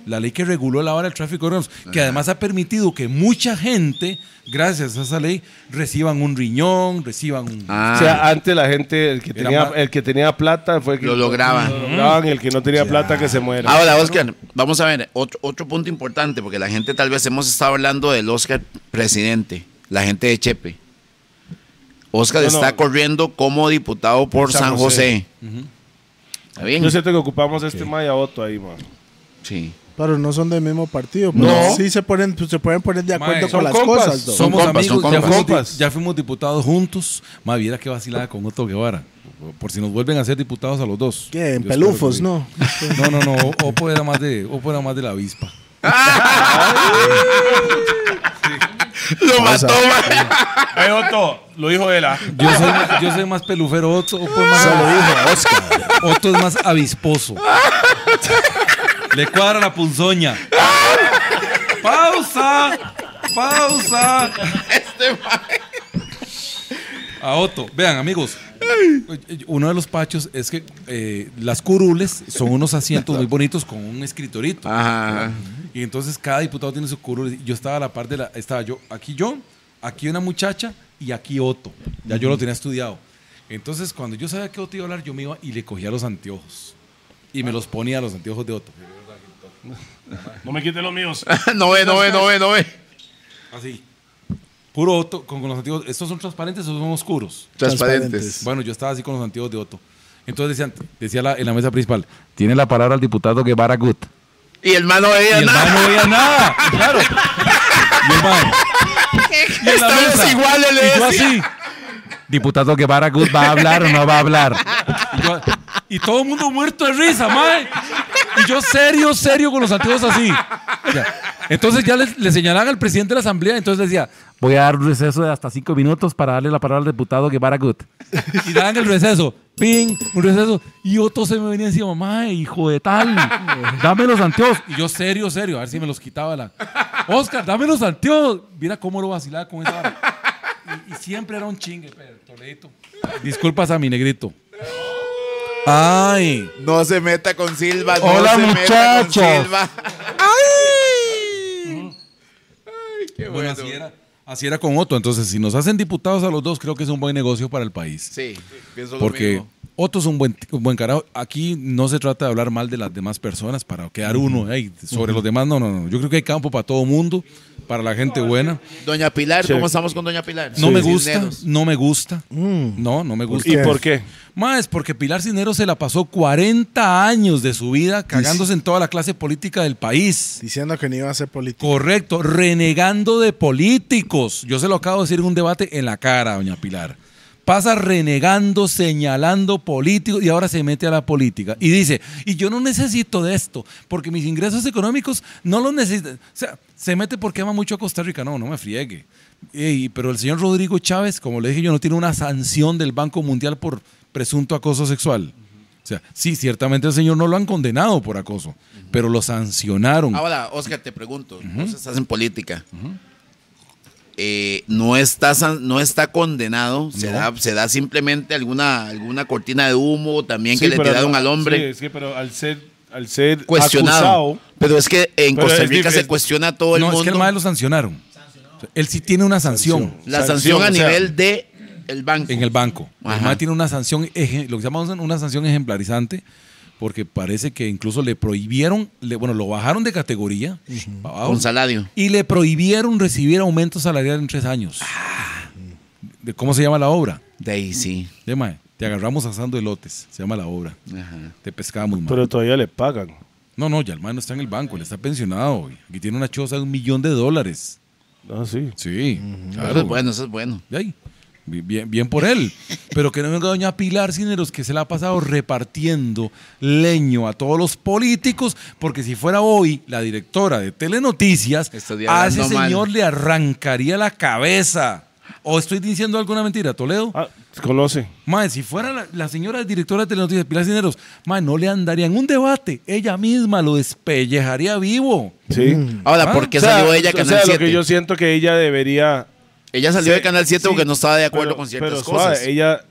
S3: La ley que reguló la hora del tráfico de órganos, que además ha permitido que mucha gente, gracias a esa ley, reciban un riñón, reciban un...
S6: Ah,
S4: O sea, antes la gente, el que,
S3: Era
S4: tenía,
S3: más-
S4: el que tenía plata fue el que
S6: Lo lograba.
S4: Lo lograban, y el que no tenía plata que se muera.
S6: Ahora, Oscar, vamos a ver, otro, otro punto importante, porque la gente tal vez hemos estado hablando del Oscar presidente, la gente de Chepe. Oscar
S4: No, no.
S6: está corriendo como diputado por
S4: San
S6: San, José.
S4: José.
S6: ¿Está bien?
S4: Yo siento que ocupamos este Maya Otto ahí, man.
S6: Sí.
S1: Pero no son del mismo partido. pero
S4: No.
S1: Sí se, ponen, se pueden poner de acuerdo
S3: Mae,
S1: con
S4: son
S1: las
S4: compas,
S1: cosas. Don.
S6: son-
S3: Somos
S6: compas,
S3: amigos,
S6: son
S3: ya,
S6: compas.
S3: fuimos,
S4: Compas.
S3: di- ya fuimos diputados juntos. Más viera que vacilada con Otto Guevara. Por si nos vuelven a ser diputados a los dos.
S1: ¿Qué? En
S3: Yo espero
S1: pelufos,
S3: que-
S1: ¿no?
S3: No, no, no. Opo era más de, Opo era más de la avispa.
S6: Lo mató,
S4: Hey, Otto, lo dijo él. ah.
S3: Yo soy, más- yo soy más pelufero, Otto. Opo es más Otto es más avisposo. Le cuadra la punzoña. ¡Pausa! ¡Pausa! A Otto. Vean, amigos. Uno de los pachos es que eh, las curules son unos asientos muy bonitos con un escritorito.
S6: Ajá.
S3: Y entonces cada diputado tiene su curul. Yo estaba a la par de la. Estaba yo, aquí yo, aquí una muchacha y aquí Otto. Ya yo lo tenía estudiado. Entonces, cuando yo sabía que Otto iba a hablar, yo me iba y le cogía los anteojos. Y me los ponía los anteojos de Otto.
S4: No me quite los míos.
S6: no ve, no ve, no ve, no ve.
S3: Así. Puro Otto, con, con los anteojos. Estos son transparentes, estos son oscuros.
S1: Transparentes.
S6: Transparentes.
S3: Bueno, yo estaba así con los anteojos de Otto. Entonces decían, decía la- en la mesa principal, tiene la palabra el diputado Guevara Gut.
S6: Y el man no
S3: Y
S6: veía
S3: el man
S6: nada.
S3: no veía nada, claro. Y el man. Y en la
S6: Esta vez
S3: mesa.
S6: igual le
S3: Y yo
S6: decía.
S3: así. Diputado Guevara Gut va a hablar o no va a hablar. Y, yo- y todo el mundo muerto de risa, mae. Y yo serio, serio con los anteojos así. Ya. Entonces ya le, le señalaban al presidente de la asamblea, entonces le decía, voy a dar un receso de hasta cinco minutos para darle la palabra al diputado Guevara Gut. Y daban el receso, ping, un receso. Y otro se me venía encima, mae, hijo de tal, dame los anteojos. Y yo serio, serio, a ver si me los quitaba la... Oscar, dame los anteojos. Mira cómo lo vacilaba con esa vara. Y, y siempre era un chingue, Pedro, Toledito. Disculpas a mi negrito. Ay.
S6: No se meta con Silva. no
S3: Hola,
S6: se meta con
S3: muchachos.
S6: Silva.
S3: Bueno, así era, así era con Otto. Entonces, si nos hacen diputados a los dos, creo que es un buen negocio para el país.
S6: Sí, pienso lo
S3: Porque
S6: mismo.
S3: Otto es un buen, un buen carajo. Aquí no se trata de hablar mal de las demás personas para quedar uno ey, sobre los demás. No, no, no. Yo creo que hay campo para todo mundo, para la gente buena.
S6: Doña Pilar, ¿cómo estamos con Doña Pilar?
S3: No me gusta,
S6: Cisneros.
S3: no me gusta.
S1: Mm.
S3: No, no me gusta.
S4: ¿Y por qué?
S3: Más, porque Pilar Cisneros se la pasó 40 años de su vida cagándose en toda la clase política del país.
S1: Diciendo que no iba a ser político.
S3: Correcto, renegando de políticos. Yo se lo acabo de decir en un debate en la cara, doña Pilar. Pasa renegando, señalando políticos y ahora se mete a la política. Y dice, y yo no necesito de esto, porque mis ingresos económicos no los necesito. O sea, se mete porque ama mucho a Costa Rica. No, no me friegue. Ey, pero el señor Rodrigo Chávez, como le dije yo, no tiene una sanción del Banco Mundial por presunto acoso sexual. O sea, sí, ciertamente el señor no lo han condenado por acoso, pero lo sancionaron.
S6: Ahora, Oscar, te pregunto, vos estás en política. Eh, no, está, san- no está condenado, se, da, se da simplemente alguna, alguna cortina de humo también que
S4: Sí,
S6: le
S4: pero
S6: tiraron
S4: no-
S6: al hombre.
S4: Sí, es que, pero al ser, al ser
S6: cuestionado.
S4: acusado,
S6: pero es que en
S4: Pero
S6: Costa
S4: es
S6: Rica se
S4: diferente.
S6: cuestiona a todo el
S3: no,
S6: mundo.
S3: es que el MAE lo sancionaron. O sea, Él sí tiene una sanción,
S6: la sanción,
S4: sanción,
S6: a
S4: o sea,
S6: nivel de el banco.
S3: en el banco.
S6: Ajá.
S3: El MAE tiene una sanción, eje- lo que llamamos una sanción ejemplarizante, porque parece que incluso le prohibieron, le- bueno, lo bajaron de categoría pa' abajo,
S6: con salario.
S3: y le prohibieron recibir aumento salarial en tres años.
S6: Ah.
S3: ¿De ¿Cómo se llama la obra?
S6: De ahí sí.
S3: De MAE, te agarramos asando elotes, se llama la obra.
S6: Ajá.
S3: Te pescamos, MAE.
S4: pero todavía le pagan.
S3: No, no, ya el MAE no está en el banco, él está pensionado. güey. Aquí tiene una choza de un millón de dólares.
S4: Ah, sí.
S3: Sí, claro,
S6: Eso es
S3: güey.
S6: bueno, eso es bueno.
S3: Y ahí, bi- Bien, bien por él. Pero que no venga doña Pilar Cineros, que se la ha pasado repartiendo leño a todos los políticos, porque si fuera hoy la directora de Telenoticias,
S6: Estaría
S3: a ese
S6: hablando mal.
S3: señor le arrancaría la cabeza. ¿O estoy diciendo alguna mentira, Toledo?
S4: Ah, conoce.
S3: Mae, si fuera la, la señora directora de Telenoticias, Pilar Cineros, mae, no le andarían un debate. Ella misma lo despellejaría vivo.
S4: Sí.
S6: Ahora,
S3: Ah,
S6: ¿por qué
S4: O sea,
S6: salió ella a
S4: o sea,
S6: Canal
S4: lo que
S6: 7?
S4: yo siento que ella debería.
S6: Ella salió
S4: Sí,
S6: de Canal 7
S4: sí,
S6: porque no estaba de acuerdo
S4: pero-
S6: con ciertas
S4: pero suave,
S6: cosas.
S4: ella,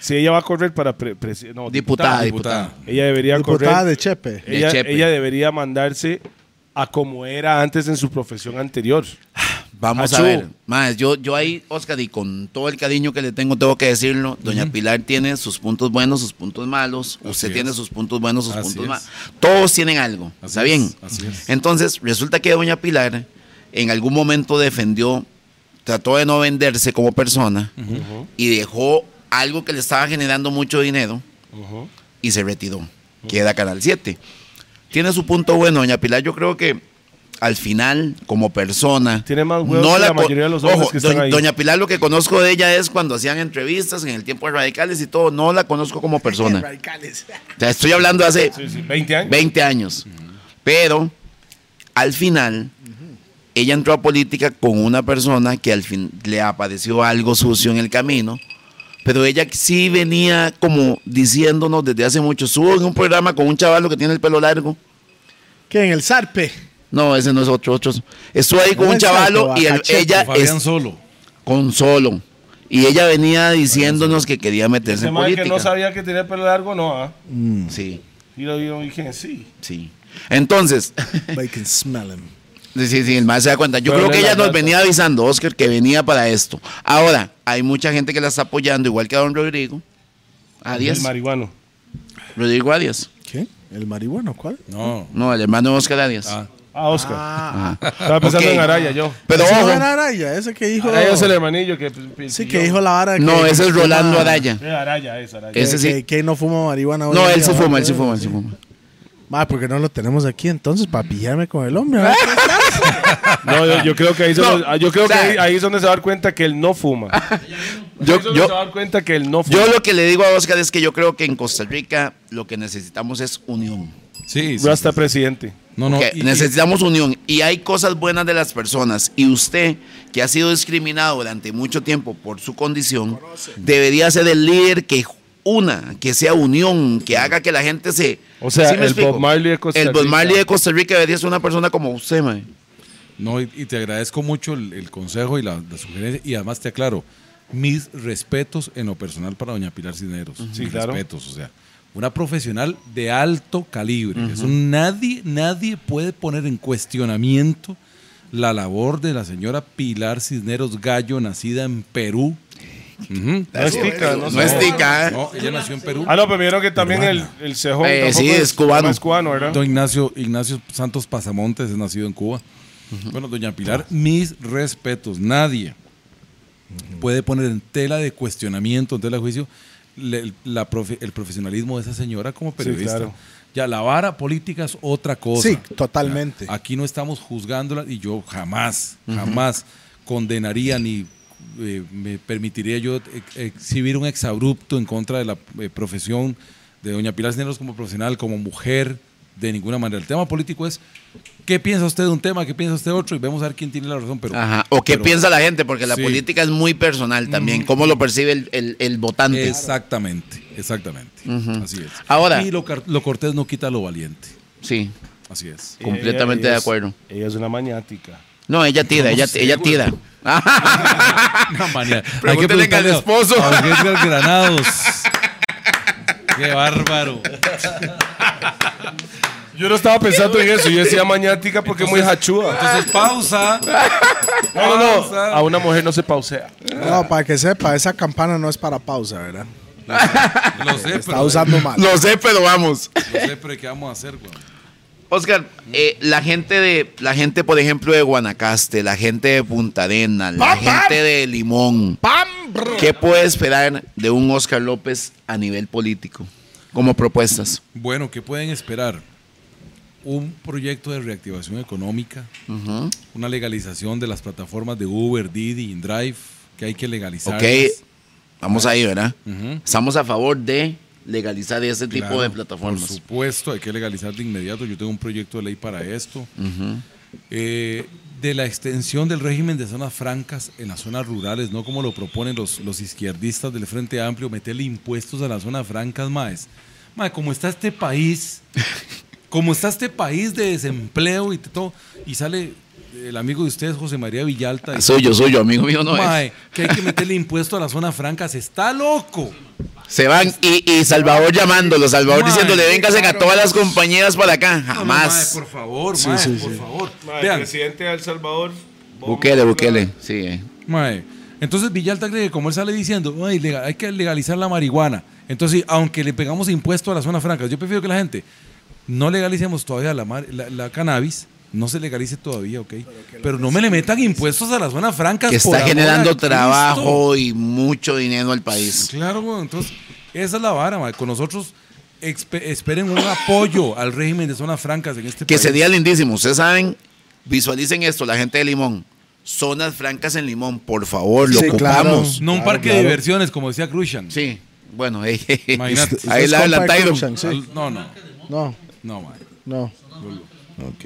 S4: si ella va a correr para pre- presi- no, diputada,
S6: diputada, diputada.
S3: Diputada.
S4: ella debería
S1: Diputada
S4: correr.
S1: de Chepe.
S6: de
S4: ella,
S6: Chepe.
S4: ella debería mandarse a como era antes en su profesión anterior.
S6: Vamos
S4: Achú.
S6: a ver. Más, yo, yo ahí, Oscar, y con todo el cariño que le tengo, tengo que decirlo. Doña Pilar tiene sus puntos buenos, sus puntos malos. Usted tiene
S3: es.
S6: sus puntos buenos, sus
S3: Así
S6: puntos
S3: es.
S6: malos. Todos tienen algo. ¿Está
S3: es,
S6: bien?
S3: así es.
S6: Entonces, resulta que Doña Pilar en algún momento defendió, trató de no venderse como persona y dejó algo que le estaba generando mucho dinero y se retiró. Queda Canal 7. Tiene su punto bueno, Doña Pilar. Yo creo que al final, como persona,
S4: Tiene más huevos que la
S6: co-
S4: mayoría de los hombres que
S6: doña,
S4: están ahí.
S6: doña Pilar, lo que conozco de ella es cuando hacían entrevistas en el tiempo de radicales y todo. No la conozco como persona.
S1: Radicales.
S6: O sea, estoy hablando de hace
S4: Sí, sí, 20 años.
S6: 20 años. Pero al final, ella entró a política con una persona que al fin le apareció algo sucio en el camino. Pero ella sí venía como diciéndonos desde hace mucho. Subo en un programa con un chavalo que tiene el pelo largo.
S1: Que en el zarpe.
S6: No, ese no es otro. otro. Estuvo ahí con
S1: No
S6: un
S1: es
S6: chavalo
S1: Chapo,
S6: y el-
S1: Bacacheco,
S6: ella
S3: Fabián
S6: es
S3: solo.
S6: con solo. Y ella venía diciéndonos que quería meterse
S4: Ese
S6: en
S4: mae que no
S6: política.
S4: sabía que tenía pelo largo, no, ¿ah?
S6: Sí,
S4: Y lo vieron y dije, sí.
S6: sí. Entonces,
S1: But I can smell him.
S6: Sí, sí, sí, el más se da cuenta. Yo
S4: Pero
S6: creo que
S4: le la
S6: ella nos
S4: plata.
S6: venía avisando, Oscar, que venía para esto. Ahora, hay mucha gente que la está apoyando, igual que a don Rodrigo. Adiós.
S4: El marihuano.
S6: Rodrigo Adias.
S1: ¿Qué? ¿El marihuano? ¿Cuál?
S3: No.
S6: No, el hermano de Oscar Adias.
S3: Ah.
S4: Ah, Oscar. Estaba pensando
S6: Ok.
S4: en Araya, yo.
S6: Pero
S1: Ese no
S6: ojo,
S1: era Araya, ese que dijo.
S4: Araya es el hermanillo que. pues,
S1: Sí, que dijo la vara.
S6: no,
S1: que-
S6: ese
S1: que
S6: es Rolando
S1: fuma-
S6: Araya.
S4: Eh, Araya es Araya.
S1: Que,
S6: Ese sí.
S1: que- que no fuma marihuana. hoy
S6: No,
S1: en
S6: él
S1: día,
S6: se
S1: ¿verdad?
S6: fuma, él se fuma, él se fuma.
S1: Ma, porque no lo tenemos aquí entonces para pillarme con el hombre. a ver qué-
S4: No, yo, yo creo que ahí es donde- ah, yo creo
S6: o sea-
S4: que ahí, ahí es donde se va a dar cuenta que él no fuma. Ahí
S6: Yo,
S4: es donde se va
S6: yo,
S4: a dar cuenta que él no fuma.
S6: yo lo que le digo a Oscar es que yo creo que en Costa Rica lo que necesitamos es unión.
S3: Sí, sí.
S4: Rasta presidente.
S3: No, no.
S6: Que
S3: y- y-
S6: necesitamos unión y hay cosas buenas de las personas y usted que ha sido discriminado durante mucho tiempo por su condición debería ser el líder que una que sea unión que haga que la gente se
S4: O sea,
S6: ¿Sí me
S4: el
S6: explico?
S4: Bob Marley de Costa
S6: el Bob
S4: Rica.
S6: Marley de Costa Rica debería ser una persona como usted mae.
S3: No, y, y te agradezco mucho el, el consejo y la, la sugerencia. Y además te aclaro, mis respetos en lo personal para doña Pilar Cisneros.
S4: Sí,
S3: Mis
S4: claro.
S3: respetos, o sea. Una profesional de alto calibre. Eso nadie, nadie puede poner en cuestionamiento la labor de la señora Pilar Cisneros Gallo, nacida en Perú. Ujú.
S4: No es tica,
S6: no,
S4: no,
S6: es tica ¿eh?
S3: No, ella nació en Perú.
S4: Ah, no, pero vieron que también el, el cejón.
S6: Eh,
S4: tampoco
S6: sí, es cubano.
S4: Es cubano, ¿verdad?
S3: Don Ignacio, Ignacio Santos Pasamontes es nacido en Cuba. Bueno, doña Pilar, mis respetos. Nadie puede poner en tela de cuestionamiento, en tela de juicio, le- la profe- el profesionalismo de esa señora como periodista.
S4: claro.
S3: Ya la vara política es otra cosa.
S1: Sí, totalmente.
S6: Ah,
S3: Aquí no estamos juzgándola y yo jamás, jamás condenaría ni eh, me permitiría yo ex- exhibir un exabrupto en contra de la eh, profesión de doña Pilar Cisneros como profesional, como mujer, de ninguna manera. El tema político es qué piensa usted de un tema, qué piensa usted de otro y vemos a ver quién tiene la razón. Pero,
S6: Ajá. o qué
S3: pero-
S6: piensa la gente porque la
S3: Sí. Mm.
S6: política es muy personal también cómo lo percibe el, el- el votante
S3: Exactamente, exactamente. Así es.
S6: Ahora-
S3: Y lo, car- lo cortés no quita lo valiente.
S6: sí
S3: Así es.
S6: completamente
S4: Ella
S6: de
S4: es-
S6: acuerdo
S4: Ella es una maniática.
S6: no ella tira ella, ella tira
S3: Una manera. Hay que
S6: Pregúntele
S3: preguntarle
S6: al
S3: a-
S6: esposo.
S3: a don Edgar Granados. Qué bárbaro.
S4: Yo no estaba pensando en eso. Yo decía maniática porque es muy hachúa.
S3: Entonces, pausa.
S4: No, no, Ah, no.
S3: pausa.
S4: A una mujer no se pausea.
S1: No, para que sepa, esa campana no es para pausa, ¿verdad?
S3: Lo sé,
S1: Está
S3: pero,
S1: usando mal.
S6: lo sé pero vamos
S3: lo sé, pero ¿qué vamos a hacer, güey?
S6: Oscar, eh, la gente de, la gente, por ejemplo, de Guanacaste, la gente de Punta Arena, la gente de Limón, ¿qué puede esperar de un Oscar López a nivel político? Como propuestas.
S3: Bueno, ¿qué pueden esperar? Un proyecto de reactivación económica, una legalización de las plataformas de Uber, Didi, InDrive, que hay que legalizar.
S6: Ok, vamos ahí, ¿verdad? Estamos a favor de legalizar ese tipo de
S3: Por
S6: plataformas.
S3: supuesto, hay que legalizar de inmediato. Yo tengo un proyecto de ley para esto. Eh, de la extensión del régimen de zonas francas en las zonas rurales, no como lo proponen los, los izquierdistas del Frente Amplio, meterle impuestos a las zonas francas, maes. Mae, como está este país, como está este país de desempleo y todo, y sale el amigo de ustedes, José María Villalta. y-
S6: Ah, Suyo, suyo, amigo mío, no es.
S3: Mae, que hay que meterle impuesto a las zonas francas, está loco.
S6: Se van y, y Salvador llamándolo, Salvador
S3: Mae,
S6: diciéndole, véngase a todas las compañeras para acá.
S3: No, no,
S6: Jamás.
S3: mae, por favor, mae, por favor. Vean,
S4: presidente de El Salvador.
S6: Bukele, Bukele. Sí, eh.
S3: Mae. Entonces Villalta cree que como él sale diciendo, "Ay, legal- hay que legalizar la marihuana. Entonces, aunque le pegamos impuesto a las zonas francas, yo prefiero que la gente no legalicemos todavía la, mar- la- la cannabis, no se legalice todavía, ¿ok? Pero no me le metan impuestos a las zonas francas.
S6: que
S3: por
S6: está
S3: amor a
S6: generando
S3: Cristo.
S6: trabajo y mucho dinero al país.
S3: Claro, weón. Entonces, esa es la vara, mae. Con nosotros expe- esperen un apoyo al régimen de zonas francas en este
S6: Que
S3: país.
S6: sería lindísimo. Ustedes saben, visualicen esto, la gente de Limón. Zonas francas en Limón, por favor, lo
S1: Sí, claro.
S6: ocupamos.
S3: No un
S1: Claro,
S3: parque
S1: claro.
S3: de diversiones, como decía Krushan.
S6: Sí, bueno, ahí,
S3: Imagínate.
S6: ahí
S1: Es
S6: la
S1: compa de
S6: adelantaron.
S1: Cruikshank, sí.
S3: No, no,
S1: No,
S3: no, mae.
S1: no.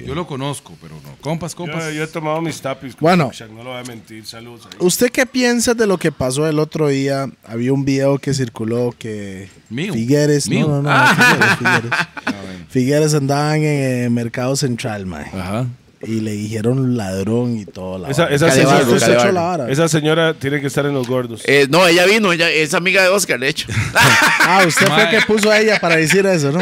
S3: Yo lo conozco, pero no. Compas, compas.
S4: Yo, yo he tomado mis tapis. con
S1: Bueno.
S4: Shaq, No lo voy a mentir. Saludos. ahí.
S1: ¿Usted qué piensa de lo que pasó el otro día? Había un video que circuló que
S3: Mío.
S1: Figueres,
S3: Mío.
S1: no, no,
S6: Ah. Ah.
S1: no, Figueres, Figueres. Figueres andaban en el mercado eh, central, mae.
S3: Ajá.
S1: y le dijeron ladrón y todo. La
S4: Esa,
S1: vara.
S4: esa,
S6: Cadebarro,
S4: señora,
S1: Usted se echó
S6: Cadebarro.
S1: la vara.
S4: esa señora tiene que estar en los gordos.
S6: Eh, no, ella vino, ella es amiga de Oscar, de hecho.
S1: Ah, usted fue
S3: Mae.
S1: que puso a ella para decir eso, ¿no?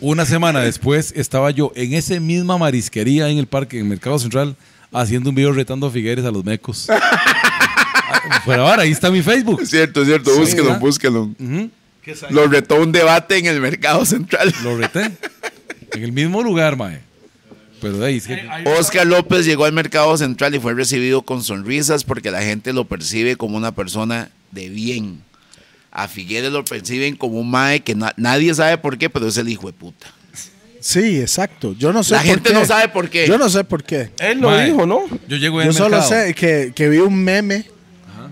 S3: Una semana después estaba yo en esa misma marisquería en el parque, en el Mercado Central, haciendo un video retando a Figueres a los mecos. Ah, Pero ahora, ahí está mi Facebook.
S6: cierto, cierto, búsquelo,
S3: ¿verdad?
S6: búsquelo. Lo retó un debate en el mercado central.
S3: Lo reté. En el mismo lugar, mae. Pero de ahí es que...
S6: Oscar López llegó al mercado central y fue recibido con sonrisas porque la gente lo percibe como una persona de bien. A Figueres lo perciben como un mae que na- nadie sabe por qué, pero es el hijo de puta.
S1: Sí, exacto. Yo no sé
S6: La
S1: por
S6: gente
S1: qué.
S6: no sabe por qué.
S1: Yo no sé por qué.
S4: Él lo
S3: Mae.
S4: dijo, ¿no?
S3: Yo llego ahí
S1: Yo
S3: al
S1: solo
S3: mercado.
S1: sé que, que vi un meme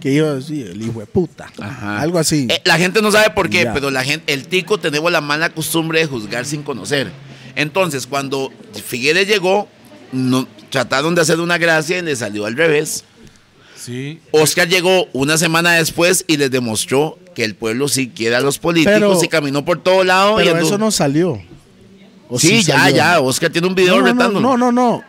S1: que iba a decir el hijo de puta.
S6: Ajá.
S1: Algo así.
S6: Eh, la gente no sabe por qué,
S1: Ya.
S6: pero la gente, el tico tenemos la mala costumbre de juzgar sin conocer. Entonces, cuando Figueres llegó, no, trataron de hacer una gracia y le salió al revés.
S3: Sí.
S6: Oscar llegó una semana después y les demostró que el pueblo sí quiere a los políticos
S1: Pero-
S6: y caminó por todo lado. y
S1: Pero
S6: anduvo-
S1: eso no salió. ¿O
S6: Sí, ya,
S1: salió?
S6: ya. Oscar tiene un video
S1: No, no, no,
S6: retándolo.
S1: no, no, no.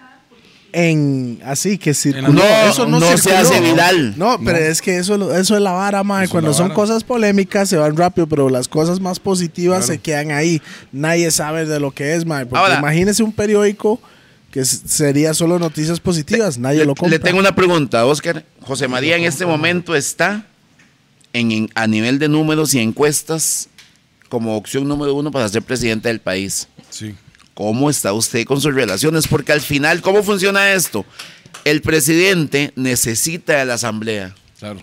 S1: En así que circuló.
S6: No,
S1: eso no,
S6: no se
S1: circuló.
S6: hace viral.
S1: No, pero es que eso, lo- eso es la vara, mae.
S3: Eso es
S1: Cuando
S3: la
S1: son
S3: vara.
S1: cosas polémicas se van rápido, pero las cosas más positivas se quedan ahí. Nadie sabe de lo que es, mae. Porque
S6: Ahora-
S1: imagínese un periódico que s- sería solo noticias positivas. Nadie lo compra.
S6: Le tengo una pregunta, Oscar. José María en este momento está en, en- a nivel de números y encuestas como opción número uno para ser presidente del país.
S3: Sí.
S6: ¿Cómo está usted con sus relaciones? Porque al final, ¿cómo funciona esto? El presidente necesita de la asamblea.
S3: Claro.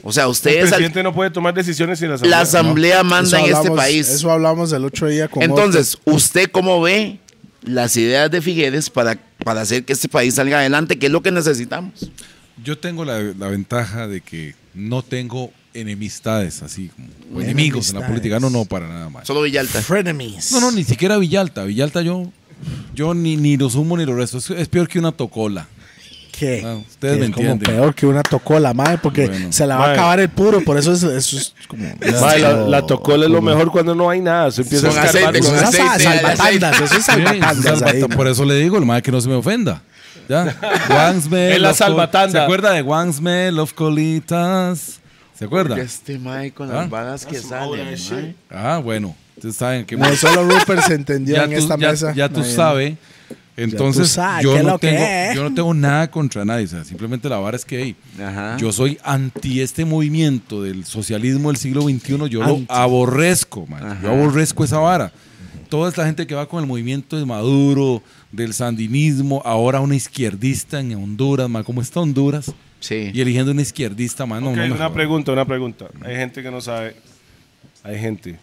S6: O sea,
S4: El
S6: ustedes, al-
S4: presidente no puede tomar decisiones sin la asamblea.
S6: la asamblea
S1: Eso
S6: manda en este
S1: hablamos-
S6: país.
S1: Eso hablamos el otro día con
S6: Entonces, ¿usted cómo ve las ideas de Figueres para, para hacer que este país salga adelante? ¿Qué es lo que necesitamos?
S3: Yo tengo la, la ventaja de que no tengo enemistades así como o enemigos en la
S1: Enemistades.
S3: política. No, no, para nada, mae.
S6: Solo Villalta.
S1: Otto. Frenemies.
S3: No, no, ni siquiera Villalta. Villalta yo, yo ni, ni lo sumo ni lo resto. Es, es peor que una tocola.
S1: ¿Qué?
S3: Ah, ustedes
S1: Que
S3: me
S1: es como
S3: entienden.
S1: peor que una tocó la madre porque
S3: Bueno. Este
S1: se la va a
S4: Mae.
S1: acabar el puro. Por eso es, eso es como.
S4: Mae, la, la tocola es lo mejor cuando no hay nada. Se empieza
S6: Con
S4: a escarbar.
S6: aceite,
S1: Eso
S6: con
S1: es
S6: aceite,
S1: sal- salvapandas, eso es
S3: Sí,
S1: salvapandas ahí,
S3: salvata- Por eso le digo, el mae que no se me ofenda. ¿Ya?
S4: Es
S3: Wansme.
S4: la
S3: Love Col-
S4: salvatanda.
S3: ¿Se acuerda de Wansme, Love Colitas? ¿Se acuerda?
S6: Este Mike con
S3: Ah.
S6: las vagas que salen. mae.
S3: Ah, bueno. Ustedes saben que
S1: No solo Rupert se entendió
S3: ya
S1: en
S3: tú,
S1: esta
S3: ya-
S1: mesa.
S3: ya tú
S1: Mae,
S3: sabes. Entonces,
S1: sabes qué
S3: yo,
S1: es
S3: no
S1: lo que
S3: tengo,
S1: es.
S3: yo no tengo nada contra nadie. o sea, simplemente la vara es que hey, yo soy anti este movimiento del socialismo del siglo XXI. Yo
S1: Anti.
S3: lo aborrezco, man. Yo aborrezco esa vara. Toda esta gente que va con el movimiento de Maduro, del sandinismo, ahora una izquierdista en Honduras, man. ¿Cómo está Honduras?
S6: Sí.
S3: Y eligiendo una izquierdista, man. No,
S4: Ok,
S3: no me
S4: una
S3: jodas.
S4: pregunta, una pregunta. Hay gente que no sabe. Hay gente.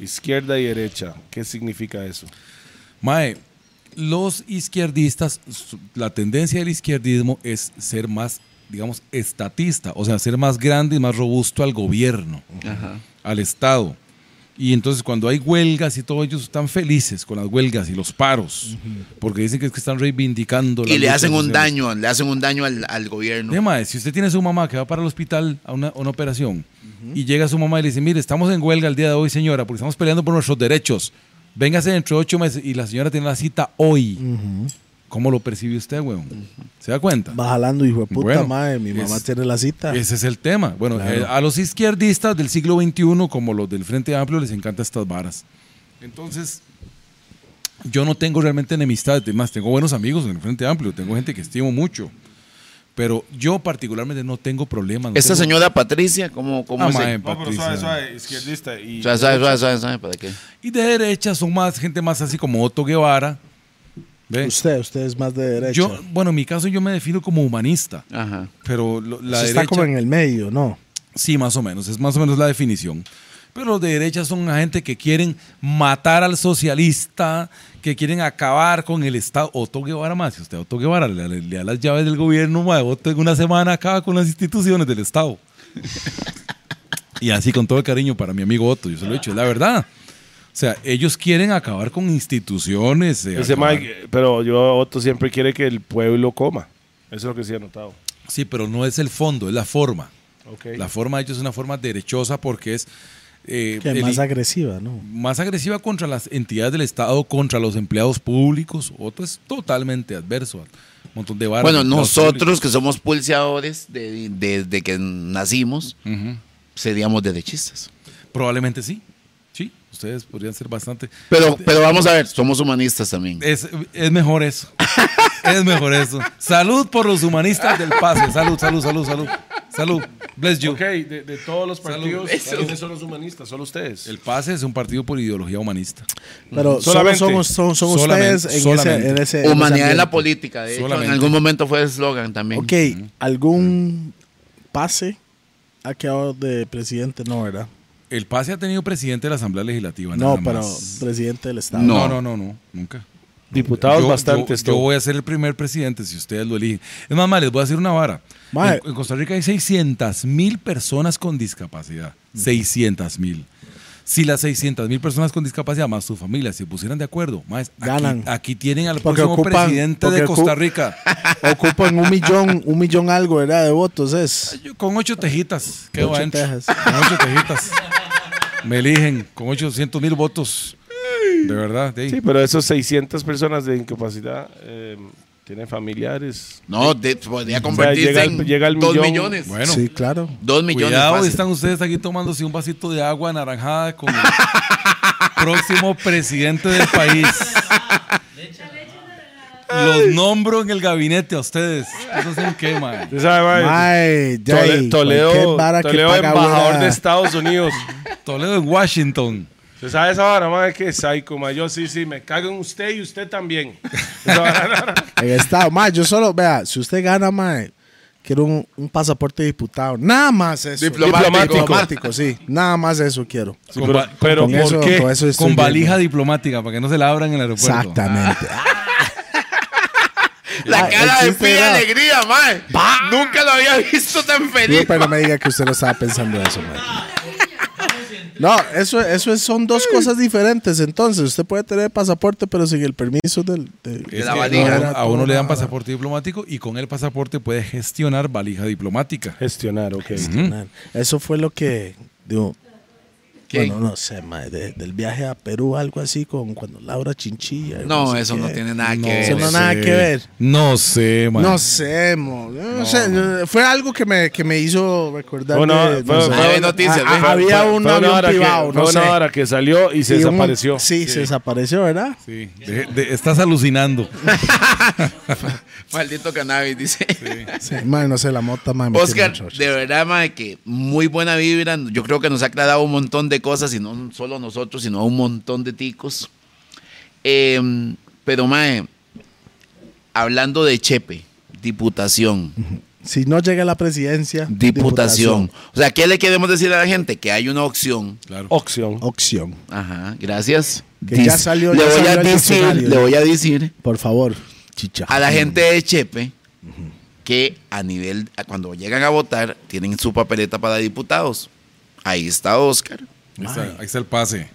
S4: Izquierda y derecha. ¿Qué significa eso?
S3: Mae, los izquierdistas, su- la tendencia del izquierdismo es ser más, digamos, estatista, o sea, ser más grande y más robusto al gobierno, al Estado. Y entonces cuando hay huelgas y todo, ellos están felices con las huelgas y los paros, porque dicen que es que están reivindicando.
S6: Y
S3: las
S6: le
S3: luchas
S6: hacen un
S3: sociales.
S6: daño, le hacen un daño al, al gobierno.
S3: Ve, mae, si usted tiene su mamá que va para el hospital a una, a una operación y llega su mamá y le dice, mire, estamos en huelga el día de hoy, señora, porque estamos peleando por nuestros derechos. Véngase dentro de ocho meses y la señora tiene la cita hoy. ¿Cómo lo percibe usted, weón? ¿Se da cuenta?
S1: Va jalando, hijo de puta
S3: Bueno,
S1: madre. Mi mamá
S3: es-
S1: tiene la cita.
S3: Ese es el tema. Bueno, eh, a los izquierdistas del siglo XXI, como los del Frente Amplio, les encantan estas varas. Entonces, yo no tengo realmente enemistades, además tengo buenos amigos en el Frente Amplio, tengo gente que estimo mucho, pero yo particularmente no tengo problemas. no
S6: Esta
S3: tengo-
S6: señora Patricia, ¿cómo, cómo
S3: Ah,
S6: es?
S3: mae,
S6: ella?
S3: Patricia.
S4: izquierdista y.
S6: O sea, sabe, sabe, sabe, sabe, ¿para qué?
S3: Y de derecha son más gente más así como Otto Guevara. ¿Ve?
S1: Usted, usted es más de derecha.
S3: Yo, bueno, en mi caso yo me defino como humanista,
S6: Ajá.
S3: pero lo-
S1: Usted
S3: la derecha...
S1: está como en el medio, ¿no?
S3: Sí, más o menos, es más o menos la definición. Pero los de derecha son una gente que quieren matar al socialista, que quieren acabar con el Estado. Otto Guevara más, si usted a Otto Guevara le, le- le da las llaves del gobierno, mae, Otto en una semana acaba con las instituciones del Estado. y así con todo el cariño para mi amigo Otto, yo se lo he dicho, es la verdad. O sea, ellos quieren acabar con instituciones. eh,
S4: Ese
S3: acabar-
S4: Mike, pero yo, Otto, siempre quiere que el pueblo coma. Eso es lo que sí he notado.
S3: Sí, pero no es el fondo, es la forma.
S4: Ok.
S3: La forma de ellos es una forma derechosa porque es eh,
S1: Que
S3: el-
S1: más agresiva, ¿no?
S3: más agresiva contra las entidades del Estado, contra los empleados públicos. Otro es totalmente adverso. Un montón de varas
S6: Bueno,
S3: de empleados
S6: nosotros que somos pulseadores de- desde que nacimos,
S3: públicos. Ujú.
S6: seríamos derechistas.
S3: Probablemente sí. Sí, ustedes podrían ser bastante.
S6: Pero, pero vamos a ver, somos humanistas también.
S3: Es, es mejor eso. es mejor eso. Salud por los humanistas del pase. Salud, salud, salud, salud. Salud. Bless you.
S4: Ok, de, de todos los
S3: Salud.
S4: partidos,
S6: Eso.
S4: ¿quiénes son los humanistas? Solo ustedes.
S3: El pase es un partido por ideología humanista.
S1: Pero solo
S4: Solamente.
S1: somos, son, son
S3: Solamente,
S1: ustedes en
S3: solamente.
S1: ese, en ese- en ese
S6: Humanidad en la
S1: ambiente.
S6: política, de hecho,
S3: Solamente.
S6: en algún momento fue el eslogan también.
S1: Ok, ¿algún pase ha quedado de presidente? No, ¿verdad?
S3: El pase ha tenido presidente de la Asamblea Legislativa.
S1: No,
S3: nada
S1: pero
S3: más.
S1: presidente del Estado.
S3: No, no, no, no, nunca.
S4: Diputados
S3: yo,
S4: bastantes.
S3: yo- yo
S4: todo.
S3: voy a ser el primer presidente si ustedes lo eligen. Es más, más les voy a hacer una vara.
S1: Mae.
S3: En, en Costa Rica hay 600 mil personas con discapacidad.
S1: Mm.
S3: 600 mil. Si las 600 mil personas con discapacidad más su familia se pusieran de acuerdo, más aquí-
S1: Ganan.
S3: Aquí, tienen al
S1: Porque
S3: próximo
S1: ocupan-
S3: presidente
S1: porque
S3: de
S1: ocu-
S3: Costa Rica.
S1: Ocupan un millón, un millón algo, ¿verdad? De votos es.
S3: Yo con ocho tejitas. Quedo
S1: Ocho
S3: adentro.
S1: tejas.
S3: Con ocho tejitas. Me eligen con 800 mil votos. De verdad. de ahí.
S4: Sí, pero esos 600 personas de incapacidad eh, tienen familiares.
S6: No, de- podría convertirse
S4: llega al-
S6: en
S4: llega al
S6: dos
S4: millón.
S6: millones.
S3: Bueno.
S1: Sí, claro.
S6: Dos millones.
S3: Cuidado,
S6: fácil.
S3: están ustedes aquí tomándose un vasito de agua anaranjada con el próximo presidente del país. Los nombro en el gabinete a ustedes. Eso es un quema.
S4: Usted sabe, mae,
S1: Ay, ya
S4: Tole-
S1: ahí,
S4: Toledo,
S1: cualquier vara que
S4: Toledo
S1: paga
S4: embajador
S1: una-
S4: de Estados Unidos.
S3: Toledo en Washington.
S4: ¿Usted sabe esa vara, madre? Que psycho, mae. Yo sí, sí, me cagan usted y usted también. Esa vara,
S1: En el Estado. Mae, yo solo, vea, si usted gana, mae, quiero un, un pasaporte diputado. Nada más eso.
S6: Diplomático.
S1: Diplomático, sí. Nada más eso quiero.
S4: Sí, pero, pero
S1: con
S4: ¿por
S1: eso-
S4: qué?
S1: con eso estoy
S3: Con valija
S1: viendo.
S3: diplomática para que no se la abran en el aeropuerto.
S1: Exactamente.
S6: La
S1: Ah,
S6: cara de
S1: existe
S6: pie de
S1: ya.
S6: alegría, mae. Nunca lo había visto tan
S1: Sí,
S6: feliz.
S1: pero no me diga que usted no estaba pensando eso, mae. No, eso, eso es- son dos cosas diferentes. Entonces, usted puede tener pasaporte, pero sin el permiso del. del- Ah,
S3: Es
S6: la
S3: que
S6: valija.
S3: a uno- A uno le dan pasaporte diplomático y con el pasaporte puede gestionar valija diplomática.
S4: Gestionar, ok.
S1: Man, Eso fue lo que. Digo,
S6: ¿Qué?
S1: Bueno, no sé, mae, de- del viaje a Perú, algo así, con cuando Laura Chinchilla.
S6: No,
S1: sé
S6: eso
S1: qué.
S6: no tiene nada que
S1: Eso
S6: ver.
S1: no nada que ver.
S3: No sé, man.
S1: No sé, mo, yo no sé, yo- fue algo que me, que me hizo recordar.
S4: Bueno,
S1: de-
S4: fue-
S1: no sé.
S4: fue-
S6: Ahí hay noticias,
S1: Ah,
S6: ¿ve?
S1: había
S4: Fue-
S1: un
S4: fue
S1: avión
S4: hora que-
S1: privado, no
S4: fue una
S1: sé.
S4: hora que salió y se
S1: Y un-
S4: desapareció.
S1: sí, se desapareció, ¿verdad?
S3: Sí, de- de- estás alucinando.
S6: Maldito cannabis, dice.
S1: Sí, mae, no sé, la mota, mae, me tiene
S6: Oscar,
S1: mucho-
S6: de verdad, mae, que muy buena vibra. Yo creo que nos ha aclarado un montón de cosas, y no solo nosotros, sino un montón de ticos. Eh, pero, mae, hablando de Chepe, diputación,
S1: Si no llega a la presidencia,
S6: diputación. O sea, ¿qué le queremos decir a la gente? Que hay una opción.
S3: Claro.
S4: Opción.
S1: Opción.
S6: Ajá, gracias.
S1: Que ya
S6: Dis-
S1: salió-
S6: le,
S1: ya
S6: voy
S1: salió
S6: a
S1: el
S6: decir,
S1: diccionario.
S6: le voy a decir
S1: Por favor, chicha.
S6: a la gente de Chepe que a nivel, a cuando llegan a votar, tienen su papeleta para diputados. Ahí está Oscar.
S3: Ahí está, ahí está el pase.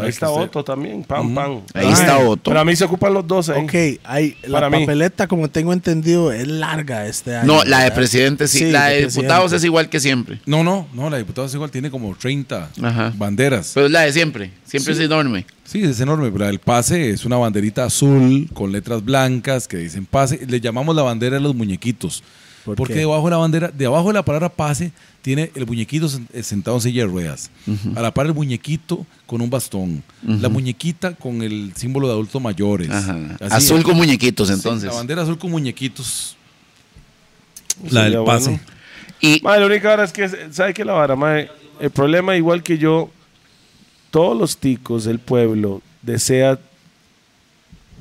S4: Ahí está Otto también. Pam, pam.
S6: Ahí
S1: Ay,
S6: está Otto.
S4: Para mí se ocupan los dos ¿eh? ahí.
S1: Ok, hay, la
S4: Para mí.
S1: papeleta, como tengo entendido, es larga este año.
S6: No, la de
S1: ¿verdad?
S6: presidente sí.
S1: Sí,
S6: la de
S1: de
S6: diputados
S1: presidente.
S6: es igual que siempre.
S3: No, no, no, la diputada igual tiene como 30
S6: Ajá.
S3: banderas.
S6: Pero es la de siempre. Siempre es enorme.
S3: Sí, es enorme, pero el pase es una banderita azul con letras blancas que dicen pase. Le llamamos la bandera de los muñequitos.
S1: ¿Por
S3: porque
S1: qué?
S3: debajo de la bandera, debajo de la palabra pase, tiene el muñequito sen- eh, sentado en silla de ruedas. A la par el muñequito con un bastón. La muñequita con el símbolo de adultos mayores.
S6: Ajá.
S3: Así, ¿eh?
S6: Azul con muñequitos,
S3: sí,
S6: entonces.
S3: la bandera azul con muñequitos.
S4: Sería
S3: La del pase.
S4: bueno.
S6: y
S4: Mae, la única vara es que, ¿sabe qué la vara, mae? El problema, igual que yo, todos los ticos del pueblo desea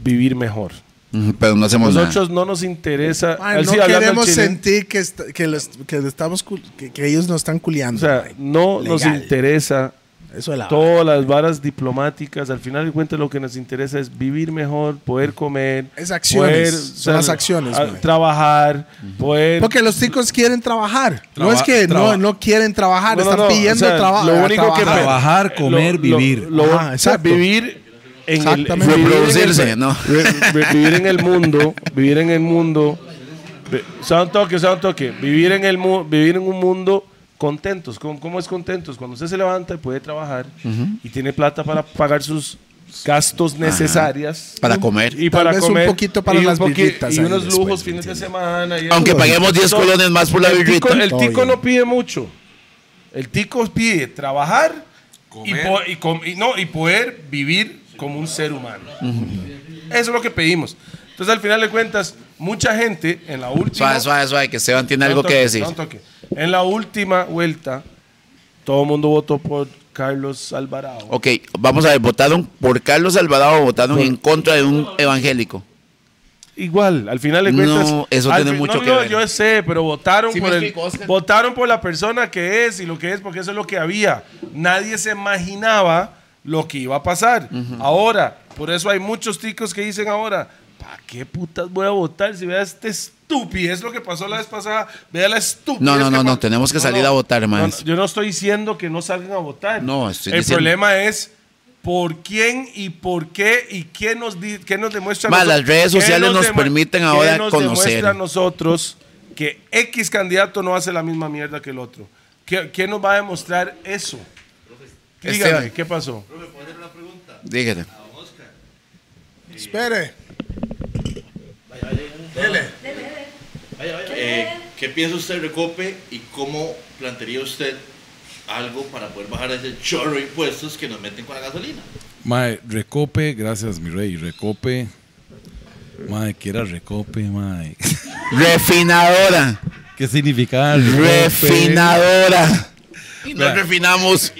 S4: vivir mejor.
S6: Ujú, pero no hacemos nada.
S4: Nosotros no nos interesa.
S1: Ay,
S4: Él
S1: no
S4: sigue hablando
S1: queremos
S4: en chileno.
S1: sentir que, est- que, los- que lo estamos cul- que, que ellos nos están
S4: O
S1: culiando.
S4: sea,
S1: mae.
S4: no nos
S1: Legal. Ah.
S4: interesa
S1: Eso es la
S4: todas las varas diplomáticas. Al final de cuentas, lo que nos interesa es vivir mejor, poder comer.
S1: Es acciones,
S4: poder,
S1: son las acciones,
S4: a-
S1: mae.
S4: trabajar, poder.
S1: Porque los chicos quieren trabajar. no
S3: Traba-
S1: es que no,
S3: traba-
S1: no quieren trabajar,
S4: No, no,
S1: están
S4: no,
S1: pidiendo
S4: o sea,
S1: traba-
S4: Lo único que
S1: trabajar.
S3: pe- Trabajar, comer, vivir.
S4: lo-
S1: Ajá,
S4: o sea,
S1: exacto.
S4: vivir en el,
S1: Exactamente.
S4: vivir en el-
S6: Reproducirse, ¿no?
S4: re- re- vivir en el mundo, vivir en el mundo. ve- O sea, un toque, o sea, un toque. Vivir en el mu- vivir en un mundo contentos. ¿Cómo, cómo es contentos? Cuando usted se levanta y puede trabajar y tiene plata para pagar sus gastos necesarias.
S6: Para comer.
S4: Y
S1: Tal
S4: para
S1: vez un
S4: comer.
S1: poquito para
S4: y un
S1: las
S4: poqui-
S1: birritas
S4: Y
S1: ahí
S4: unos
S1: después,
S4: lujos fines de Este semana. y
S6: Aunque
S4: eso.
S6: paguemos 10
S4: No,
S6: colones más por la
S4: el tico-
S6: birrita.
S4: El tico
S1: Obvio.
S4: no pide mucho. El tico pide trabajar y,
S3: Comer.
S4: po- y com- y no, y poder vivir como un ser humano. Eso es lo que pedimos. Entonces, al final de cuentas, mucha gente en la última.
S6: Suave, suave, suave, que Esteban tiene algo
S4: Tanto
S6: que decir.
S4: tanto que- En la última vuelta, todo el mundo votó por Carlos Alvarado.
S6: Ok, vamos a ver, votaron por Carlos Alvarado, votaron en contra de un evangélico.
S4: Igual, al final de
S6: No,
S4: cuentas.
S6: eso
S4: al
S6: tiene
S4: fin-
S6: mucho
S4: no,
S6: que
S4: no,
S6: ver.
S4: Yo sé, pero votaron
S6: Sí me
S4: por el,
S6: explico, Oscar.
S4: votaron por la persona que es y lo que es, porque eso es lo que había. Nadie se imaginaba lo que iba a pasar. Ahora, por eso hay muchos ticos que dicen ahora, ¿para qué putas voy a votar si vea este estúpido? Es lo que pasó la vez pasada, vea la estúpida.
S6: No, no, no, no, tenemos que salir a votar, maestro.
S4: yo no estoy diciendo que no salgan a votar.
S6: No, estoy
S4: El
S6: diciendo-
S4: problema es por quién y por qué y qué nos, di- qué nos demuestra.
S6: Ma,
S4: nosotros-
S6: las redes
S4: qué
S6: sociales nos
S4: dema-
S6: permiten
S4: qué
S6: ahora
S4: nos
S6: conocer.
S4: demuestra a nosotros que X candidato no hace la misma mierda que el otro. ¿Qué, qué nos va a demostrar eso? Dígame,
S6: Esteban.
S4: ¿qué pasó?
S6: Dígate.
S1: Espere.
S9: Eh, ¿Qué piensa usted de Recope y cómo plantearía usted algo para poder bajar ese chorro de impuestos que nos meten con la gasolina?
S3: Mae, recope, gracias mi rey, recope. Mae, ¿qué era recope, mae?
S6: Refinadora,
S3: ¿Qué significaba recope?
S6: refinadora. Y
S3: Vea.
S6: nos refinamos.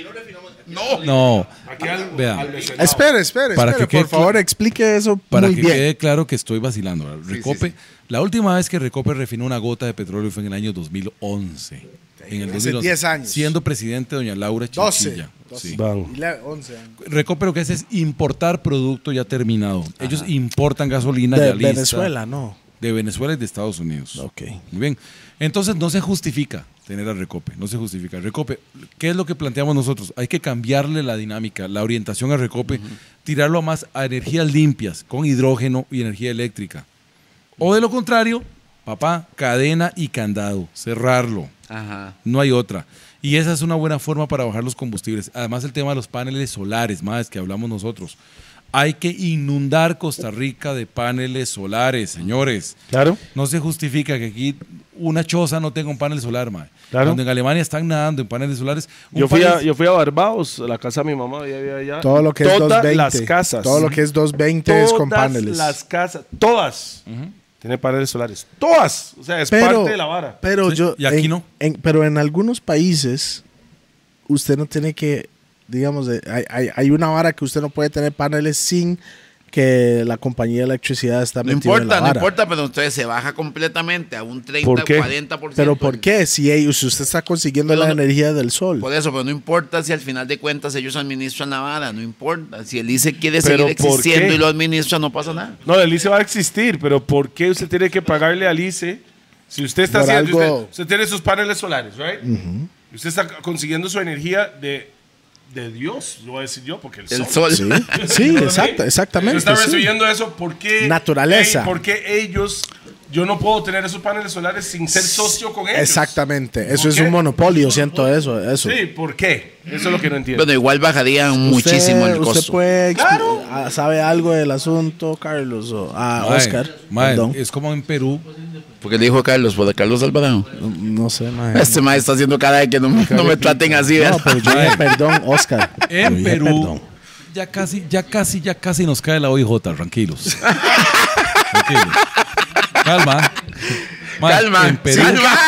S3: No,
S4: Aquí algo,
S3: vea,
S1: Espere, espere,
S3: Para
S1: espere.
S3: que quede
S1: por favor, explique eso
S3: para
S1: muy
S3: que
S1: bien.
S3: quede claro que estoy vacilando. ¿verdad? Recope, la última vez que Recope refinó una gota de petróleo fue en el año 2011. En el
S1: Hace
S3: 2011,
S1: 10 años.
S3: Siendo presidente doña Laura
S1: 12,
S3: Chinchilla.
S1: 12.
S3: Sí.
S1: Y la- 11 años.
S3: Recope lo que hace es importar producto ya terminado. Ellos importan gasolina
S1: De
S3: ya lista.
S1: Venezuela, no.
S3: De Venezuela y de Estados Unidos.
S1: Ok.
S3: Muy bien. Entonces no se justifica tener a Recope, no se justifica. Recope, ¿qué es lo que planteamos nosotros? Hay que cambiarle la dinámica, la orientación a Recope, tirarlo a más a energías limpias, con hidrógeno y energía eléctrica. O de lo contrario, papá, cadena y candado, cerrarlo.
S6: Ajá.
S3: No hay otra. Y esa es una buena forma para bajar los combustibles. Además, el tema de los paneles solares, más que hablamos nosotros. Hay que inundar Costa Rica de paneles solares, señores.
S4: Claro.
S3: No se justifica que aquí una choza no tenga un panel solar, mae.
S4: Claro.
S3: Cuando en Alemania están nadando en paneles solares. un
S4: Yo fui, a,
S3: panel-
S4: yo fui a Barbados, a la casa de mi mamá, y había allá.
S1: Todo lo que es
S4: Todas
S1: 220.
S4: las casas.
S1: Todo lo que es 220
S4: todas
S1: es con paneles.
S4: las casas, todas. Tiene paneles solares. Todas. O sea, es parte de la vara.
S1: Pero
S3: Sí,
S1: yo.
S3: y aquí
S1: en-
S3: no.
S1: en- pero en algunos países, usted no tiene que. Digamos, eh, hay, hay- hay una vara que usted no puede tener paneles sin que la compañía de electricidad está
S6: No
S1: metida en la
S6: importa, no
S1: vara.
S6: importa, pero entonces se baja completamente a un 30,
S4: ¿Por qué?
S6: 40%.
S1: Pero ¿por qué? Si, ellos, si usted está consiguiendo
S6: Pero
S1: la
S6: no-
S1: energía del sol.
S6: Por eso, pero no importa si al final de cuentas ellos administran la vara, no importa. Si el ICE quiere
S4: Pero
S6: seguir
S4: ¿por
S6: existiendo
S4: qué?
S6: y lo administra, no pasa nada.
S4: No, el ICE va a existir, pero ¿por qué usted tiene que pagarle al ICE si usted está
S1: Por
S4: haciendo,
S1: algo-
S4: usted, usted tiene sus paneles solares, right? Y Usted está consiguiendo su energía de, de Dios, lo voy a decir yo, porque el,
S6: El
S4: sol.
S6: sol.
S1: Sí, sí exacta- exactamente.
S4: Usted está
S1: sí.
S4: recibiendo eso, ¿por qué?
S1: Naturaleza.
S4: Ey, ¿Por qué ellos, yo no puedo tener esos paneles solares sin ser socio con ellos?
S1: Exactamente. Eso
S4: ¿Por
S1: es
S4: qué?
S1: un monopolio, siento eso. eso.
S4: Sí, ¿por qué? Eso es lo que no entiendo.
S6: Bueno, igual bajaría muchísimo el
S1: usted,
S6: costo.
S1: usted puede expli-
S4: Claro.
S1: ah, ¿Sabe algo del asunto, Carlos? O, ah,
S3: Mae,
S1: Oscar.
S3: mae,
S1: Perdón.
S3: es como en Perú.
S6: Porque le dijo Carlos, por Carlos Alvarado.
S1: No sé, mae.
S6: Este maestro está haciendo cara de que no, me- no me traten así.
S1: No, pues,
S6: ¿verdad?
S1: pero yo dije perdón, Oscar. Yo
S3: En
S1: dije
S3: Perú.
S1: perdón.
S3: Ya casi, ya casi, ya casi nos cae la OIJ, tranquilos. tranquilos. Calma. Mae,
S6: Calma,
S3: En Perú,
S6: calma.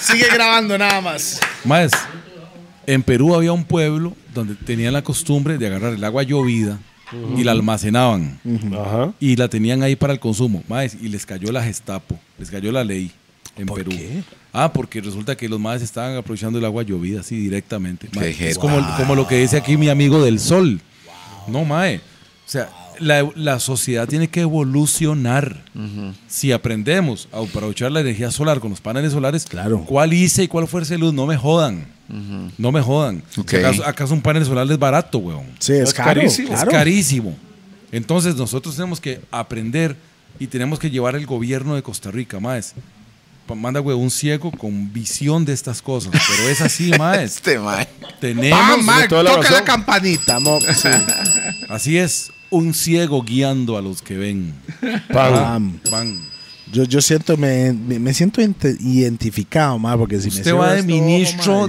S1: Sigue grabando nada más.
S3: Maes, en Perú había un pueblo donde tenían la costumbre de agarrar el agua llovida y la almacenaban
S4: Ajá.
S3: y la tenían ahí para el consumo. Maes, y les cayó la Gestapo, les cayó la ley en Perú. Ah, porque resulta que los maes estaban aprovechando el agua llovida así directamente. Mae,
S6: Qué
S3: es como, como lo que dice aquí mi amigo del sol. No, mae. O sea, la, la sociedad tiene que evolucionar. Si aprendemos a aprovechar la energía solar con los paneles solares,
S1: Claro.
S3: ¿cuál hice y cuál fuerza de luz? No me jodan. No me jodan.
S6: Ok.
S3: Si acaso, acaso un panel solar es barato, weón?
S1: Sí, es,
S4: Es
S1: caro.
S4: carísimo.
S1: claro.
S3: Es carísimo. Entonces nosotros tenemos que aprender y tenemos que llevar el gobierno de Costa Rica, más pa- manda, güey, un ciego con visión de estas cosas. Pero es así, maes.
S6: Este, mae.
S1: ¡Ah,
S3: Tenemos,
S1: Mike!
S4: toda la
S1: ¡Toca
S4: razón.
S1: la campanita! mo- sí.
S3: así es, un ciego guiando a los que ven.
S1: Pam.
S3: Van.
S1: Yo, yo siento, me, me me siento inte- identificado, ma, porque si me
S3: Usted
S1: cierro
S3: va de
S1: esto,
S3: ministro,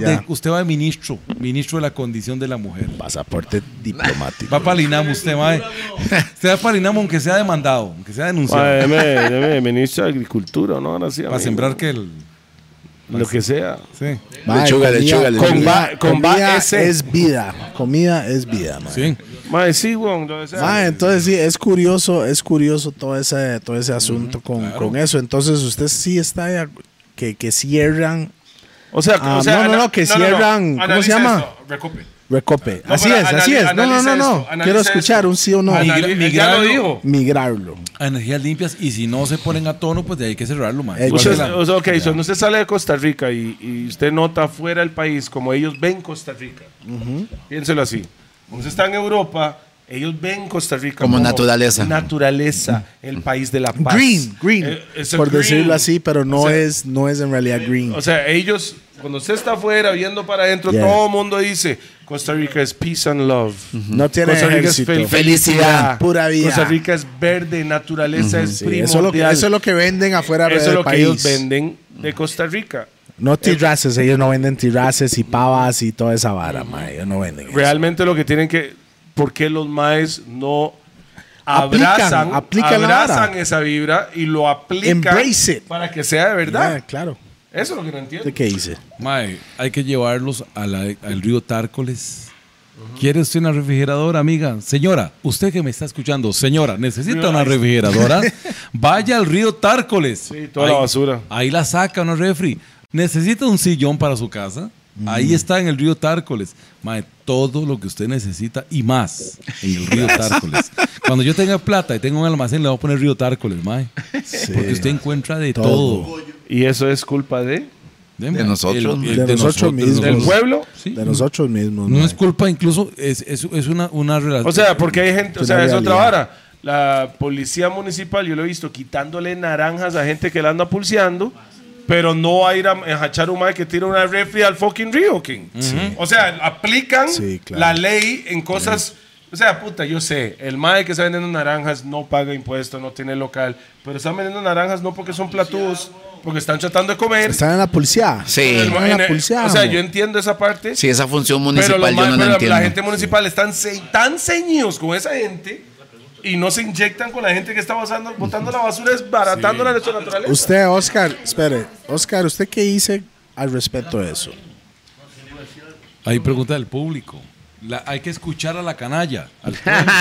S1: ma, ya.
S3: de, usted va de ministro, ministro de la condición de la mujer.
S1: Pasaporte diplomático.
S3: Va para Linamo usted, mae. Usted va para Linamo aunque sea demandado, aunque sea denunciado.
S4: Mae, deme- deme ministro de Agricultura, ¿no? Ahora sí,
S3: Para
S4: amigo.
S3: sembrar que el...
S4: Lo que sea.
S3: Sí.
S1: Ma,
S6: Lechuga, lechuga, lechuga.
S1: comida-
S4: Con va- con va
S1: comida
S4: ese.
S1: es vida. Comida es vida, ma.
S3: Sí.
S4: Mae, sí, weón, lo que sea.
S1: Ma, entonces sí, es curioso, es curioso todo ese, todo ese asunto con, con eso. Entonces usted sí está de acu- que, que cierran
S4: O sea,
S1: Ah,
S4: o sea,
S1: no, no,
S4: ana-
S1: no, que cierran- ¿cómo se
S4: Analice
S1: llama?
S4: esto, Recope.
S1: recope.
S4: No,
S1: así
S4: pero
S1: es, así
S4: anali-
S1: es. No, no,
S4: analice
S1: no, no.
S4: esto, analice
S1: Quiero escuchar
S4: esto.
S1: un sí o no.
S4: Anali-
S3: Migra-
S4: eh, ya lo
S3: migrarlo.
S4: dijo.
S1: Migrarlo.
S3: Energías limpias y si no se ponen a tono, pues de ahí que cerrarlo, mae.
S1: Eh,
S3: Igual
S4: Usted-
S3: que la-
S4: o sea, ok, so, usted sale de Costa Rica y, y usted nota fuera del país como ellos ven Costa Rica. Piénselo así. Como usted está en Europa, ellos ven Costa Rica
S6: Como naturaleza.
S4: Naturaleza, el país de la paz.
S1: Green, green.
S4: Eh, es el
S1: por
S4: green.
S1: decirlo así, pero no
S4: O sea, eh,
S1: es, no es en realidad green.
S4: O sea, ellos, cuando usted está afuera viendo para adentro,
S1: Yeah.
S4: todo el mundo dice, Costa Rica es peace and love.
S1: no tiene
S4: Costa Rica
S1: éxito.
S4: es fel-
S6: Felicidad,
S1: pura vida.
S4: Costa Rica es verde, naturaleza es
S1: Sí, eso, es lo que,
S4: primordial.
S1: eso es lo que venden afuera
S4: Eso es
S1: del
S4: lo que
S1: país.
S4: ellos venden Eh, de Costa Rica.
S1: No tiraces, ellos no venden tiraces y pavas y toda esa vara, ma. Ellos no venden. eso.
S4: Realmente lo que tienen que. ¿Por qué los maes no
S1: Aplican,
S4: abrazan,
S1: aplican la
S4: abrazan
S1: vara.
S4: esa vibra y lo aplican
S1: Embrace it.
S4: para que sea de verdad?
S1: Yeah, claro.
S4: Eso es lo que no entiendo.
S1: ¿De qué hice?
S3: Mae, hay que llevarlos a la- al río Tárcoles. ¿Quiere usted una refrigeradora, amiga? Señora, usted que me está escuchando, señora, ¿necesita una refrigeradora? Vaya al río Tárcoles.
S4: Sí, toda la basura.
S3: Ahí la saca una refri. ¿Necesita un sillón para su casa? Ahí está en el río Tárcoles. Mae, todo lo que usted necesita y más en el río Tárcoles. Cuando yo tenga plata y tenga un almacén, le voy a poner río Tárcoles, mae. Porque usted encuentra de
S1: Todo.
S3: todo.
S4: Y eso es culpa de
S3: De,
S6: nosotros,
S1: de nosotros mismos.
S4: del
S1: Los-
S4: pueblo.
S3: Sí.
S1: De nosotros mismos,
S3: No
S1: ma.
S3: es culpa, incluso es, es, es una, una relación.
S4: O sea, porque hay gente, o
S1: Es
S4: sea,
S1: una
S4: es otra
S1: realidad.
S4: vara. La policía municipal, yo lo he visto, quitándole naranjas a gente que la anda pulseando, pero no a ir a hachar un mae que tira una refri al fucking río, King. O sea, aplican
S1: Sí, claro.
S4: la ley en cosas... O sea, puta, yo sé, el mae que está vendiendo naranjas no paga impuestos, no tiene local, pero están vendiendo naranjas no porque son platús, porque están tratando de comer.
S1: Están en la policía.
S6: Sí.
S4: El mae-
S1: Están en la policía.
S4: o sea,
S1: mo.
S4: yo entiendo esa parte,
S6: Sí, esa función
S4: pero,
S6: municipal
S4: los
S6: yo
S4: ma-
S6: no
S4: pero
S6: la
S4: la,
S6: entiendo.
S4: la gente municipal están ce- tan ceñidos con esa gente y no se inyectan con la gente que está basando- botando la basura, desbaratando la nuestra naturaleza.
S1: Usted, Oscar, espere. Oscar, ¿usted qué hice al respecto de eso?
S3: Ahí pregunta del público. La- hay que escuchar a la canalla. al pueblo.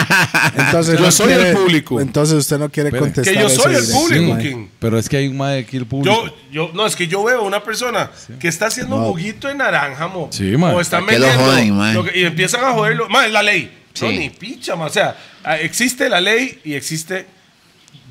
S1: Entonces,
S4: Yo
S1: no
S4: soy el
S1: quiere-
S4: público.
S1: Entonces usted no quiere
S3: Espere.
S1: contestar.
S4: que yo
S1: eso
S4: soy el
S1: directo,
S4: público,
S1: ma.
S4: King.
S3: Pero es que hay un mae aquí el público.
S4: Yo, yo, no, es que yo veo una persona que está haciendo un
S1: Wow.
S4: juguito de naranja, mo.
S3: Sí, man.
S4: O están
S6: ¿A qué lo
S4: vendiendo.
S6: joden, man?
S4: lo que- y empiezan a joderlo. Man, es la ley. No,
S6: Sí.
S4: ni picha, man. O sea, ah, existe la ley y existe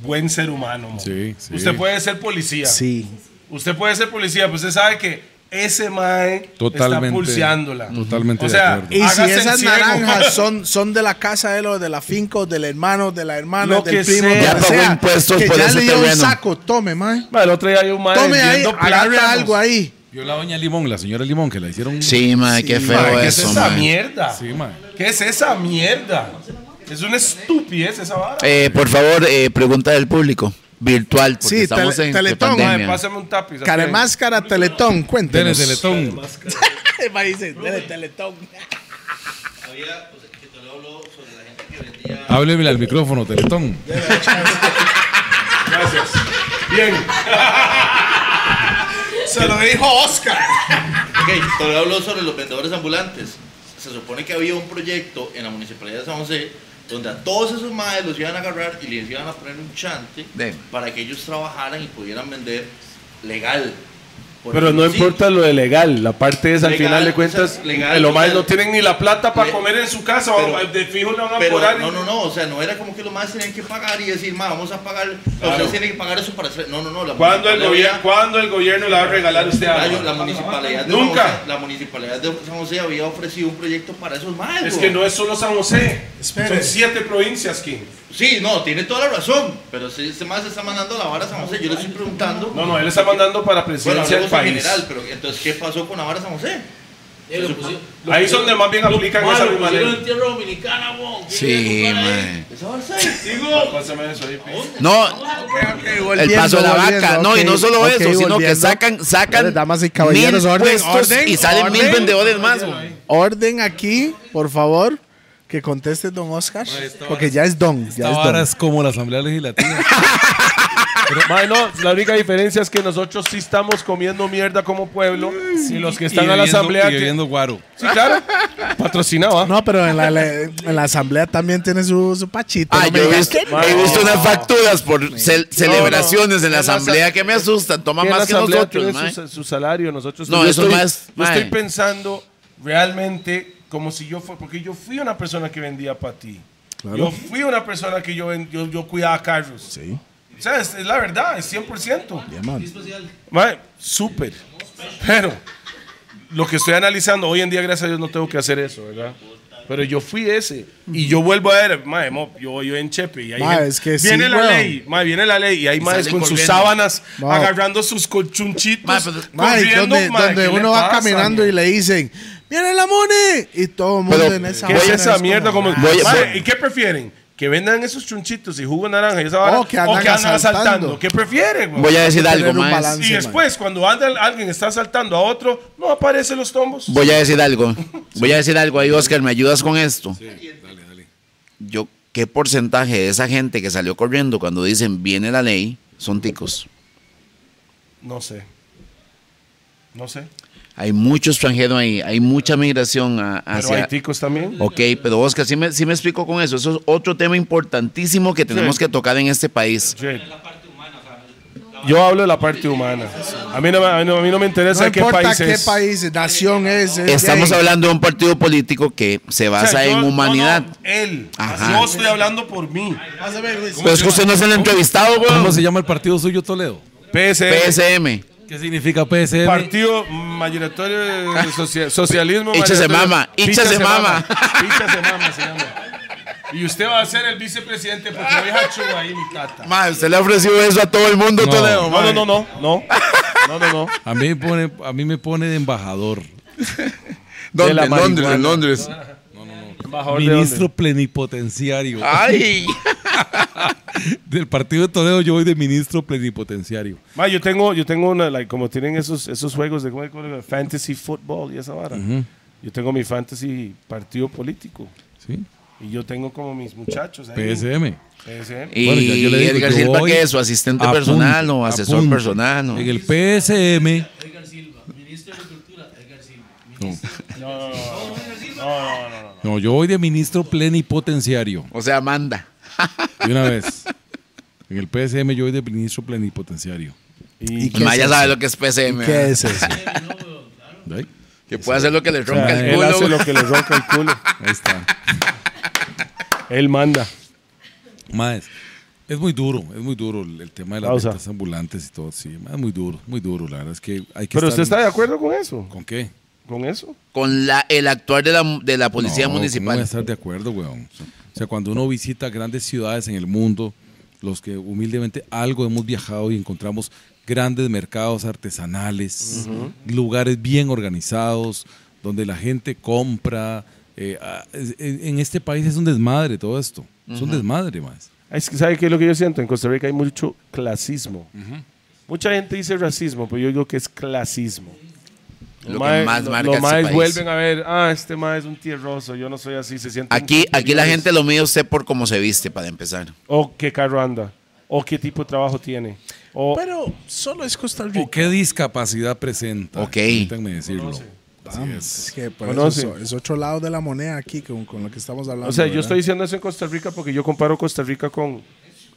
S4: buen ser humano, mo.
S3: Sí, sí.
S4: Usted puede ser policía.
S1: Sí.
S4: Usted puede ser policía, pero usted sabe que ese mae
S3: Totalmente,
S4: está pulseándola.
S3: totalmente
S4: o
S3: de
S4: sea,
S3: acuerdo.
S1: Y si
S4: hágase el
S1: esas
S4: ciego.
S1: naranjas son, son de la casa de él o de la finca, o del hermano, de la hermana,
S4: Lo
S1: del
S4: que
S1: primo,
S4: sea.
S1: lo
S4: Ya
S1: que
S6: pagó
S1: sea,
S6: impuestos
S1: que
S6: por
S1: ya
S6: ese
S1: le dio un
S6: terreno.
S1: saco, tome, mae.
S4: Ma, el otro día hay un mae
S1: Tome ahí,
S4: vendiendo
S1: agarre
S4: plátanos.
S1: algo ahí.
S3: Vio la doña Limón, la señora Limón, que la hicieron.
S6: Sí, mae, qué
S4: Ma,
S6: feo
S4: ¿Qué es
S6: eso,
S4: esa
S6: mae.
S4: mierda?
S3: Sí, mae.
S4: ¿Qué es esa mierda? Es una estupidez esa vara.
S6: Eh, por favor, eh, pregunta del público. Virtual, porque
S1: Sí,
S6: estamos
S1: tele-
S6: en
S1: Teletón,
S6: pandemia.
S4: Mae, pásame un tapiz.
S1: Care máscara, teletón,
S3: Denle
S1: cuéntenos.
S3: teletón.
S1: El mae dice, "Dele teletón.
S9: Había, o sea, que te lo hablo sobre la gente que vendía.
S3: Hábleme al micrófono, teletón.
S4: Gracias. Bien. Se lo dijo Oscar.
S9: Ok, te lo hablo sobre los vendedores ambulantes. Se supone que había un proyecto en la municipalidad de San José donde a todos esos madres los iban a agarrar y les iban a poner un chante
S6: De-
S9: para que ellos trabajaran y pudieran vender legal. Por
S4: Pero no
S9: ejemplo, sí.
S4: importa lo de legal, la parte es al
S9: Legal,
S4: final de
S9: o
S4: cuentas,
S9: sea, legal,
S4: los
S9: o sea,
S4: maes no tienen ni la plata para
S9: le-
S4: comer en su casa,
S9: pero-
S4: o de fijo le van a
S9: Pero
S4: apurar.
S9: no, no, no, o sea, no era como que los más tenían que pagar y decir, ma, vamos a pagar,
S4: Claro.
S9: ustedes tienen que pagar eso para hacer. No, no, no. La
S4: ¿Cuándo, el
S9: municipalidad-
S4: gobierno, ¿Cuándo el gobierno le va a regalar a usted
S9: la,
S4: algo?
S9: la municipalidad de
S4: Nunca.
S9: San José- la municipalidad de San José había ofrecido un proyecto para esos más.
S4: Es que no es solo San José,
S1: Espere.
S4: son siete provincias, King.
S9: Sí, no, tiene toda la razón. Pero si este más está mandando la vara a San José, yo le estoy preguntando.
S4: No, no, él está mandando para
S9: Bueno,
S4: presidencia del
S9: hablemos en
S4: país.
S9: general, pero entonces, ¿qué pasó con la vara San José?
S4: Ahí es donde más bien aplican esa misma ley.
S5: tierra dominicana, vos.
S6: Sí, mae.
S9: Esa vara está ahí.
S4: Pásame eso ahí, Pi.
S6: No, el paso de la
S1: volviendo,
S6: vaca. No, y no
S1: ok,
S6: solo
S1: ok,
S6: eso, sino que
S1: volviendo.
S6: sacan,
S1: Dale,
S6: sacan
S1: damas y
S6: mil
S1: caballeros, orden,
S6: puestos
S1: orden,
S6: y salen mil
S1: orden.
S6: vendedores más. güey.
S1: Orden aquí, por favor, que conteste don Oscar, porque ya es don, ya es
S3: Ahora
S1: don.
S3: es como la Asamblea Legislativa.
S4: Pero, mae, no, la única diferencia es que nosotros sí estamos comiendo mierda como pueblo y los que están
S3: Y
S4: a la
S3: bebiendo-
S4: asamblea...
S3: y
S4: que-
S3: bebiendo guaro.
S4: Sí, claro. Patrocinado, ¿ah?
S1: No, pero en la, la- en la asamblea también tiene su, su pachito.
S6: Ah,
S1: no me
S6: yo he
S1: digas
S6: visto,
S1: que no.
S6: he visto unas facturas por ce- celebraciones en la
S4: En la
S6: asamblea que me asustan. Toma
S4: Que la
S6: más que
S4: asamblea
S6: nosotros,
S4: tiene
S6: mae.
S4: su, su salario, nosotros
S6: No,
S4: yo
S6: eso
S4: estoy,
S6: más-
S4: yo
S6: mae.
S4: estoy pensando realmente como si yo fuera, porque yo fui una persona que vendía para ti. Yo fui una persona que yo, ven- yo, yo cuidaba carros. Sí. O sea, es, es la verdad, es 100%. Mae, súper. Pero lo que estoy analizando, hoy en día, gracias a Dios, no tengo que hacer eso, ¿verdad? Pero yo fui ese. Y yo vuelvo a ver, mae, mo, yo, yo en Chepe. Y ahí
S1: Mae, es que sí,
S4: viene la
S1: weón.
S4: ley, mae, viene la ley. Y hay maes
S6: salen
S4: con sus
S6: corriendo.
S4: sábanas,
S1: Mao.
S4: agarrando sus colchunchitos.
S6: Mae, pero-
S1: Mae,
S4: corriendo,
S1: donde,
S4: mae,
S1: donde
S4: ¿qué le
S1: uno va
S4: pasa,
S1: caminando
S4: mae?
S1: y le dicen, ¡Viene la money! Y todo el mundo
S6: Pero,
S1: en esa
S4: ¿Qué es
S1: vaina
S4: esa
S1: como,
S4: mierda? Como,
S1: "Ah,
S6: Voy a-
S4: Mae,
S6: voy-
S4: ¿Y qué prefieren? ¿Que vendan esos chunchitos y jugo de naranja y esa vara?
S1: O Oh, que andan
S4: asaltando.
S1: asaltando.
S4: ¿Qué prefieren, güey?
S6: Voy a decir
S1: tener
S6: algo,
S1: un
S6: más.
S1: balance,
S4: Y
S1: mae".
S4: después, cuando anda, alguien está asaltando a otro, no aparecen los tombos.
S6: Voy a decir algo. Voy a decir algo ahí, Oscar. ¿Me ayudas con esto? Yo, ¿qué porcentaje de esa gente que salió corriendo cuando dicen viene la ley son ticos?
S4: No sé. No sé.
S6: Hay mucho extranjero ahí, hay mucha migración a-
S4: Pero
S6: hacia.
S4: hay ticos también.
S6: Ok, pero Oscar, sí me, sí me explico con eso. Eso es otro tema importantísimo que tenemos
S4: Sí.
S6: que tocar en este país.
S4: Sí. Yo hablo de la parte humana. A mí no, me- a mí no- a mí no me interesa
S1: No
S4: de qué
S1: importa
S4: país
S1: qué
S4: es.
S1: país, nación es. es
S6: Estamos
S1: gay.
S6: hablando de un partido político que se
S4: O sea,
S6: basa
S4: yo-
S6: en
S4: no, no,
S6: humanidad.
S4: él.
S6: Ajá.
S4: Yo estoy hablando por mí.
S6: Pero es que usted no es el entrevistado,
S3: ¿Cómo se
S6: güey.
S3: llama el partido suyo, Toledo?
S4: PSM.
S6: PSM.
S3: ¿Qué significa PSM?
S4: Partido mayoritario de socia- socialismo.
S6: Hicha se
S4: mayoritario-
S6: mama, hicha se mama.
S4: Hicha se mama se llama. Y usted va a ser el vicepresidente porque voy a chupar ahí mi tata.
S6: Ma, usted le ha ofrecido eso a todo el mundo,
S3: No.
S6: Toledo.
S4: No, no, no, no, no. No, no, no.
S3: A mí, me pone, a mí me pone de embajador.
S6: ¿Dónde?
S4: De la
S6: En Londres,
S4: marihuana.
S6: en Londres.
S4: Embajador de
S3: Ministro plenipotenciario.
S6: Ah. Ay.
S3: Del partido de Toledo yo voy de ministro plenipotenciario.
S4: Ma, yo tengo, yo tengo una, like, como tienen esos, esos juegos de ¿cómo se llama? fantasy football y esa vara. Yo tengo mi fantasy partido político.
S3: ¿sí?
S4: Y yo tengo como mis muchachos ahí.
S3: PSM.
S4: PSM.
S6: Y
S3: Bueno, ya yo le digo,
S6: Edgar
S3: yo
S6: Silva,
S3: voy
S6: ¿qué es? ¿Su asistente
S3: a
S6: personal
S3: punto,
S6: o
S3: a
S6: asesor
S3: punto.
S6: personal? o-
S3: En el PSM, no, yo voy de ministro plenipotenciario.
S6: O sea, manda.
S3: De una vez. En el PSM yo voy de ministro plenipotenciario.
S1: ¿Y qué
S6: Ma,
S1: es
S6: ya
S1: eso?
S6: sabe lo que es PSM.
S1: ¿Qué
S6: ¿verdad?
S1: es eso?
S3: ¿De ahí?
S6: Que puede hacer lo que le ronca el
S4: Él
S6: culo.
S4: hace lo
S6: güey.
S4: que le ronca el culo.
S3: Ahí está.
S4: Él manda.
S3: Más. Es muy duro, es muy duro el, el tema de las
S4: Pausa.
S3: ventas ambulantes y todo. Sí, ma, es muy duro, muy duro. La verdad es que hay que
S4: Pero usted está
S3: estar-
S4: de acuerdo con eso.
S3: ¿Con qué?
S4: Con eso.
S6: Con la, el actuar de la, de la
S3: No,
S6: policía
S3: ¿cómo voy a
S6: municipal.
S3: estar de acuerdo, weón. O sea, cuando uno visita grandes ciudades en el mundo, los que humildemente algo hemos viajado y encontramos grandes mercados artesanales, lugares bien organizados, donde la gente compra. eh, ah, es- en en este país es un desmadre todo esto. Es un desmadre, más.
S4: Es que, ¿sabe qué es lo que yo siento? En Costa Rica hay mucho clasismo. Mucha gente dice racismo, pero yo digo que es clasismo.
S6: Lo que
S4: mae-
S6: más
S4: lo-
S6: marca
S4: los
S6: este
S4: maes
S6: país.
S4: vuelven a ver, ah, este mae es un tierroso, yo no soy así, se siente.
S6: Aquí, aquí la gente lo mide a usted por cómo se viste, para empezar.
S4: O "Oh, qué carro anda, o qué tipo de trabajo tiene. oh, O,
S1: Pero solo es Costa Rica.
S3: ¿O qué discapacidad presenta?
S6: Ok.
S3: Permítanme decirlo.
S1: Es que por
S4: Bueno,
S1: eso
S4: sí.
S1: es- es otro lado de la moneda aquí con, con lo que estamos hablando.
S4: o sea, yo
S1: ¿verdad?
S4: estoy diciendo eso en Costa Rica porque yo comparo Costa Rica con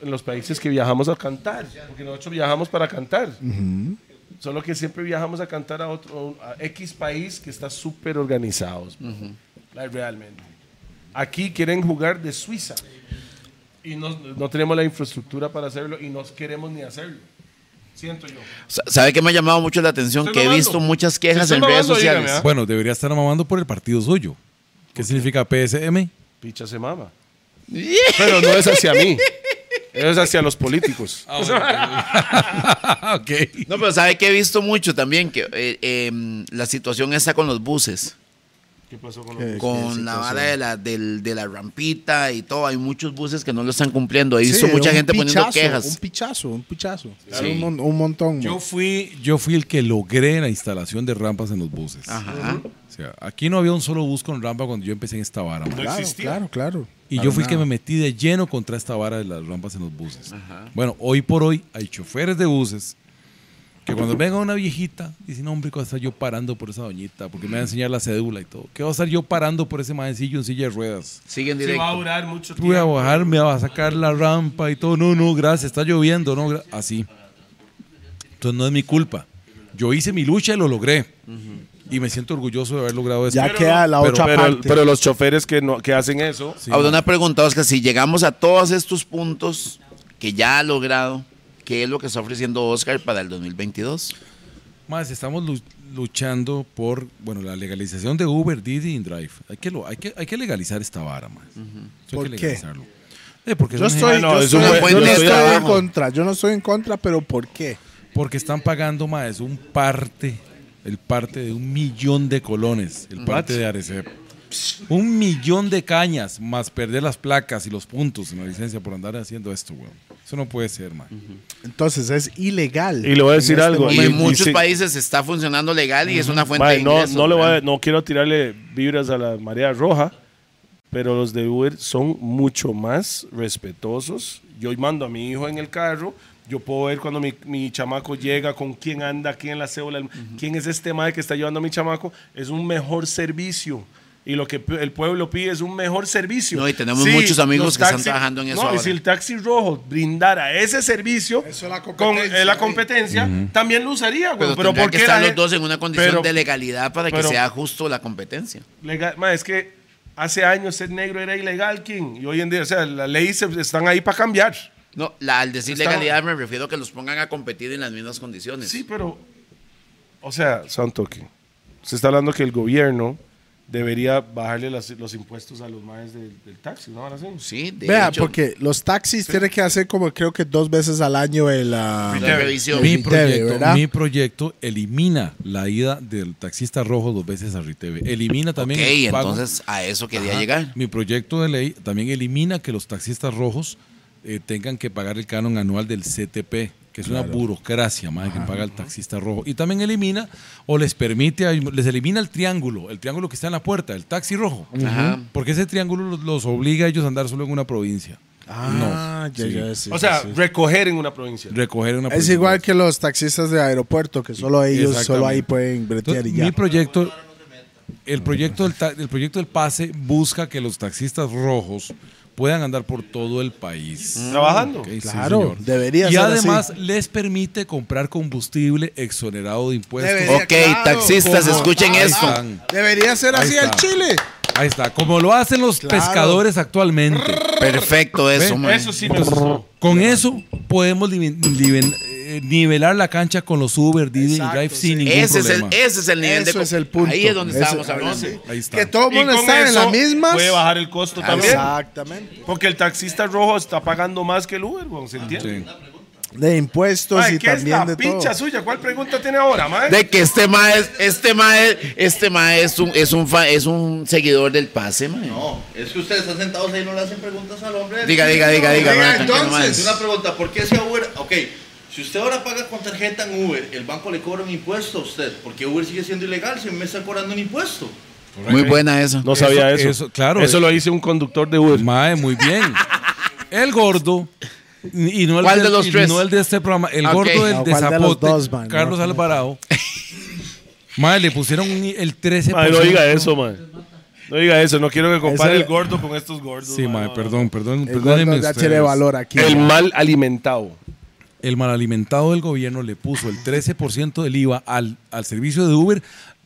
S4: los países que viajamos a cantar, porque nosotros viajamos para cantar. Solo que siempre viajamos a cantar a otro a X país que está súper organizados. Like, realmente. Aquí quieren jugar de Suiza. Y no, no tenemos la infraestructura para hacerlo y no queremos ni hacerlo. Siento yo.
S6: Sa- ¿Sabe qué me ha llamado mucho la atención?
S4: Estoy
S6: Que he
S4: mamando.
S6: visto muchas quejas
S4: Si estoy
S6: en redes
S4: mamando, dígame,
S6: sociales.
S4: ¿ah?
S3: Bueno, debería estar mamando por el partido suyo. ¿Qué significa PSM?
S4: Picha se mama. Pero no es hacia mí. Es hacia los políticos.
S1: Ah,
S3: ok.
S4: ¿ah?
S6: No, pero ¿sabe que he visto mucho también? Que eh, em, la situación está con los buses.
S4: ¿Qué pasó con
S1: Eh,
S6: con
S1: sí,
S6: la
S1: sí,
S6: vara
S1: sí.
S6: de la, del- de la rampita y todo. Hay muchos buses que no lo están cumpliendo. He
S1: Sí,
S6: visto mucha
S1: un
S6: gente poniendo
S1: pichazo, Un
S6: quejas.
S1: pichazo, un pichazo.
S6: Sí.
S1: Un, mon- un montón.
S3: Yo
S1: man.
S3: fui, yo fui el que logré la instalación de rampas en los buses.
S6: Ajá.
S3: O sea, aquí no había un solo bus con rampa cuando yo empecé en esta vara. man.
S1: Claro, claro, claro.
S3: Y yo fui el que me metí de lleno contra esta vara de las rampas en los buses. Bueno, hoy por hoy hay choferes de buses que cuando venga una viejita dicen, no, hombre, ¿qué voy a estar yo parando por esa doñita? Porque me va a enseñar la cédula y todo. ¿Qué va a estar yo parando por ese maecillo en silla de ruedas?
S6: Siguen
S4: Se va a
S6: directo.
S4: durar mucho
S3: Voy a
S4: tiempo.
S3: bajar, me va a sacar la rampa y todo. No, no, gracias, está lloviendo, no, gra- así. Entonces no es mi culpa. Yo hice mi lucha y lo logré. Y me siento orgulloso de haber logrado eso.
S1: Ya queda la
S3: pero-
S1: otra
S4: Pero,
S1: parte.
S4: pero los choferes que, no, que hacen eso,
S3: Sí,
S6: Ahora
S3: man.
S6: una pregunta, Oscar. Si llegamos a todos estos puntos que ya ha logrado, ¿qué es lo que está ofreciendo Oscar para el 2022?
S3: Más, estamos lu- luchando por bueno la legalización de Uber, Didi y Drive. Hay que, lo, hay que, hay que legalizar esta vara, más.
S1: ¿Por
S3: hay que
S1: qué?
S3: legalizarlo. Eh, porque,
S1: yo
S3: son
S1: estoy,
S4: Ah, no,
S1: yo
S4: es
S1: estoy-
S4: un
S1: yo
S6: buen-
S1: no
S6: buen
S1: estoy en
S6: trabajo.
S1: contra. Yo no estoy en contra, pero ¿por qué?
S3: gen- porque están pagando más un parte, el parte de un millón de colones, el parte de Arecep. Un millón de cañas más perder las placas y los puntos en la licencia por andar haciendo esto, weón. Eso no puede ser, man.
S1: Entonces es ilegal.
S4: Y le voy a decir
S1: En este
S4: algo,
S1: momento.
S6: Y
S4: Mae,
S6: en muchos
S4: y sí.
S6: países está funcionando legal y es una fuente
S4: Mae,
S6: de
S4: no,
S6: ingresos.
S4: no, le voy a-
S6: ¿verdad?
S4: no quiero tirarle vibras a la marea roja, pero los de Uber son mucho más respetuosos. Yo mando a mi hijo en el carro, yo puedo ver cuando mi, mi chamaco llega, con quién anda, quién en la cédula, quién es este madre que está llevando a mi chamaco. Es un mejor servicio. Y lo que pu- el pueblo pide es un mejor servicio.
S6: No, y tenemos muchos amigos
S4: los
S6: que están trabajando en eso
S4: No, y
S6: ahora.
S4: si el taxi rojo brindara ese servicio
S1: Eso es la
S4: con eh, la
S1: competencia,
S4: competencia, también lo usaría. güey.
S6: Pero,
S4: Pero,
S6: tendrán
S4: ¿por
S6: que
S4: qué la
S6: estar los
S4: gente-
S6: dos en una condición
S4: Pero-
S6: de legalidad para que
S4: pero-
S6: sea justo la competencia.
S4: Legal, ma, es que hace años ser negro era ilegal, King. Y hoy en día, o sea, las leyes se- están ahí para cambiar.
S6: No, la- al decir
S4: Estamos-
S6: legalidad me refiero a que los pongan a competir en las mismas condiciones.
S4: Sí, pero. O sea, Santo, que se está hablando que el gobierno debería bajarle las- los impuestos a los maes del, del taxi, ¿no? Ahora sí.
S6: Sí, de
S1: Vea,
S6: hecho,
S1: porque los taxis tienen que hacer como creo que dos veces al año el... ah,
S6: la revisión.
S3: Mi
S1: Riteve,
S3: proyecto,
S1: ¿verdad?
S3: mi proyecto elimina la ida del taxista rojo dos veces a Riteve. Elimina también
S6: Ok,
S3: el pago.
S6: entonces a eso quería llegar.
S3: Mi proyecto de ley también elimina que los taxistas rojos eh, tengan que pagar el canon anual del CTP, que es una burocracia más que paga el taxista rojo. Y también elimina o les permite, a- les elimina el triángulo, el triángulo que está en la puerta, el taxi rojo.
S6: Ajá.
S3: Porque ese triángulo los, los obliga a ellos a andar solo en una provincia.
S1: Ah, ya,
S3: sí.
S1: ya, sí,
S4: o sea,
S1: sí, sí.
S4: recoger en una provincia.
S3: Recoger una
S1: es
S3: provincia.
S1: igual que los taxistas de aeropuerto, que solo ellos, solo ahí
S3: Exactamente.
S1: pueden bretear
S3: Entonces,
S1: y ya.
S3: Mi proyecto, el proyecto, del ta- el proyecto del pase busca que los taxistas rojos puedan andar por todo el país.
S4: Trabajando.
S3: Ok, sí,
S1: Claro,
S3: señor.
S1: debería
S3: Y
S1: ser
S3: además
S1: así.
S3: les permite comprar combustible exonerado de impuestos.
S1: Debería.
S6: Ok,
S1: Claro,
S6: taxistas,
S1: como-
S6: escuchen
S3: Ahí
S6: esto.
S3: están,
S1: Debería ser
S3: Ahí
S1: así el
S3: está.
S1: Chile.
S3: ahí está, como lo hacen los
S1: Claro.
S3: pescadores actualmente.
S6: Perfecto eso,
S3: Ve,
S6: man.
S4: Eso sí me asustó.
S3: Con eso podemos liven- liven- eh, nivelar la cancha con los Uber, Didi y Drive sin ningún
S6: Ese, es el,
S1: e-
S3: problema.
S6: ese es el nivel de...
S1: Eso es el punto.
S6: Ahí es donde
S1: Ese-
S6: estábamos
S1: ah,
S6: hablando.
S1: sí.
S3: Ahí está.
S1: Que todo el
S4: Y
S1: mundo
S4: con
S1: está en
S4: eso
S1: las mismas. Ah,
S4: Puede bajar el costo también.
S1: Exactamente.
S4: Porque el taxista rojo está pagando más que el Uber, güey, ¿se entiende?
S3: Sí.
S1: De impuestos
S4: Mae,
S1: y
S4: ¿Qué es la
S1: también de todo.
S4: picha suya? ¿Cuál pregunta tiene ahora, mae?
S6: De que este ma es, este ma es, este ma es un, es un, fa- es un seguidor del pase, man.
S9: No, es que ustedes están sentados ahí y no le hacen preguntas al hombre.
S6: Diga, diga, diga, diga,
S9: Oiga,
S6: man, tranquilo,
S9: entonces,
S6: man.
S9: una pregunta, ¿por qué si a Uber? Ok, si usted ahora paga con tarjeta en Uber, el banco le cobra un impuesto a usted. Porque Uber sigue siendo ilegal si me está cobrando un impuesto.
S6: Muy buena esa.
S4: No sabía
S3: Eso-
S4: eso.
S3: eso, claro.
S4: Eso lo hizo un conductor de
S1: Pues,
S4: Uber.
S3: Mae, muy bien. El gordo. Y no el
S6: ¿Cuál de
S3: del-
S6: los
S3: y
S6: tres?
S3: no el de este programa. El
S6: Ok.
S3: gordo del
S1: No,
S3: de
S1: ¿cuál de los
S3: Zapote,
S1: dos, man?
S3: Carlos
S1: No, no.
S3: Alvarado. Mae, le pusieron un- el 13%.
S4: Mae, pues, no diga eso, mae. No diga eso. No quiero que compare
S1: Ese-
S4: el gordo con estos gordos.
S3: Sí,
S4: mae,
S3: mae,
S4: no,
S3: perdón, perdón.
S1: El gordo
S3: perdónenme
S1: ya
S3: ustedes.
S1: tiene valor aquí.
S4: no. El mal alimentado.
S3: el malalimentado del gobierno le puso el 13% del IVA al, al servicio de Uber,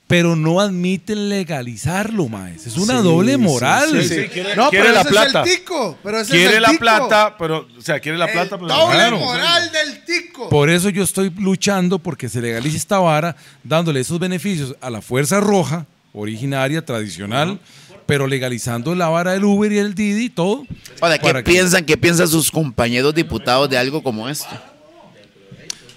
S3: pero no admiten legalizarlo, maes. Es una
S1: Sí,
S3: doble
S1: sí,
S3: moral.
S4: sí, quiere-
S10: No,
S4: quiere
S10: pero
S4: la
S10: ese
S4: plata.
S10: es el tico. Pero ese es
S4: Quiere
S10: el
S4: la
S10: tico.
S4: plata, pero. O sea, quiere la plata,
S10: el
S4: pero.
S10: doble
S4: Claro.
S10: moral del tico.
S3: Por eso yo estoy luchando porque se legalice esta vara, dándole esos beneficios a la Fuerza Roja, originaria, tradicional, pero legalizando la vara del Uber y el Didi y todo.
S6: Ahora, ¿qué
S3: para que-
S6: piensan? ¿Qué piensan sus compañeros diputados de algo como esto?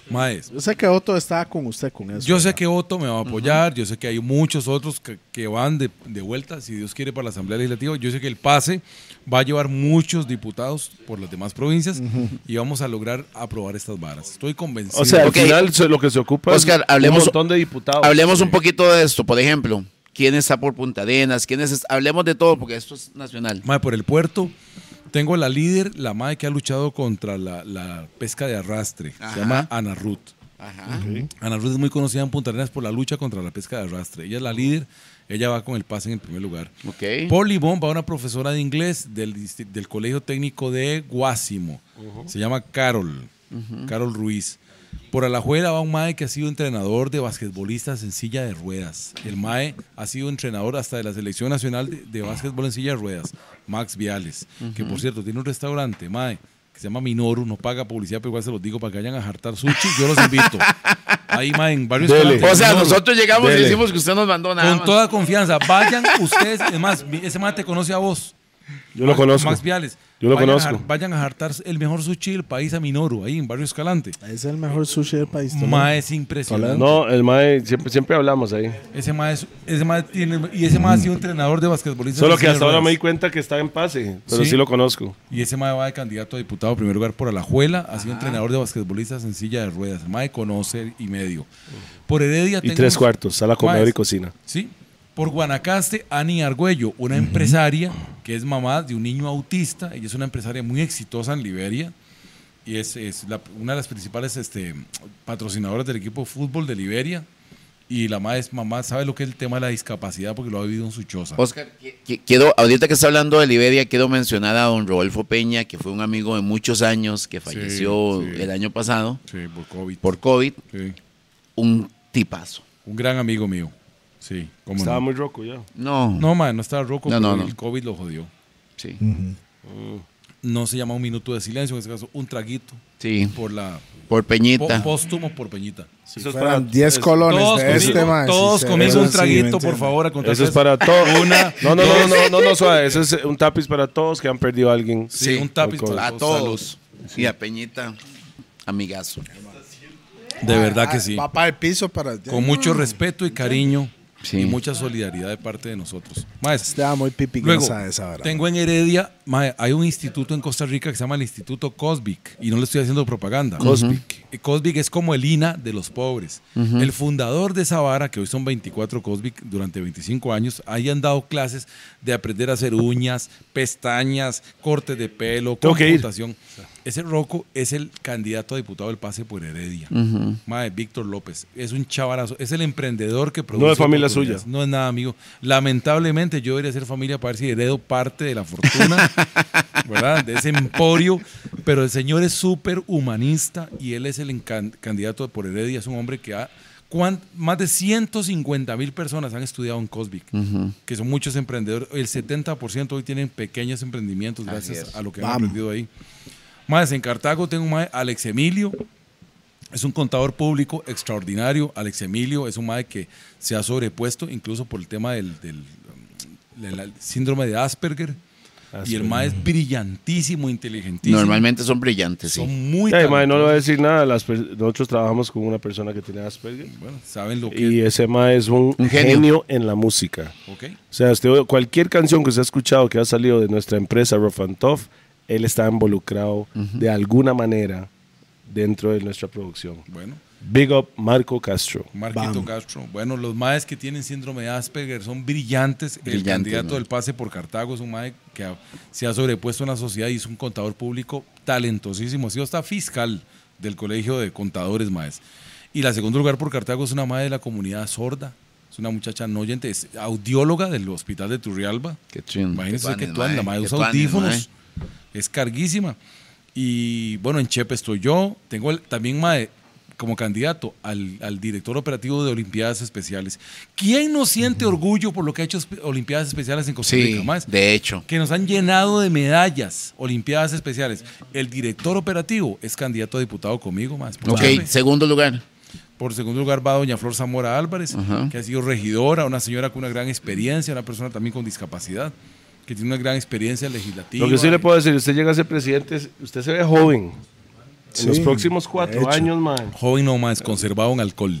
S3: Maes,
S1: Yo sé que Otto estaba con usted con eso.
S3: yo sé que Otto me va a apoyar, yo sé que hay muchos otros que, que van de, de vuelta, si Dios quiere, para la Asamblea Legislativa. Yo sé que el pase va a llevar muchos diputados por las demás provincias y vamos a lograr aprobar estas varas. Estoy convencido.
S4: O sea,
S6: Ok.
S4: al final se- lo que se ocupa
S6: Oscar,
S4: es
S6: hablemos-
S4: un montón de diputados.
S6: Hablemos un poquito de esto, por ejemplo. ¿Quién está por Punta Arenas? ¿Quién es? Hablemos de todo porque esto es nacional.
S3: Mae, por el puerto. Tengo la líder, la madre que ha luchado contra la, la pesca de arrastre.
S6: Ajá.
S3: Se llama Ana Ruth.
S6: Ajá.
S3: Ana Ruth es muy conocida en Punta Arenas por la lucha contra la pesca de arrastre. Ella es la líder. Ella va con el pase en el primer lugar.
S6: Ok.
S3: Por Limón va una profesora de inglés del, disti- del Colegio Técnico de Guásimo. Se llama Carol. Carol Ruiz. Por Alajuela va un mae que ha sido entrenador de basquetbolistas en silla de ruedas. El mae ha sido entrenador hasta de la Selección Nacional de, de Básquetbol en silla de ruedas. Max Viales. Que por cierto, tiene un restaurante, mae, que se llama Minoru. No paga publicidad, pero igual se los digo para que vayan a jartar sushi. Yo los invito. Ahí, mae, en varios
S4: Dele.
S3: restaurantes.
S6: O sea,
S3: Minoru.
S6: nosotros llegamos y
S4: Dele.
S6: decimos que usted nos mandó nada
S3: Con
S6: más.
S3: toda confianza. Vayan ustedes. Es más, mi- ese man te conoce a vos.
S4: Yo lo
S3: Max-
S4: conozco.
S3: Max Viales.
S4: Yo lo
S3: Vayan a
S4: conozco.
S3: jar- vayan a jartar el mejor sushi del país a Minoru, ahí en Barrio Escalante.
S1: Es el mejor sushi del país. ¿no?
S3: Ma es impresionante.
S4: No, el mae, siempre, siempre hablamos ahí.
S3: Ese ma es- ese ma tiene, y ese ma ha sido entrenador de basquetbolistas.
S4: Mm. Solo
S3: en
S4: que
S3: silla de
S4: hasta ahora me
S3: ruedas.
S4: di cuenta que está en pase, pero
S3: Sí.
S4: sí, lo conozco.
S3: Y ese mae va de candidato a diputado en primer lugar por Alajuela. Ha sido entrenador de basquetbolistas en silla de ruedas. El mae conoce y medio. Por Heredia
S4: Y
S3: tengo
S4: tres
S3: un-
S4: cuartos, sala, comedor
S3: Maes.
S4: y cocina.
S3: Sí. Por Guanacaste, Ani Argüello, una empresaria que es mamá de un niño autista. Ella es una empresaria muy exitosa en Liberia y es, es la- una de las principales este, patrocinadoras del equipo de fútbol de Liberia. Y la madre es mamá, sabe lo que es el tema de la discapacidad porque lo ha vivido en su choza.
S6: Oscar, qui- qui- quiero, ahorita que está hablando de Liberia, quiero mencionar a don Rodolfo Peña, que fue un amigo de muchos años, que falleció
S3: sí.
S6: el año pasado
S3: Sí, por COVID.
S6: por COVID,
S3: Sí.
S6: un tipazo.
S3: Un gran amigo mío. Sí, cómo
S4: Estaba
S3: no.
S4: muy roco ya.
S6: No,
S3: No, madre, no estaba roco,
S6: No,
S3: pero
S6: no, no.
S3: el COVID lo jodió.
S6: sí,
S4: Mm.
S3: No se llama un minuto de silencio, en este caso un traguito
S6: sí,
S3: por la
S6: por
S3: po-
S6: Peñita.
S3: póstumo por Peñita.
S1: Si
S4: Eso es
S1: fueran
S4: para-
S1: 10
S4: es-
S1: colones
S3: Todos
S1: de
S3: conmigo,
S1: este man.
S3: todos
S1: si se
S3: conmigo
S1: fueran
S3: un
S1: así, ¿me
S3: traguito, por
S1: entiende?
S3: favor, a contar
S4: Eso es
S3: tres-
S4: para todos.
S3: Una,
S4: No, no, no,
S3: dos,
S4: no, no, no, suave. Eso es un tapiz para todos que han perdido a alguien.
S3: Sí, un tapiz
S4: Por
S3: para
S6: A todos. Y a Peñita, amigazo.
S3: De verdad que
S1: Ah,
S3: sí.
S1: Va para el piso para.
S3: Con mucho respeto y cariño
S6: Sí.
S3: y mucha solidaridad de parte de nosotros. Maes,
S1: Te da muy
S3: luego,
S1: pipiguesa esa hora.
S3: tengo en Heredia, mae, hay un instituto en Costa Rica que se llama el Instituto Cosbic y no le estoy haciendo propaganda. Cosbic. Cosbic es como el INA de los pobres. El fundador de esa vara, que hoy son 24 Cosbic durante 25 años, ahí han dado clases de aprender a hacer uñas, pestañas, cortes de pelo,
S4: Tengo que ir.
S3: computación. Ese Rocco es el candidato a diputado del pase por Heredia. Mae, Víctor López. Es un chavarazo. Es el emprendedor que produce.
S4: No es familia
S3: oportunidades.
S4: suya.
S3: No es nada, amigo. Lamentablemente, yo debería ser familia para ver si heredo parte de la fortuna, ¿verdad? De ese emporio. Pero el señor es súper humanista y él es el encan- candidato por Heredia. Es un hombre que ha. cuan- Más de 150 mil personas han estudiado en Cosbic, que son muchos emprendedores. El 70% hoy tienen pequeños emprendimientos gracias a lo que han
S1: Vamos.
S3: aprendido ahí. Más en Cartago tengo un mae, Alex Emilio. Es un contador público extraordinario. Alex Emilio es un mae que se ha sobrepuesto incluso por el tema del, del, um, del- del síndrome de Asperger. Y el mae es brillantísimo, inteligentísimo.
S6: Normalmente son brillantes,
S3: Son
S6: sí.
S3: muy
S4: Ya, mae, no le voy a
S3: talentosos.
S4: decir nada. Las per- nosotros trabajamos con una persona que tiene Asperger.
S3: Bueno, saben lo
S4: Y
S3: que es.
S4: ese mae es un,
S6: Un genio.
S4: genio. en la música.
S3: Ok.
S4: O sea, usted- cualquier canción que usted ha escuchado que ha salido de nuestra empresa Rough and Tough, él está involucrado de alguna manera dentro de nuestra producción.
S3: Bueno,
S4: Big up Marco Castro.
S3: Marquito
S1: Bam.
S3: Castro. Bueno, los maes que tienen síndrome de Asperger son brillantes. el
S6: Brillantes,
S3: candidato
S6: mae.
S3: del pase por Cartago es un mae que ha- se ha sobrepuesto en la sociedad y es un contador público talentosísimo. Ha sido hasta fiscal del Colegio de Contadores, maes. Y la segundo lugar por Cartago es una madre de la comunidad sorda. Es una muchacha no oyente, es audióloga del hospital de Turrialba.
S6: Qué chun.
S3: Imagínense que
S6: Qué tuanes,
S3: tú andas,
S6: mae,
S3: mae,
S6: qué
S3: usa
S6: tuanes,
S3: audífonos. Es carguísima. Y bueno, en Chepe estoy yo. Tengo el- también mae, como candidato al, al director operativo de Olimpiadas Especiales. ¿Quién no siente orgullo por lo que ha hecho espe- Olimpiadas Especiales en Costa Rica?
S6: Sí,
S3: mae?
S6: de hecho.
S3: que nos han llenado de medallas, Olimpiadas Especiales. El director operativo es candidato a diputado conmigo, más.
S6: Ok, segundo lugar.
S3: Por segundo lugar va doña Flor Zamora Álvarez,
S6: Ajá.
S3: que ha sido regidora, una señora con una gran experiencia, una persona también con discapacidad, que tiene una gran experiencia legislativa.
S4: Lo que sí le puedo decir, usted llega a ser presidente, es- usted se ve joven.
S1: Sí,
S4: en los próximos
S1: de
S4: cuatro
S1: hecho.
S4: años, man.
S3: Joven no más, conservado en alcohol.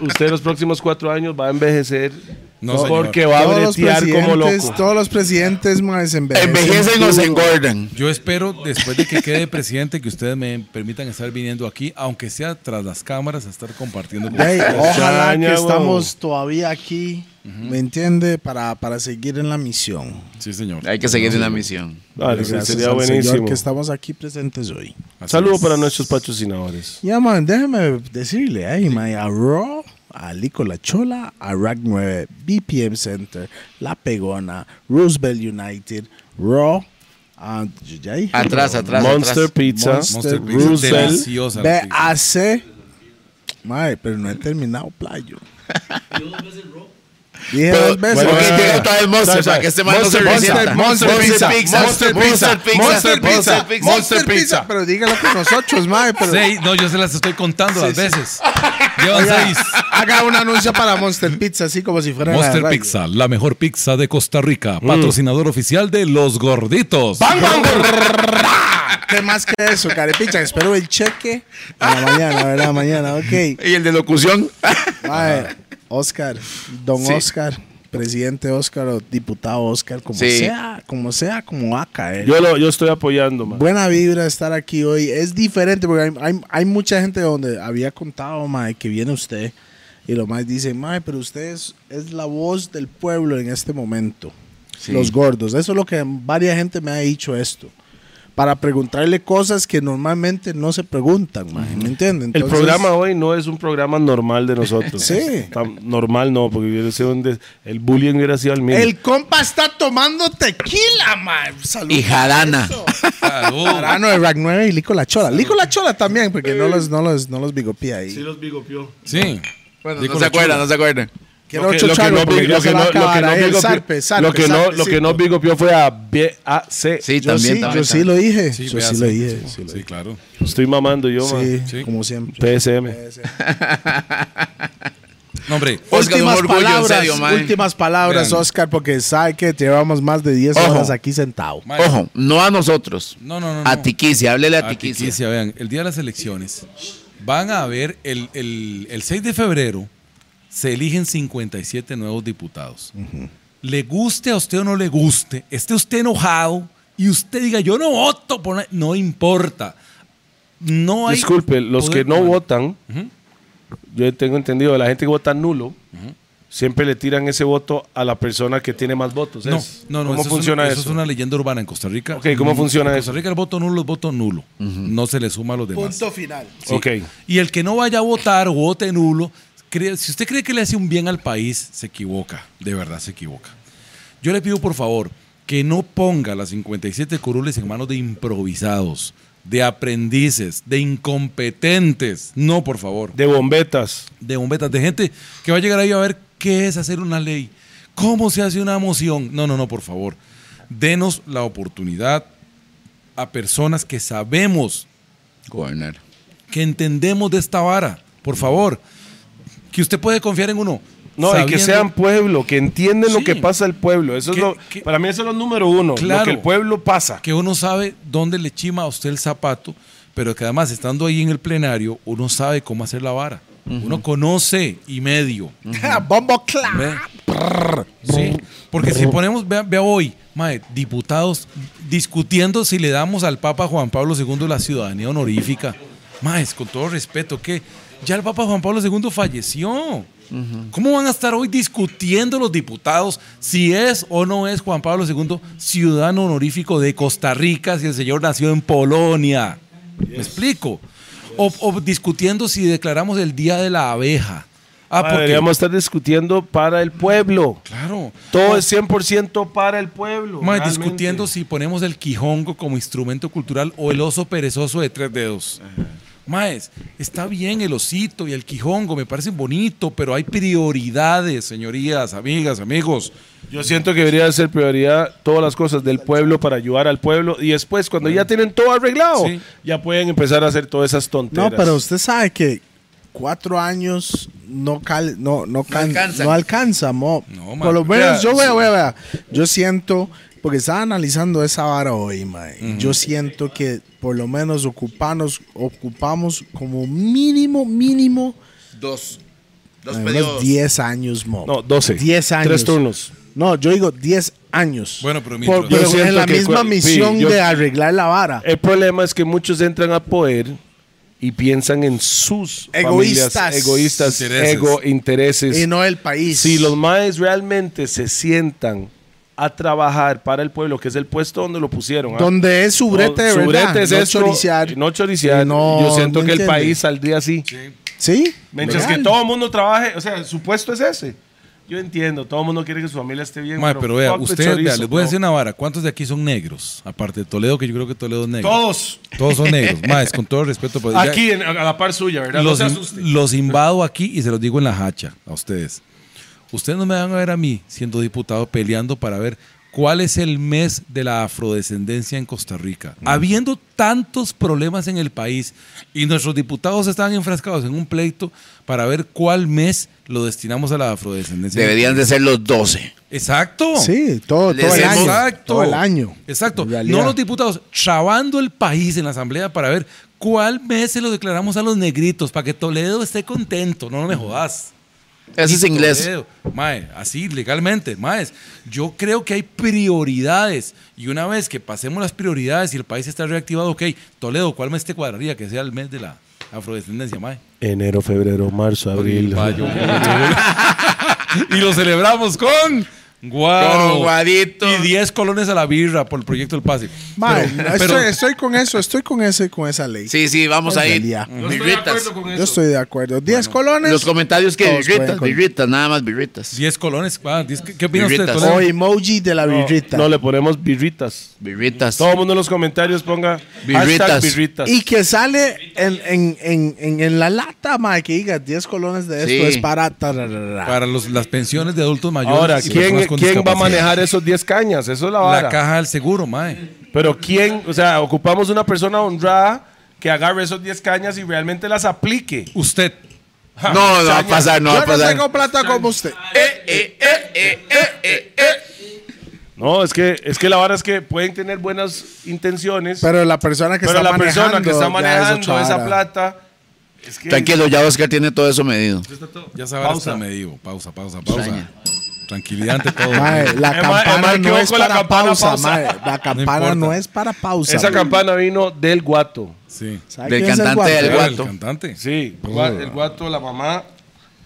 S4: Usted en los próximos cuatro años va a envejecer.
S3: No, señor.
S4: porque va a
S1: Todos los
S4: bretear como
S1: presidentes,
S4: loco.
S1: todos los presidentes, más envejecen.
S6: Envejecen o se
S1: duro.
S6: engordan.
S3: Yo espero, después de que quede presidente, que ustedes me permitan estar viniendo aquí, aunque sea tras las cámaras, a estar compartiendo con
S1: Ey,
S3: ustedes.
S1: ojalá
S4: Chaña,
S1: que
S4: huevón.
S1: estamos todavía aquí, ¿me entiende? Para, para seguir en la misión.
S3: Sí, señor.
S6: Hay que seguir en la misión.
S4: Vale, sí,
S1: Gracias
S4: sería
S1: al Señor
S4: buenísimo.
S1: que estamos aquí presentes hoy.
S3: Así
S4: Saludos
S3: es.
S4: para nuestros patrocinadores.
S1: Ya, man, déjeme decirle, ahí, man, a Raw, a Lico La Chola, a Rack 9, BPM Center, La Pegona, Roosevelt United, Raw, ah, ya dije,
S6: Atrás,
S1: Raw,
S6: atrás,
S4: Monster
S6: atrás.
S4: Pizza.
S3: Monster Pizza,
S4: Russell,
S3: deliciosa la pizza.
S1: BAC. Mae, pero no he terminado playo. Dije
S6: Pero-
S1: dos veces.
S6: bueno,
S1: Mae,
S6: ok,
S4: bueno,
S6: llega otra vez Monster,
S4: bueno.
S6: para que este man no se
S4: Monster,
S6: resienta.
S5: Monster, Monster Pizza, Monster Pizza, Monster Pizza, Monster Pizza.
S1: Pero dígalo con nosotros, mae. Pero
S3: Seis- no, yo se las estoy contando las veces. Llevan
S1: Oiga,
S3: seis.
S1: haga un anuncio para Monster Pizza, así como si fuera la
S3: Monster
S1: radio.
S3: Pizza, la mejor pizza de Costa Rica,
S1: Mm.
S3: patrocinador oficial de Los Gorditos.
S1: ¿Qué más que eso, carepicha? Espero el cheque a la mañana, ¿verdad? Mañana, ok.
S6: Y el de locución.
S1: Mae, Oscar, don Oscar, presidente Oscar o diputado Oscar, como
S6: Sí.
S1: sea, como sea, como eh. va a caer.
S4: Yo, lo, yo estoy apoyando, man.
S1: Buena vibra estar aquí hoy. Es diferente porque hay, hay- hay mucha gente donde había contado, mae, que viene usted y lo más dice, mae, pero usted es, es la voz del pueblo en este momento. Los gordos. Eso es lo que varias gente me ha dicho esto. Para preguntarle cosas que normalmente no se preguntan, mae. ¿Me entienden?
S4: el programa hoy no es un programa normal de nosotros.
S1: Sí.
S4: Tan normal no, porque yo sé dónde el bullying hubiera sido al mismo.
S1: El compa está tomando tequila, mae. Salud.
S6: Y jarana.
S1: Arano de Rack 9 y Lico La Chola. Lico La Chola también, porque no los, no los, no los bigopía ahí.
S2: Sí los bigopió.
S3: Sí.
S6: No se acuerdan, no se acuerdan.
S1: Quiero
S4: que-
S1: ocho chagos
S4: no
S1: porque
S4: big-
S1: ya
S4: lo
S1: se
S4: que
S1: va a
S4: no- lo que
S1: acabar
S4: no
S1: ahí el
S4: bigopió-
S1: zarpe, zarpe,
S4: lo que no- Lo que no
S1: zarpecito.
S4: bigopió fue a BAC.
S6: Sí,
S1: Yo
S6: también.
S1: sí,
S6: también,
S1: yo sí lo dije. yo
S3: vea,
S1: sí lo dije.
S3: Sí,
S1: Sí, lo
S3: sí,
S1: dije.
S3: claro.
S4: Estoy mamando yo, man.
S1: Sí,
S3: Sí.
S1: como siempre.
S4: PSM.
S3: No, hombre,
S6: Oscar, un
S1: últimas
S6: orgullo, en
S1: palabras,
S6: serio, mae.
S1: últimas palabras,
S3: Vean.
S1: Oscar, porque sabe que llevamos más de 10
S6: Ojo.
S1: horas aquí sentado.
S3: mae,
S6: Ojo, no a nosotros.
S3: No, no, no. no.
S6: A Tiquicia, háblele a
S3: A Tiquicia,
S6: Tiquicia.
S3: vean, el día de las elecciones van a haber el, el- el 6 de febrero se eligen 57 nuevos diputados. Le guste a usted o no le guste, esté usted enojado y usted diga yo no voto por na-", no importa. No hay
S4: Disculpe, los
S3: poder-
S4: que no votan, yo tengo entendido, la gente que vota nulo, siempre le tiran ese voto a la persona que tiene más votos.
S3: No,
S4: ¿es?
S3: no, no.
S4: pues, ¿Cómo
S3: eso
S4: funciona
S3: es una,
S4: eso?
S3: es una leyenda urbana en Costa Rica.
S4: Ok, ¿cómo
S3: Mm,
S4: funciona
S3: en
S4: eso?
S3: Costa Rica el voto nulo es voto nulo. No se le suma a
S9: Pues
S3: los demás.
S10: Punto final.
S3: Sí.
S4: Ok.
S3: Y el que no vaya a votar o vote nulo, cree- si usted cree que le hace un bien al país, se equivoca. De verdad se equivoca. Yo le pido, por favor, que no ponga las 57 curules en manos de improvisados, de aprendices, de incompetentes. No, por favor
S4: De bombetas.
S3: de bombetas, de gente que va a llegar ahí a ver qué es hacer una ley, cómo se hace una moción. No, no, no, por favor. Denos la oportunidad a personas que sabemos,
S6: Gobernar.
S3: que entendemos de esta vara, por favor. Que usted puede confiar en uno.
S4: No, y que
S3: sabiendo-
S4: sean pueblo, que entienden lo
S3: Sí.
S4: que pasa al pueblo. Eso
S3: Que-
S4: es lo,
S3: que-
S4: para mí eso es lo número uno, lo
S3: Claro.
S4: que el pueblo pasa.
S3: que uno sabe dónde le chima a usted el zapato, pero que además estando ahí en el plenario, uno sabe cómo hacer la vara. Uno conoce y medio.
S1: Bombo clap.
S3: Ve. Sí, porque si ponemos, vea, vea hoy, mae, diputados discutiendo si le damos al Papa Juan Pablo II la ciudadanía honorífica. Maes, con todo respeto, que ya el Papa Juan Pablo II falleció. ¿Cómo van a estar hoy discutiendo los diputados si es o no es Juan Pablo II ciudadano honorífico de Costa Rica si el señor nació en Polonia? ¿Me explico? O, o discutiendo si declaramos el Día de la Abeja. Ah, porque-
S4: Deberíamos estar discutiendo para el pueblo.
S3: Claro.
S4: Todo es 100% para el pueblo.
S3: Mae,
S4: realmente.
S3: discutiendo si ponemos el quijongo como instrumento cultural o el oso perezoso de tres dedos. Maes, está bien el osito y el quijongo, me parecen bonito, pero hay prioridades, señorías, amigas, amigos.
S4: Yo siento que debería ser prioridad todas las cosas del pueblo para ayudar al pueblo. Y después, cuando ya tienen todo arreglado,
S3: Sí.
S4: ya pueden empezar a hacer todas esas
S1: No,
S4: tonteras.
S1: pero usted sabe que cuatro años no cal- no no, can-
S6: alcanzan.
S1: no alcanza mo.
S3: No, man.
S1: por lo menos
S3: Ya,
S1: yo vea, vea, vea. yo siento porque estaba analizando esa vara hoy mae. yo siento que por lo menos ocupanos ocupamos como mínimo mínimo
S6: Dos. Dos
S1: mae, unos
S6: periodos.
S1: 10 años mo.
S4: No, 12.
S1: 10 años
S4: Tres turnos.
S1: no yo digo 10 años
S3: Bueno, pero mientras-
S1: Por-
S3: Yo
S1: pero en
S4: siento
S1: la
S4: que
S1: misma
S4: cua-
S1: misión
S4: sí, yo-
S1: de arreglar la vara
S4: El problema es que muchos entran a poder y piensan en sus
S1: Egoístas.
S4: familias, egoístas,
S3: Intereses.
S4: ego, intereses.
S1: y no el país
S4: Si los maes realmente se sientan a trabajar para el pueblo, que es el puesto donde lo pusieron. ¿ah?
S1: donde es su brete de
S4: Su
S1: verdad
S4: brete es
S1: no
S4: esto,
S1: choriciar.
S4: No choriciar.
S1: No,
S4: Yo siento
S1: no
S4: que el
S1: entiende.
S4: país saldría así.
S1: Sí.
S4: Mientras
S1: legal.
S4: que todo el mundo trabaje, o sea, su puesto es ese. Yo entiendo, todo el mundo quiere que su familia esté bien.
S3: Mae, pero vea,
S4: fuck the
S3: ustedes,
S4: chorizo,
S3: vea, les voy a
S4: no.
S3: decir una vara, ¿cuántos de aquí son negros? Aparte de Toledo, que yo creo que Toledo es negro.
S4: Todos
S3: Todos son negros, maes, con todo respeto. pues, ya-
S4: aquí en- a la par suya, ¿verdad?
S3: los,
S4: no se
S3: in-
S4: asuste.
S3: los invado aquí y se los digo en la hacha a ustedes. Ustedes no me van a ver a mí siendo diputado peleando para ver cuál es el mes de la afrodescendencia en Costa Rica.
S4: Mm.
S3: Habiendo tantos problemas en el país y nuestros diputados están enfrascados en un pleito para ver cuál mes lo destinamos a la afrodescendencia.
S6: Deberían de ser los 12.
S3: Exacto.
S1: Sí, todo,
S6: Les
S1: todo el
S6: hemos-
S1: año.
S3: Exacto.
S1: Todo el año.
S3: Exacto.
S1: En realidad.
S3: No los diputados, trabando el país en la asamblea para ver cuál mes se lo declaramos a los negritos, para que Toledo esté contento. No, no me jodas.
S6: Ese es inglés.
S3: Toledo. Mae, así legalmente, maes. Yo creo que hay prioridades y una vez que pasemos las prioridades y el país está reactivado, ok, Toledo, ¿cuál mes te cuadraría que sea el mes de la afrodescendencia, mae?
S4: Enero, febrero, marzo, abril.
S3: Mayo, y lo celebramos con guaro.
S6: Con guadito.
S3: Y 10 colones a la birra por el proyecto del pase.
S1: Mae,
S3: Pero-
S1: estoy,
S3: pero-
S1: estoy con eso, estoy con ese, con esa ley.
S6: Sí, sí, vamos
S1: En
S6: ahí.
S1: realidad.
S4: Yo estoy de
S6: Birritas.
S4: acuerdo con
S1: Yo
S4: eso.
S1: estoy de acuerdo. 10 colones.
S6: Los comentarios que
S1: Todos pueden
S6: birritas,
S1: con-
S6: birritas, nada más birritas.
S3: 10 colones. ah, 10, ¿Qué, qué opina usted?
S6: Birritas.
S3: Toledo?
S1: O emoji de la birrita.
S4: No, le ponemos birritas.
S6: Birritas.
S4: Todo el mundo en los comentarios ponga
S6: Birritas.
S4: hashtag birritas.
S1: y que sale en, en, en, en, en la lata, mae, que diga 10 colones de esto
S6: Sí.
S1: es para... tararara.
S3: Para los- las pensiones de adultos mayores.
S4: Ahora,
S3: y personas
S4: ¿quién,
S3: con
S4: ¿quién va a
S3: discapacidad.
S4: manejar esos 10 cañas? Eso es la vara.
S3: La caja del seguro, mae.
S4: Pero quién, o sea, ocupamos una persona honrada que agarre esos 10 cañas y realmente las aplique.
S3: Usted.
S6: No, no va a pasar, no va
S1: Yo
S6: a
S1: no
S6: pasar.
S1: tengo plata como usted.
S6: Eh, eh, eh, eh, eh, eh, eh.
S4: No, es que, es que la vara es que pueden tener buenas intenciones, pero,
S1: Pero la persona que está
S4: la persona que está
S1: manejando ya es
S4: manejando
S1: otra
S4: esa
S1: vara.
S4: plata. Es que
S6: Tranquilo, ya Oscar tiene todo eso medido.
S3: Ya sabrá
S4: Pausa.
S3: hasta me digo. Pausa, pausa, pausa. Tranquilidad ante todo.
S1: Mae, la
S4: Emma-
S1: campana
S4: Emma
S1: no es
S4: equivocó la
S1: para
S4: campana,
S1: pausa,
S4: pausa.
S1: mae. La campana
S3: importa.
S1: no, es para pausa.
S4: esa
S1: mae.
S4: campana vino del guato.
S3: Sí.
S1: ¿Sabe
S6: Del
S1: quién es el
S6: cantante del
S1: guapo?
S3: El
S6: guato.
S3: cantante.
S4: Sí, gua- el guato, la mamá,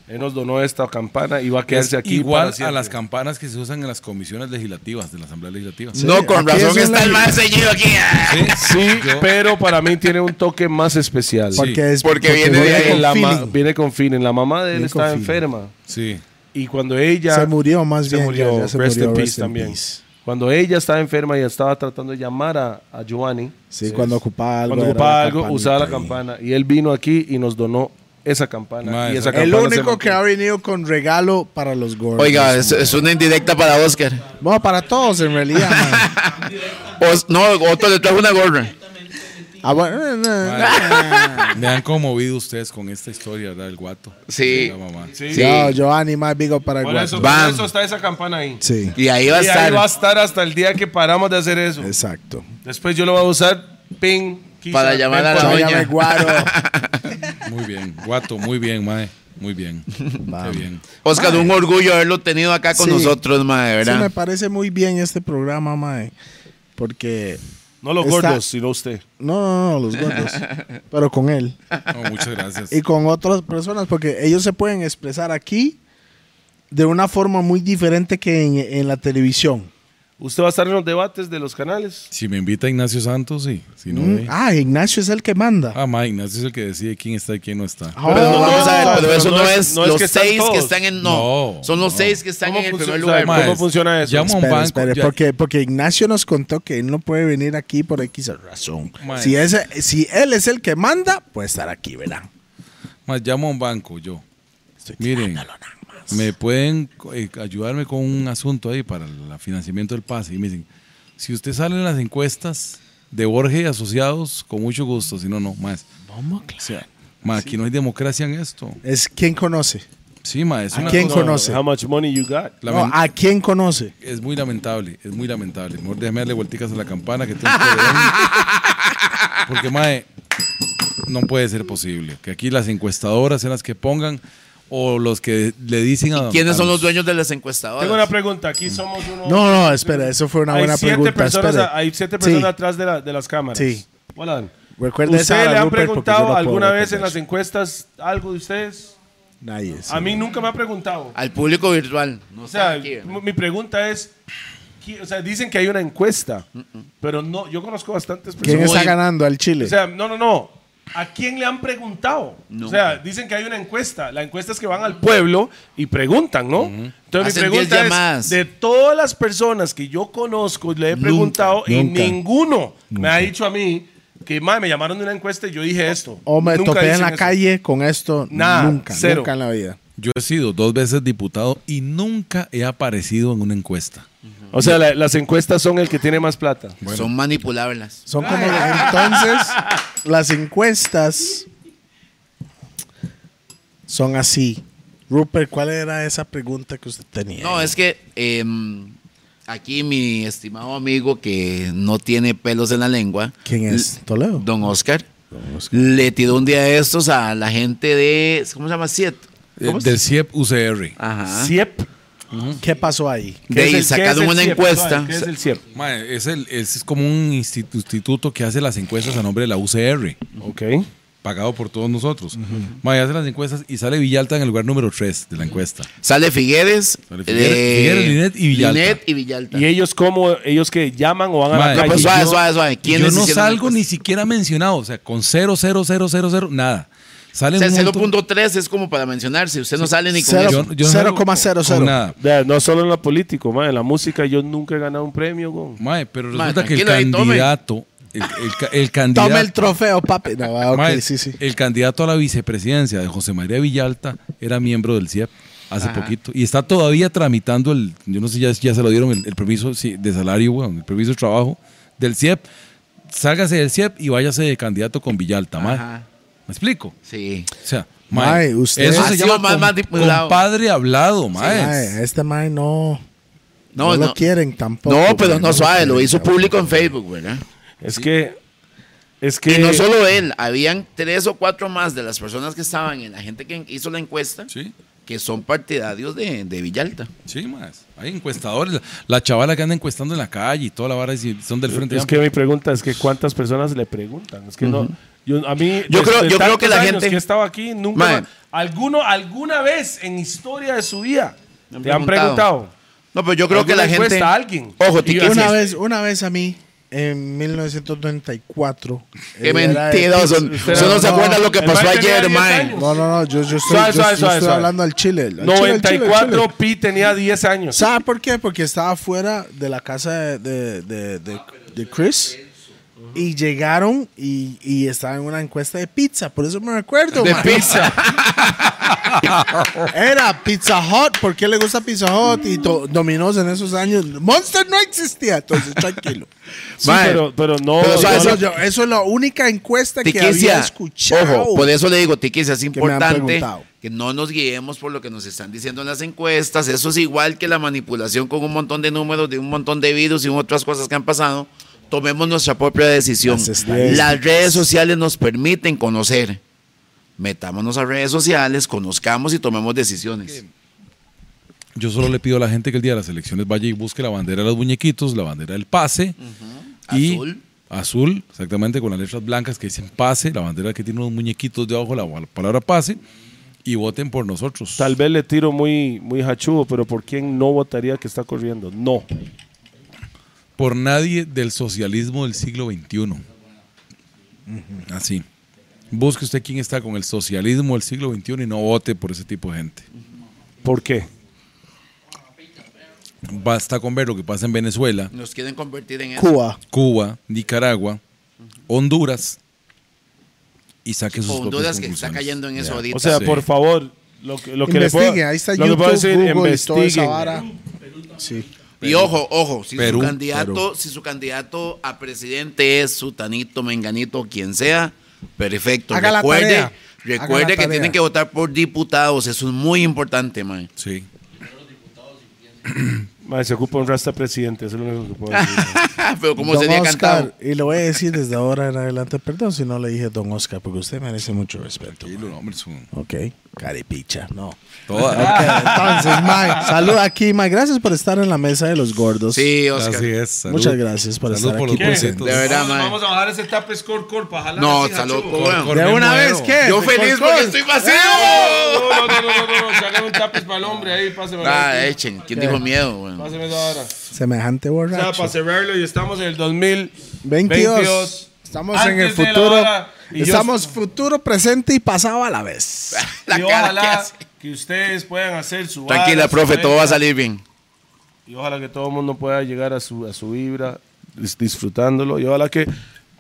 S4: él nos donó esta campana y va a quedarse aquí. para
S3: Igual a
S4: siempre.
S3: las campanas que se usan en las comisiones legislativas de la Asamblea Legislativa.
S6: No, con
S1: aquí
S6: razón
S1: es
S6: está
S1: la-
S6: el más ceñido aquí. ah.
S3: Sí,
S4: Sí,
S3: yo-
S4: pero para mí tiene un toque más especial.
S3: Sí.
S1: Porque, es,
S6: Porque viene
S1: voy
S6: de
S1: con
S6: ahí
S4: la ma-
S1: feeling.
S4: viene con Finin. La mamá de él
S1: Viene con
S4: estaba
S1: feeling.
S4: enferma.
S3: sí.
S4: Y cuando ella.
S1: Se murió, más
S4: se
S1: bien,
S4: murió,
S1: ya- ya se
S4: rest
S1: murió, rest
S4: in peace
S1: in
S4: también.
S1: peace.
S4: Cuando ella estaba enferma y estaba tratando de llamar a, a Giovanni.
S1: Sí, cuando ocupaba algo.
S4: Cuando
S1: era
S4: ocupaba
S1: la
S4: algo,
S1: campanita
S4: usaba la
S1: ahí.
S4: campana. Y él vino aquí y nos donó esa campana.
S3: Madre,
S4: y esa
S3: el
S1: El
S4: campana se
S1: único que
S4: mantuvo.
S1: ha venido con regalo para los gordos.
S6: Oiga, es, es una indirecta para Oscar.
S1: Bueno, para todos en realidad. man.
S6: Os- no, otro le trajo una gorra.
S1: Ah, bueno, eh, no, no.
S3: Mae, Me han conmovido ustedes con esta historia, ¿verdad? El guato.
S6: Sí.
S3: De La mamá.
S4: Sí.
S6: Sí.
S1: Yo, Giovanni, más bigo para el
S4: Por eso,
S1: guapo.
S4: por
S6: Bam.
S4: eso está esa campana ahí.
S1: Sí,
S6: Y ahí va a
S4: Y ahí
S6: estar.
S4: va a estar hasta el día que paramos de hacer eso.
S1: exacto.
S4: Después yo lo voy a usar. Ping. quizá,
S6: Para llamar
S4: ven
S6: a la
S4: por
S1: Chao,
S4: ahí.
S1: ya
S6: doña.
S1: me guaro.
S3: Muy bien, guato, muy bien, mae. Muy bien. Qué bien.
S6: Oscar, un orgullo haberlo tenido acá con
S1: Sí.
S6: nosotros, madre,
S1: Sí, me
S6: ¿verdad?
S1: parece muy bien este programa, mae. Porque.
S4: No los
S1: Está-
S4: gordos, sino usted.
S1: No, no, no, los gordos. pero con él.
S3: No, muchas gracias.
S1: y con otras personas, porque ellos se pueden expresar aquí de una forma muy diferente que en, en la televisión.
S4: Usted va a estar en los debates de los canales.
S3: Si me invita Ignacio Santos, sí. Si no,
S1: Mm,
S3: eh.
S1: Ah, Ignacio es el que manda.
S3: Ah, ma, Ignacio es el que decide quién está y quién no está.
S1: Ah, bueno,
S6: Vamos a ver,
S4: no,
S6: pero
S4: pero
S6: eso
S4: no
S6: no
S4: es-
S6: es
S4: no es
S6: los
S4: que están
S6: seis que
S4: todos.
S6: están en. No.
S3: No,
S6: Son los
S3: no.
S6: seis que están en el primer
S4: funciona-
S6: lugar.
S4: ¿Cómo
S3: mae,
S4: funciona eso?
S3: Llama a un
S1: Espere,
S3: banco.
S1: espere,
S3: ya-
S1: porque, porque Ignacio nos contó que él no puede venir aquí por X razón.
S3: Mae.
S1: Si, ese, si él es el que manda, puede estar aquí, ¿verdad?
S3: ma, llamo a un banco yo.
S1: Estoy
S3: Miren,
S1: tirándolo nada más.
S3: me pueden eh, ayudarme con un asunto ahí para el financiamiento del pase. Y me dicen, si usted sale en las encuestas de Borges y Asociados, con mucho gusto. Si no, no, más.
S1: ¿Cómo?
S3: aquí no hay democracia en esto.
S1: Es quién conoce.
S3: Sí, ma, es
S1: ¿A
S3: una
S1: quién
S3: cosa-
S1: conoce?
S4: How much money you got?
S1: No,
S3: lamen-
S1: ¿A quién conoce?
S3: Es muy lamentable, es muy lamentable. Mejor déjame darle vuelticas a la campana que tengo que ver. Porque, mae, no puede ser posible. Que aquí las encuestadoras sean las que pongan o los que le dicen a.
S6: ¿Quiénes son
S3: a
S6: los dueños de las encuestadoras?
S4: Tengo una pregunta. Aquí somos uno.
S1: No, no, espera, eso fue una
S4: hay
S1: buena
S4: siete
S1: pregunta.
S4: Personas,
S1: espere.
S4: hay siete
S1: Sí.
S4: personas atrás de, la- de las cámaras.
S1: Sí.
S4: Hola.
S1: Recuerde esa
S4: ¿Usted
S1: hora,
S4: le han
S1: Rupert, porque yo
S4: preguntado
S1: no puedo
S4: alguna vez en
S1: recordar.
S4: las encuestas algo de ustedes?
S1: Nadie. sí.
S3: Ah,
S4: A mí nunca me ha preguntado.
S6: Al público virtual. No
S4: O sea,
S1: ¿eh?
S6: aquí,
S4: m- mi pregunta es, ¿qui- o sea, dicen que hay una encuesta, pero no, yo conozco bastantes
S3: pues
S1: ¿Quién
S4: personas.
S6: Somos-
S1: está ganando al Chile?
S4: O sea, no, no, no. ¿A quién le han preguntado?
S6: Nunca.
S4: O sea, dicen que hay una encuesta. La encuesta es que van al pueblo y preguntan, ¿no? Entonces mi
S6: Hacen
S4: pregunta
S6: 10
S4: es,
S6: llamadas.
S4: de todas las personas que yo conozco, le he preguntado y
S1: nunca.
S4: ninguno me ha dicho a mí que, madre, me llamaron de una encuesta y yo dije esto.
S1: o me
S4: Nunca
S1: topé en
S4: dicen
S1: la
S4: eso.
S1: calle con esto.
S4: Nada,
S1: nunca,
S4: cero.
S1: nunca en la vida.
S3: Yo he sido dos veces diputado y nunca he aparecido en una encuesta.
S4: O sea, la- las encuestas son el que tiene más plata.
S6: Son manipulables.
S1: Son como entonces las encuestas son así. Rupert, ¿cuál era esa pregunta que usted tenía?
S6: No, es que eh, aquí mi estimado amigo que no tiene pelos en la lengua.
S1: ¿Quién es?
S6: l-
S1: Toledo.
S6: Don Oscar. Le tiró un día de estos a la gente de. ¿Cómo se llama? Siete.
S3: Eh, Del CIEP UCR.
S6: Ajá.
S4: Ah. Siep.
S1: ¿Qué pasó ahí?
S4: ¿Qué
S6: De
S4: es el-
S6: ahí
S4: qué es
S6: sacaron
S4: el
S6: una
S4: Siep?
S6: encuesta.
S4: Suave, ¿Qué es el Siep?
S3: Mae, es, el, es como un institu- instituto que hace las encuestas a nombre de la UCR,
S4: Ok.
S3: pagado por todos nosotros. Mae, hace las encuestas y sale Villalta en el lugar número 3 de la encuesta.
S6: Sale Figueres.
S3: Sale Figueres-
S6: eh,
S3: Figueres, Linet y Villalta.
S6: Linet y Villalta.
S4: ¿Y ellos cómo? ¿Ellos que llaman o van a
S3: Mae,
S4: la
S3: no,
S4: calle?
S3: pues,
S6: suave,
S3: yo-
S6: suave, suave.
S3: Y
S6: ¿Quiénes
S3: yo no
S6: hicieron la
S3: salgo ni
S6: encuesta?
S3: siquiera mencionado, o sea, con 0, 0, 0, 0, 0, nada. Sale
S6: O sea,
S3: un
S6: el
S3: montón-
S6: 0.3 es como para mencionarse. Usted no sale ni con
S1: Cero.
S6: eso.
S3: Yo- yo no salgo con-
S1: 0,00.
S3: con Nada.
S4: Vea, no solo en lo político, ma, en la música yo nunca he ganado un premio. weón.
S3: Mae, pero
S6: Mae,
S3: resulta que el
S6: tranquilo ahí, tome.
S3: candidato, el, el ca- el candidato,
S1: Tome el trofeo, papi. No, ah, ok,
S3: mae,
S1: sí, sí.
S6: eh,
S3: el candidato a la vicepresidencia de José María Villalta era miembro del CIEP hace poquito y está todavía tramitando el, yo no sé, ya, ya se lo dieron el, el permiso sí, de salario, weón, el permiso de trabajo del CIEP. Sálgase del CIEP y váyase de candidato con Villalta, mae.
S6: Ajá.
S3: ¿Me explico?
S6: Sí.
S3: O sea, mae,
S1: Mae, usted
S3: eso
S1: ha
S3: se
S6: sido
S3: llama
S6: más
S3: com-
S6: manipulado.
S3: compadre hablado, mae.
S1: Mae, a este mae no, no,
S6: No, no.
S1: lo quieren tampoco.
S6: No, pero
S1: mae,
S6: no suave, lo
S1: quieren
S6: hizo
S1: tampoco.
S6: público en Facebook, ¿verdad?
S4: Es que. Es que.
S6: Y no solo él, habían tres o cuatro más de las personas que estaban en la gente que hizo la encuesta
S3: Sí,
S6: que son partidarios de, de Villalta.
S3: sí, mae. Hay encuestadores, la, la chavala que anda encuestando en la calle y toda la vara, y son del frente.
S4: es que mi pregunta es que cuántas personas le preguntan. Es que no. Yo, a mí.
S6: Yo creo-
S4: desde
S6: yo creo
S4: tantos
S6: que la
S4: años
S6: gente-
S4: que he estado aquí, nunca.
S6: Mae.
S4: ma- alguno, alguna vez en historia de su vida.
S6: Me han
S4: te han
S6: preguntado.
S4: preguntado.
S6: No, pero yo creo que
S4: ¿Alguna
S6: la gente.
S4: encuesta a alguien?
S6: Ojo,
S4: Y
S6: tique-
S4: así
S1: Una
S4: es.
S1: vez, una vez a mí, en 1994.
S6: Qué
S1: él eh, era de
S6: mentiroso.
S1: Pittsburgh.
S6: Usted no se
S1: No,
S6: acuerda lo que
S4: el
S6: pasó
S4: man tenía
S6: ayer,
S4: 10
S6: mae.
S4: años.
S1: No, no, no, yo, yo estoy, yo- yo
S4: Suave, suave, suave,
S1: estoy
S4: suave.
S1: hablando al Chile. al Chile, al Chile, al Chile.
S4: 94, Pi tenía 10 años.
S1: ¿Sabe por qué? Porque estaba fuera de la casa de, de- de- de- de Chris. Y llegaron y, y estaba en una encuesta de pizza, por eso me recuerdo.
S6: De
S1: man.
S6: pizza.
S1: Era Pizza Hut, ¿por qué le gusta Pizza Hut? Y to- Domino's en esos años. Monster no existía, entonces tranquilo.
S4: Sí,
S6: Mae.
S4: pero, pero no.
S6: Pero,
S4: no,
S6: o sea,
S1: Eso,
S4: no-
S6: eso-
S1: yo- eso es la única encuesta que había
S6: Tiquicia,
S1: escuchado.
S6: ojo, por eso le digo, Tiquicia, es
S1: me han
S6: importante
S1: preguntado.
S6: que no nos guiemos por lo que nos están diciendo en las encuestas. Eso es igual que la manipulación con un montón de números, de un montón de virus y otras cosas que han pasado. Tomemos nuestra propia decisión.
S1: Las estadísticas.
S6: Las redes sociales nos permiten conocer. Metámonos a redes sociales, conozcamos y tomemos decisiones.
S3: Yo solo le pido a la gente que el día de las elecciones vaya y busque la bandera de los muñequitos, la bandera del pase. y
S6: Azul.
S3: Azul, exactamente, con las letras blancas que dicen pase, la bandera que tiene unos muñequitos debajo, la, la palabra pase, y voten por nosotros.
S4: Tal vez le tiro muy, muy hachudo, pero ¿por quién no votaría que está corriendo? No.
S3: por nadie del socialismo del siglo XXI. Así. Busque usted quién está con el socialismo del siglo XXI y no vote por ese tipo de gente.
S4: ¿Por qué?
S3: Basta con ver lo que pasa en Venezuela,
S6: Nos quieren convertir en eso.
S1: Cuba.
S3: Cuba, Nicaragua, Honduras y saque sus propias
S6: Honduras que está
S3: conclusiones.
S6: cayendo en eso
S3: Ya.
S6: ahorita.
S4: O sea,
S3: Sí.
S4: por favor, lo que, lo que le puedo,
S1: Investiguen, ahí está
S4: lo que
S1: YouTube,
S4: puedo
S1: Google
S4: decir,
S1: y toda esa
S4: investiguen.
S1: vara. Sí.
S6: Y ojo, ojo, si
S3: Perú,
S6: su candidato,
S3: Perú.
S6: si su candidato a presidente es sutanito, menganito, quien sea, perfecto.
S1: Haga la
S6: recuerde,
S1: tarea. Haga la
S6: recuerde que
S1: tarea.
S6: tienen que votar por diputados, eso es muy importante, man.
S3: Sí.
S4: Mae, se ocupa un rasta presidente, eso es lo único que puedo decir.
S6: Ah, Pero como
S1: Don
S6: sería
S1: Oscar,
S6: cantado.
S1: y lo voy a decir desde ahora en adelante, perdón si no le dije don Oscar, porque usted merece mucho respeto.
S3: Tranquilo, no, hombre, es un-
S1: Ok, caripicha, no.
S3: toda-
S1: Entonces, Mike, salud aquí, Mike. Gracias por estar en la mesa de los gordos.
S6: Sí, Oscar.
S3: Así es. salud.
S1: Muchas gracias por
S3: Salud
S1: estar
S3: por
S1: aquí
S3: los
S1: presente.
S3: bolsitos.
S6: De verdad, man.
S5: Vamos a bajar ese tap score core para jalar.
S6: No,
S5: así,
S6: está
S5: Hachu.
S6: loco,
S3: Cor-
S6: weón.
S3: cor- me muero.
S6: Yo feliz porque estoy vacío.
S1: ¡Eh!
S5: No, no, no, no, no, no, se hagan un tapes para el hombre ahí, pásenme.
S6: Ah, echen, ¿quién dijo miedo, weón?
S5: Pásenme eso ahora.
S1: Semejante
S5: O sea,
S1: borracho.
S5: para cerrarlo y estamos en el 2000.
S1: 22.
S5: 22.
S1: Estamos
S5: Antes
S1: en el
S5: de la
S1: futuro.
S5: hora, y yo-
S1: Estamos futuro, presente y pasado a la vez.
S6: La
S5: y
S6: cara que
S5: ojalá
S6: hace.
S5: que, ustedes puedan hacer su
S6: Tranquila,
S5: vara, su
S6: profe, todo
S5: venta,
S6: va a salir bien.
S4: Y ojalá que todo el mundo pueda llegar a su, a su vibra dis- disfrutándolo. Y ojalá que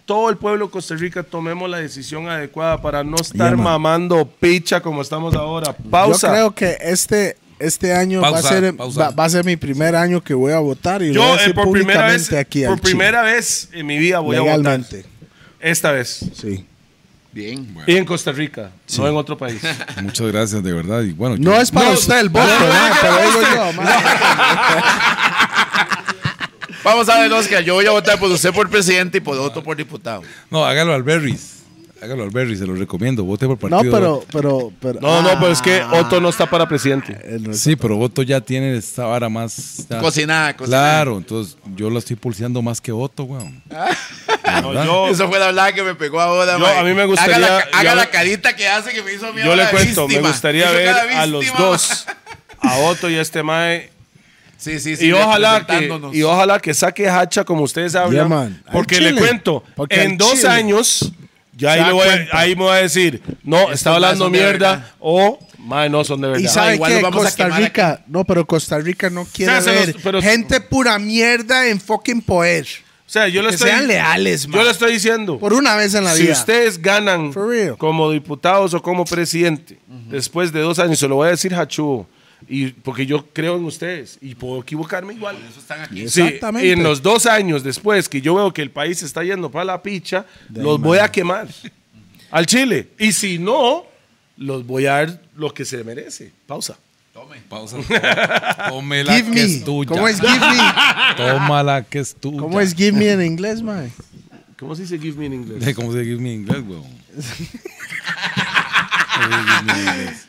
S4: todo el pueblo de Costa Rica tomemos la decisión adecuada para no estar
S1: Yeah, man.
S4: mamando picha como estamos ahora. Pausa.
S1: Yo creo que este, este año va,
S3: Pausa,
S1: a ser,
S3: pausa.
S1: va, va a ser mi primer año que voy a votar y lo voy a
S4: Yo, eh,
S1: decir
S4: por primera vez,
S1: públicamente aquí al
S4: por
S1: Chile.
S4: primera vez en mi vida voy a
S1: legalmente.
S4: votar. Esta vez.
S1: Sí.
S6: Bien.
S4: Y en Costa Rica, no en otro país.
S3: Muchas gracias, de verdad. Y bueno,
S1: No
S3: yo-
S1: es para usted el voto, ¿verdad? Pero digo yo, man.
S6: Vamos a ver, Oscar, yo voy a votar por usted por presidente y por otro por diputado.
S3: no, hágalo al Berries. Hágalo al Berries, se lo recomiendo. Vote por
S1: No,
S3: partido.
S1: pero, pero, pero.
S4: No, pues, no, pero es que
S1: Ah.
S4: Otto no está para presidente.
S1: Eh, no,
S3: Sí, pero Voto ya tiene esta vara más. ya-
S6: Cocinada, cocinada.
S3: Claro, entonces yo la estoy pulseando más que Voto, weón.
S4: Ah. No,
S3: ¿Verdad?
S4: yo,
S6: Eso fue la blaga que me pegó ahora.
S4: Yo,
S6: mae.
S4: a mí me gustaría-
S6: Haga, la,
S4: yo
S6: haga
S4: le-
S6: la carita que hace que me hizo miedo.
S4: yo le cuento, me gustaría ver a los dos, a Otto y a este Mae.
S6: Sí, sí, sí.
S4: Y ojalá, que,
S6: representándonos.
S4: y ojalá que saque hacha como ustedes hablan.
S1: Yeah, man. Al
S4: porque
S1: chile.
S4: le cuento,
S1: Porque al
S4: en dos
S1: chile.
S4: años,
S1: Se
S4: ya ahí,
S1: da
S4: le voy a-
S1: cuenta.
S4: ahí me voy a decir, no, está
S6: mae
S4: hablando
S6: son de
S4: mierda
S6: verdad.
S4: o Mae no son de
S1: Y
S4: verdad.
S1: sabe
S6: igual
S1: que
S6: nos vamos a
S1: Costa
S6: quemar
S1: Rica, no, pero Costa Rica no quiere
S4: O sea, se los-
S1: ver
S4: pero-
S1: gente pura mierda en fucking poder.
S4: O sea, yo le
S1: Que
S4: estoy,
S1: sean leales, man.
S4: yo le estoy diciendo.
S1: Por una vez en la
S4: si
S1: vida.
S4: ustedes ganan
S1: For real.
S4: como diputados o como presidente, después de dos años, se lo voy a decir Hachu, y porque yo creo en ustedes y puedo equivocarme igual. Sí,
S1: Exactamente.
S4: y en los dos años después que yo veo que el país se está yendo para la picha, los voy a quemar al Chile. Y si no, los voy a dar lo que se merece. Pausa.
S3: Pausa. Tómela
S1: Give
S3: que es
S1: me.
S3: tuya.
S1: ¿Cómo es give me?
S3: Tómala que es tuya.
S1: ¿Cómo es give me en inglés, man?
S4: ¿Cómo se dice give me en inglés?
S3: Eh, ¿Cómo se dice mi inglés, weón?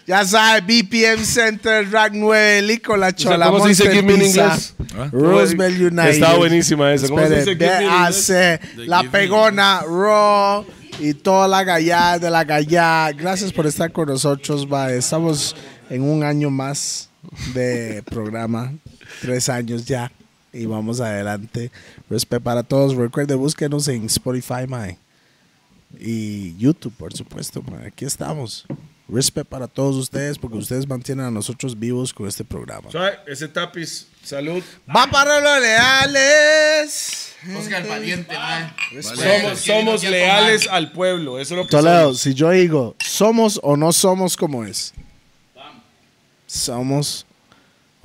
S1: Ya sabe, BPM Center, Rack 9, Lico, La
S4: O sea,
S1: Chola,
S4: ¿Cómo se dice give me en inglés?
S3: Ah.
S1: Roosevelt United.
S4: Está buenísima esa. ¿Cómo se
S1: Espere,
S4: dice give me en inglés?
S1: hace La Pegona, Raw y toda la gallada de la gallada. Gracias por estar con nosotros, va. Estamos en un año más de programa, tres años ya. Y vamos adelante. Respeto para todos. Recuerden, búsquenos en Spotify, mae. Y YouTube, por supuesto, mae. Aquí estamos. Respeto para todos ustedes porque ustedes mantienen a nosotros vivos con este programa.
S5: Suave, Ese tapiz, salud.
S1: ¡Va para los leales!
S6: Oscar Valiente, mae.
S5: Somos, somos leales al pueblo. Eso es lo que
S1: Toledo, si yo digo somos o no somos como es. Somos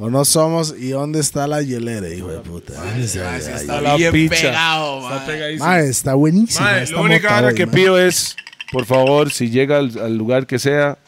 S1: o no somos y dónde está la hielera, hijo de puta. Ay, ay, ay.
S6: Está
S4: la
S6: bien
S4: picha.
S6: pegado, mae.
S5: Está pegadísimo.
S1: Mae, está buenísimo.
S5: Mae,
S1: esta
S4: Lo único
S1: mota
S4: ahora
S1: hoy,
S4: que
S1: mae.
S4: pido es, por favor, si llega al, al lugar que sea,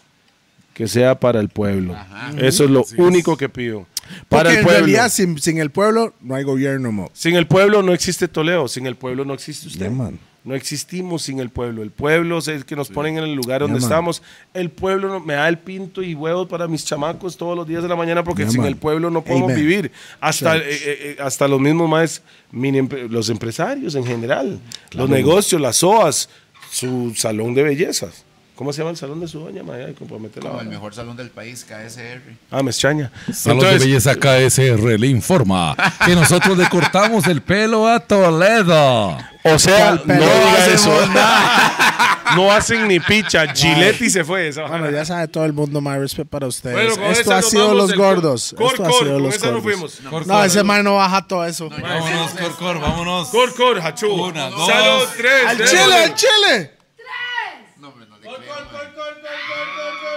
S4: que sea para el pueblo. Eso es lo único que pido. Para
S1: Porque
S4: el
S1: en
S4: pueblo.
S1: realidad sin, sin el pueblo no hay gobierno, mo.
S4: Sin el pueblo no existe Toledo, sin el pueblo no existe usted.
S1: Yeah, man.
S4: No existimos sin el pueblo. El pueblo es el que nos ponen en el lugar donde
S1: man.
S4: estamos. El pueblo no- me da el pinto y huevo para mis chamacos todos los días de la mañana porque
S1: Yeah,
S4: sin
S1: man.
S4: el pueblo no podemos
S1: Amen.
S4: vivir. Hasta,
S1: Church.
S4: eh, eh, eh, hasta los mismos más mini empre- los empresarios en general, los negocios, las OAS, su salón de bellezas. ¿Cómo se llama el salón de su doña, mae? Ay, comprometer la
S5: Como el
S4: vara.
S5: mejor salón del país, KSR.
S4: Ah, me extraña.
S3: Salón de Belleza KSR le informa que nosotros le cortamos el pelo a Toledo.
S4: O sea, no
S1: pelo?
S4: hacen No hacen ni picha. Gillette y se fue. Esa vara.
S1: Bueno, ya sabe todo el mundo, más respeto para ustedes.
S4: Bueno, con
S1: Esto
S4: esa
S1: ha
S4: nos
S1: sido
S4: vamos
S1: los
S4: del cor-
S1: gordos.
S4: cor-
S1: Esto ha
S4: cor,
S1: sido
S4: con
S1: los
S4: esa nos
S1: gordos.
S4: fuimos.
S3: Cor,
S1: No,
S3: cor.
S1: ese man no baja todo eso.
S3: Vámonos, Cor, Cor, vámonos.
S4: Cor, cor, hachú.
S3: Una, dos.
S4: Salud, tres.
S1: ¡Al
S4: tres.
S1: chile, al chile!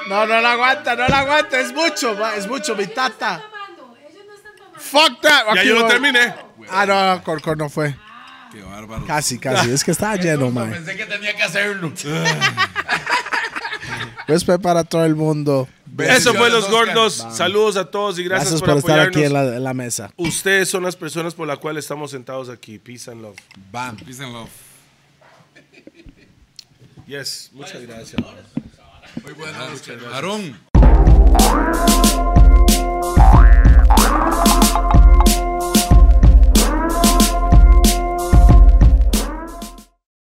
S1: No, no la aguanta, no la aguanta. Es mucho, ma, es mucho, mi tata. Fuck that.
S4: Ya
S1: Aquí
S4: yo lo
S1: voy.
S4: terminé.
S1: Ah, no, no, Corcor no fue.
S3: Qué bárbaro.
S1: Casi, casi. Es que estaba lleno, man.
S5: Pensé que tenía que hacerlo.
S1: Respeto para todo el mundo.
S4: Eso fue Los
S5: Oscar.
S4: Gordos. Saludos a todos y gracias,
S1: Gracias por estar
S4: apoyarnos.
S1: aquí en la, en la mesa.
S4: Ustedes son las personas por las cuales estamos sentados aquí. Peace and love.
S5: Bam.
S3: Peace and love.
S4: Yes, muchas gracias.
S5: Muy buenas noches.
S3: Aarón.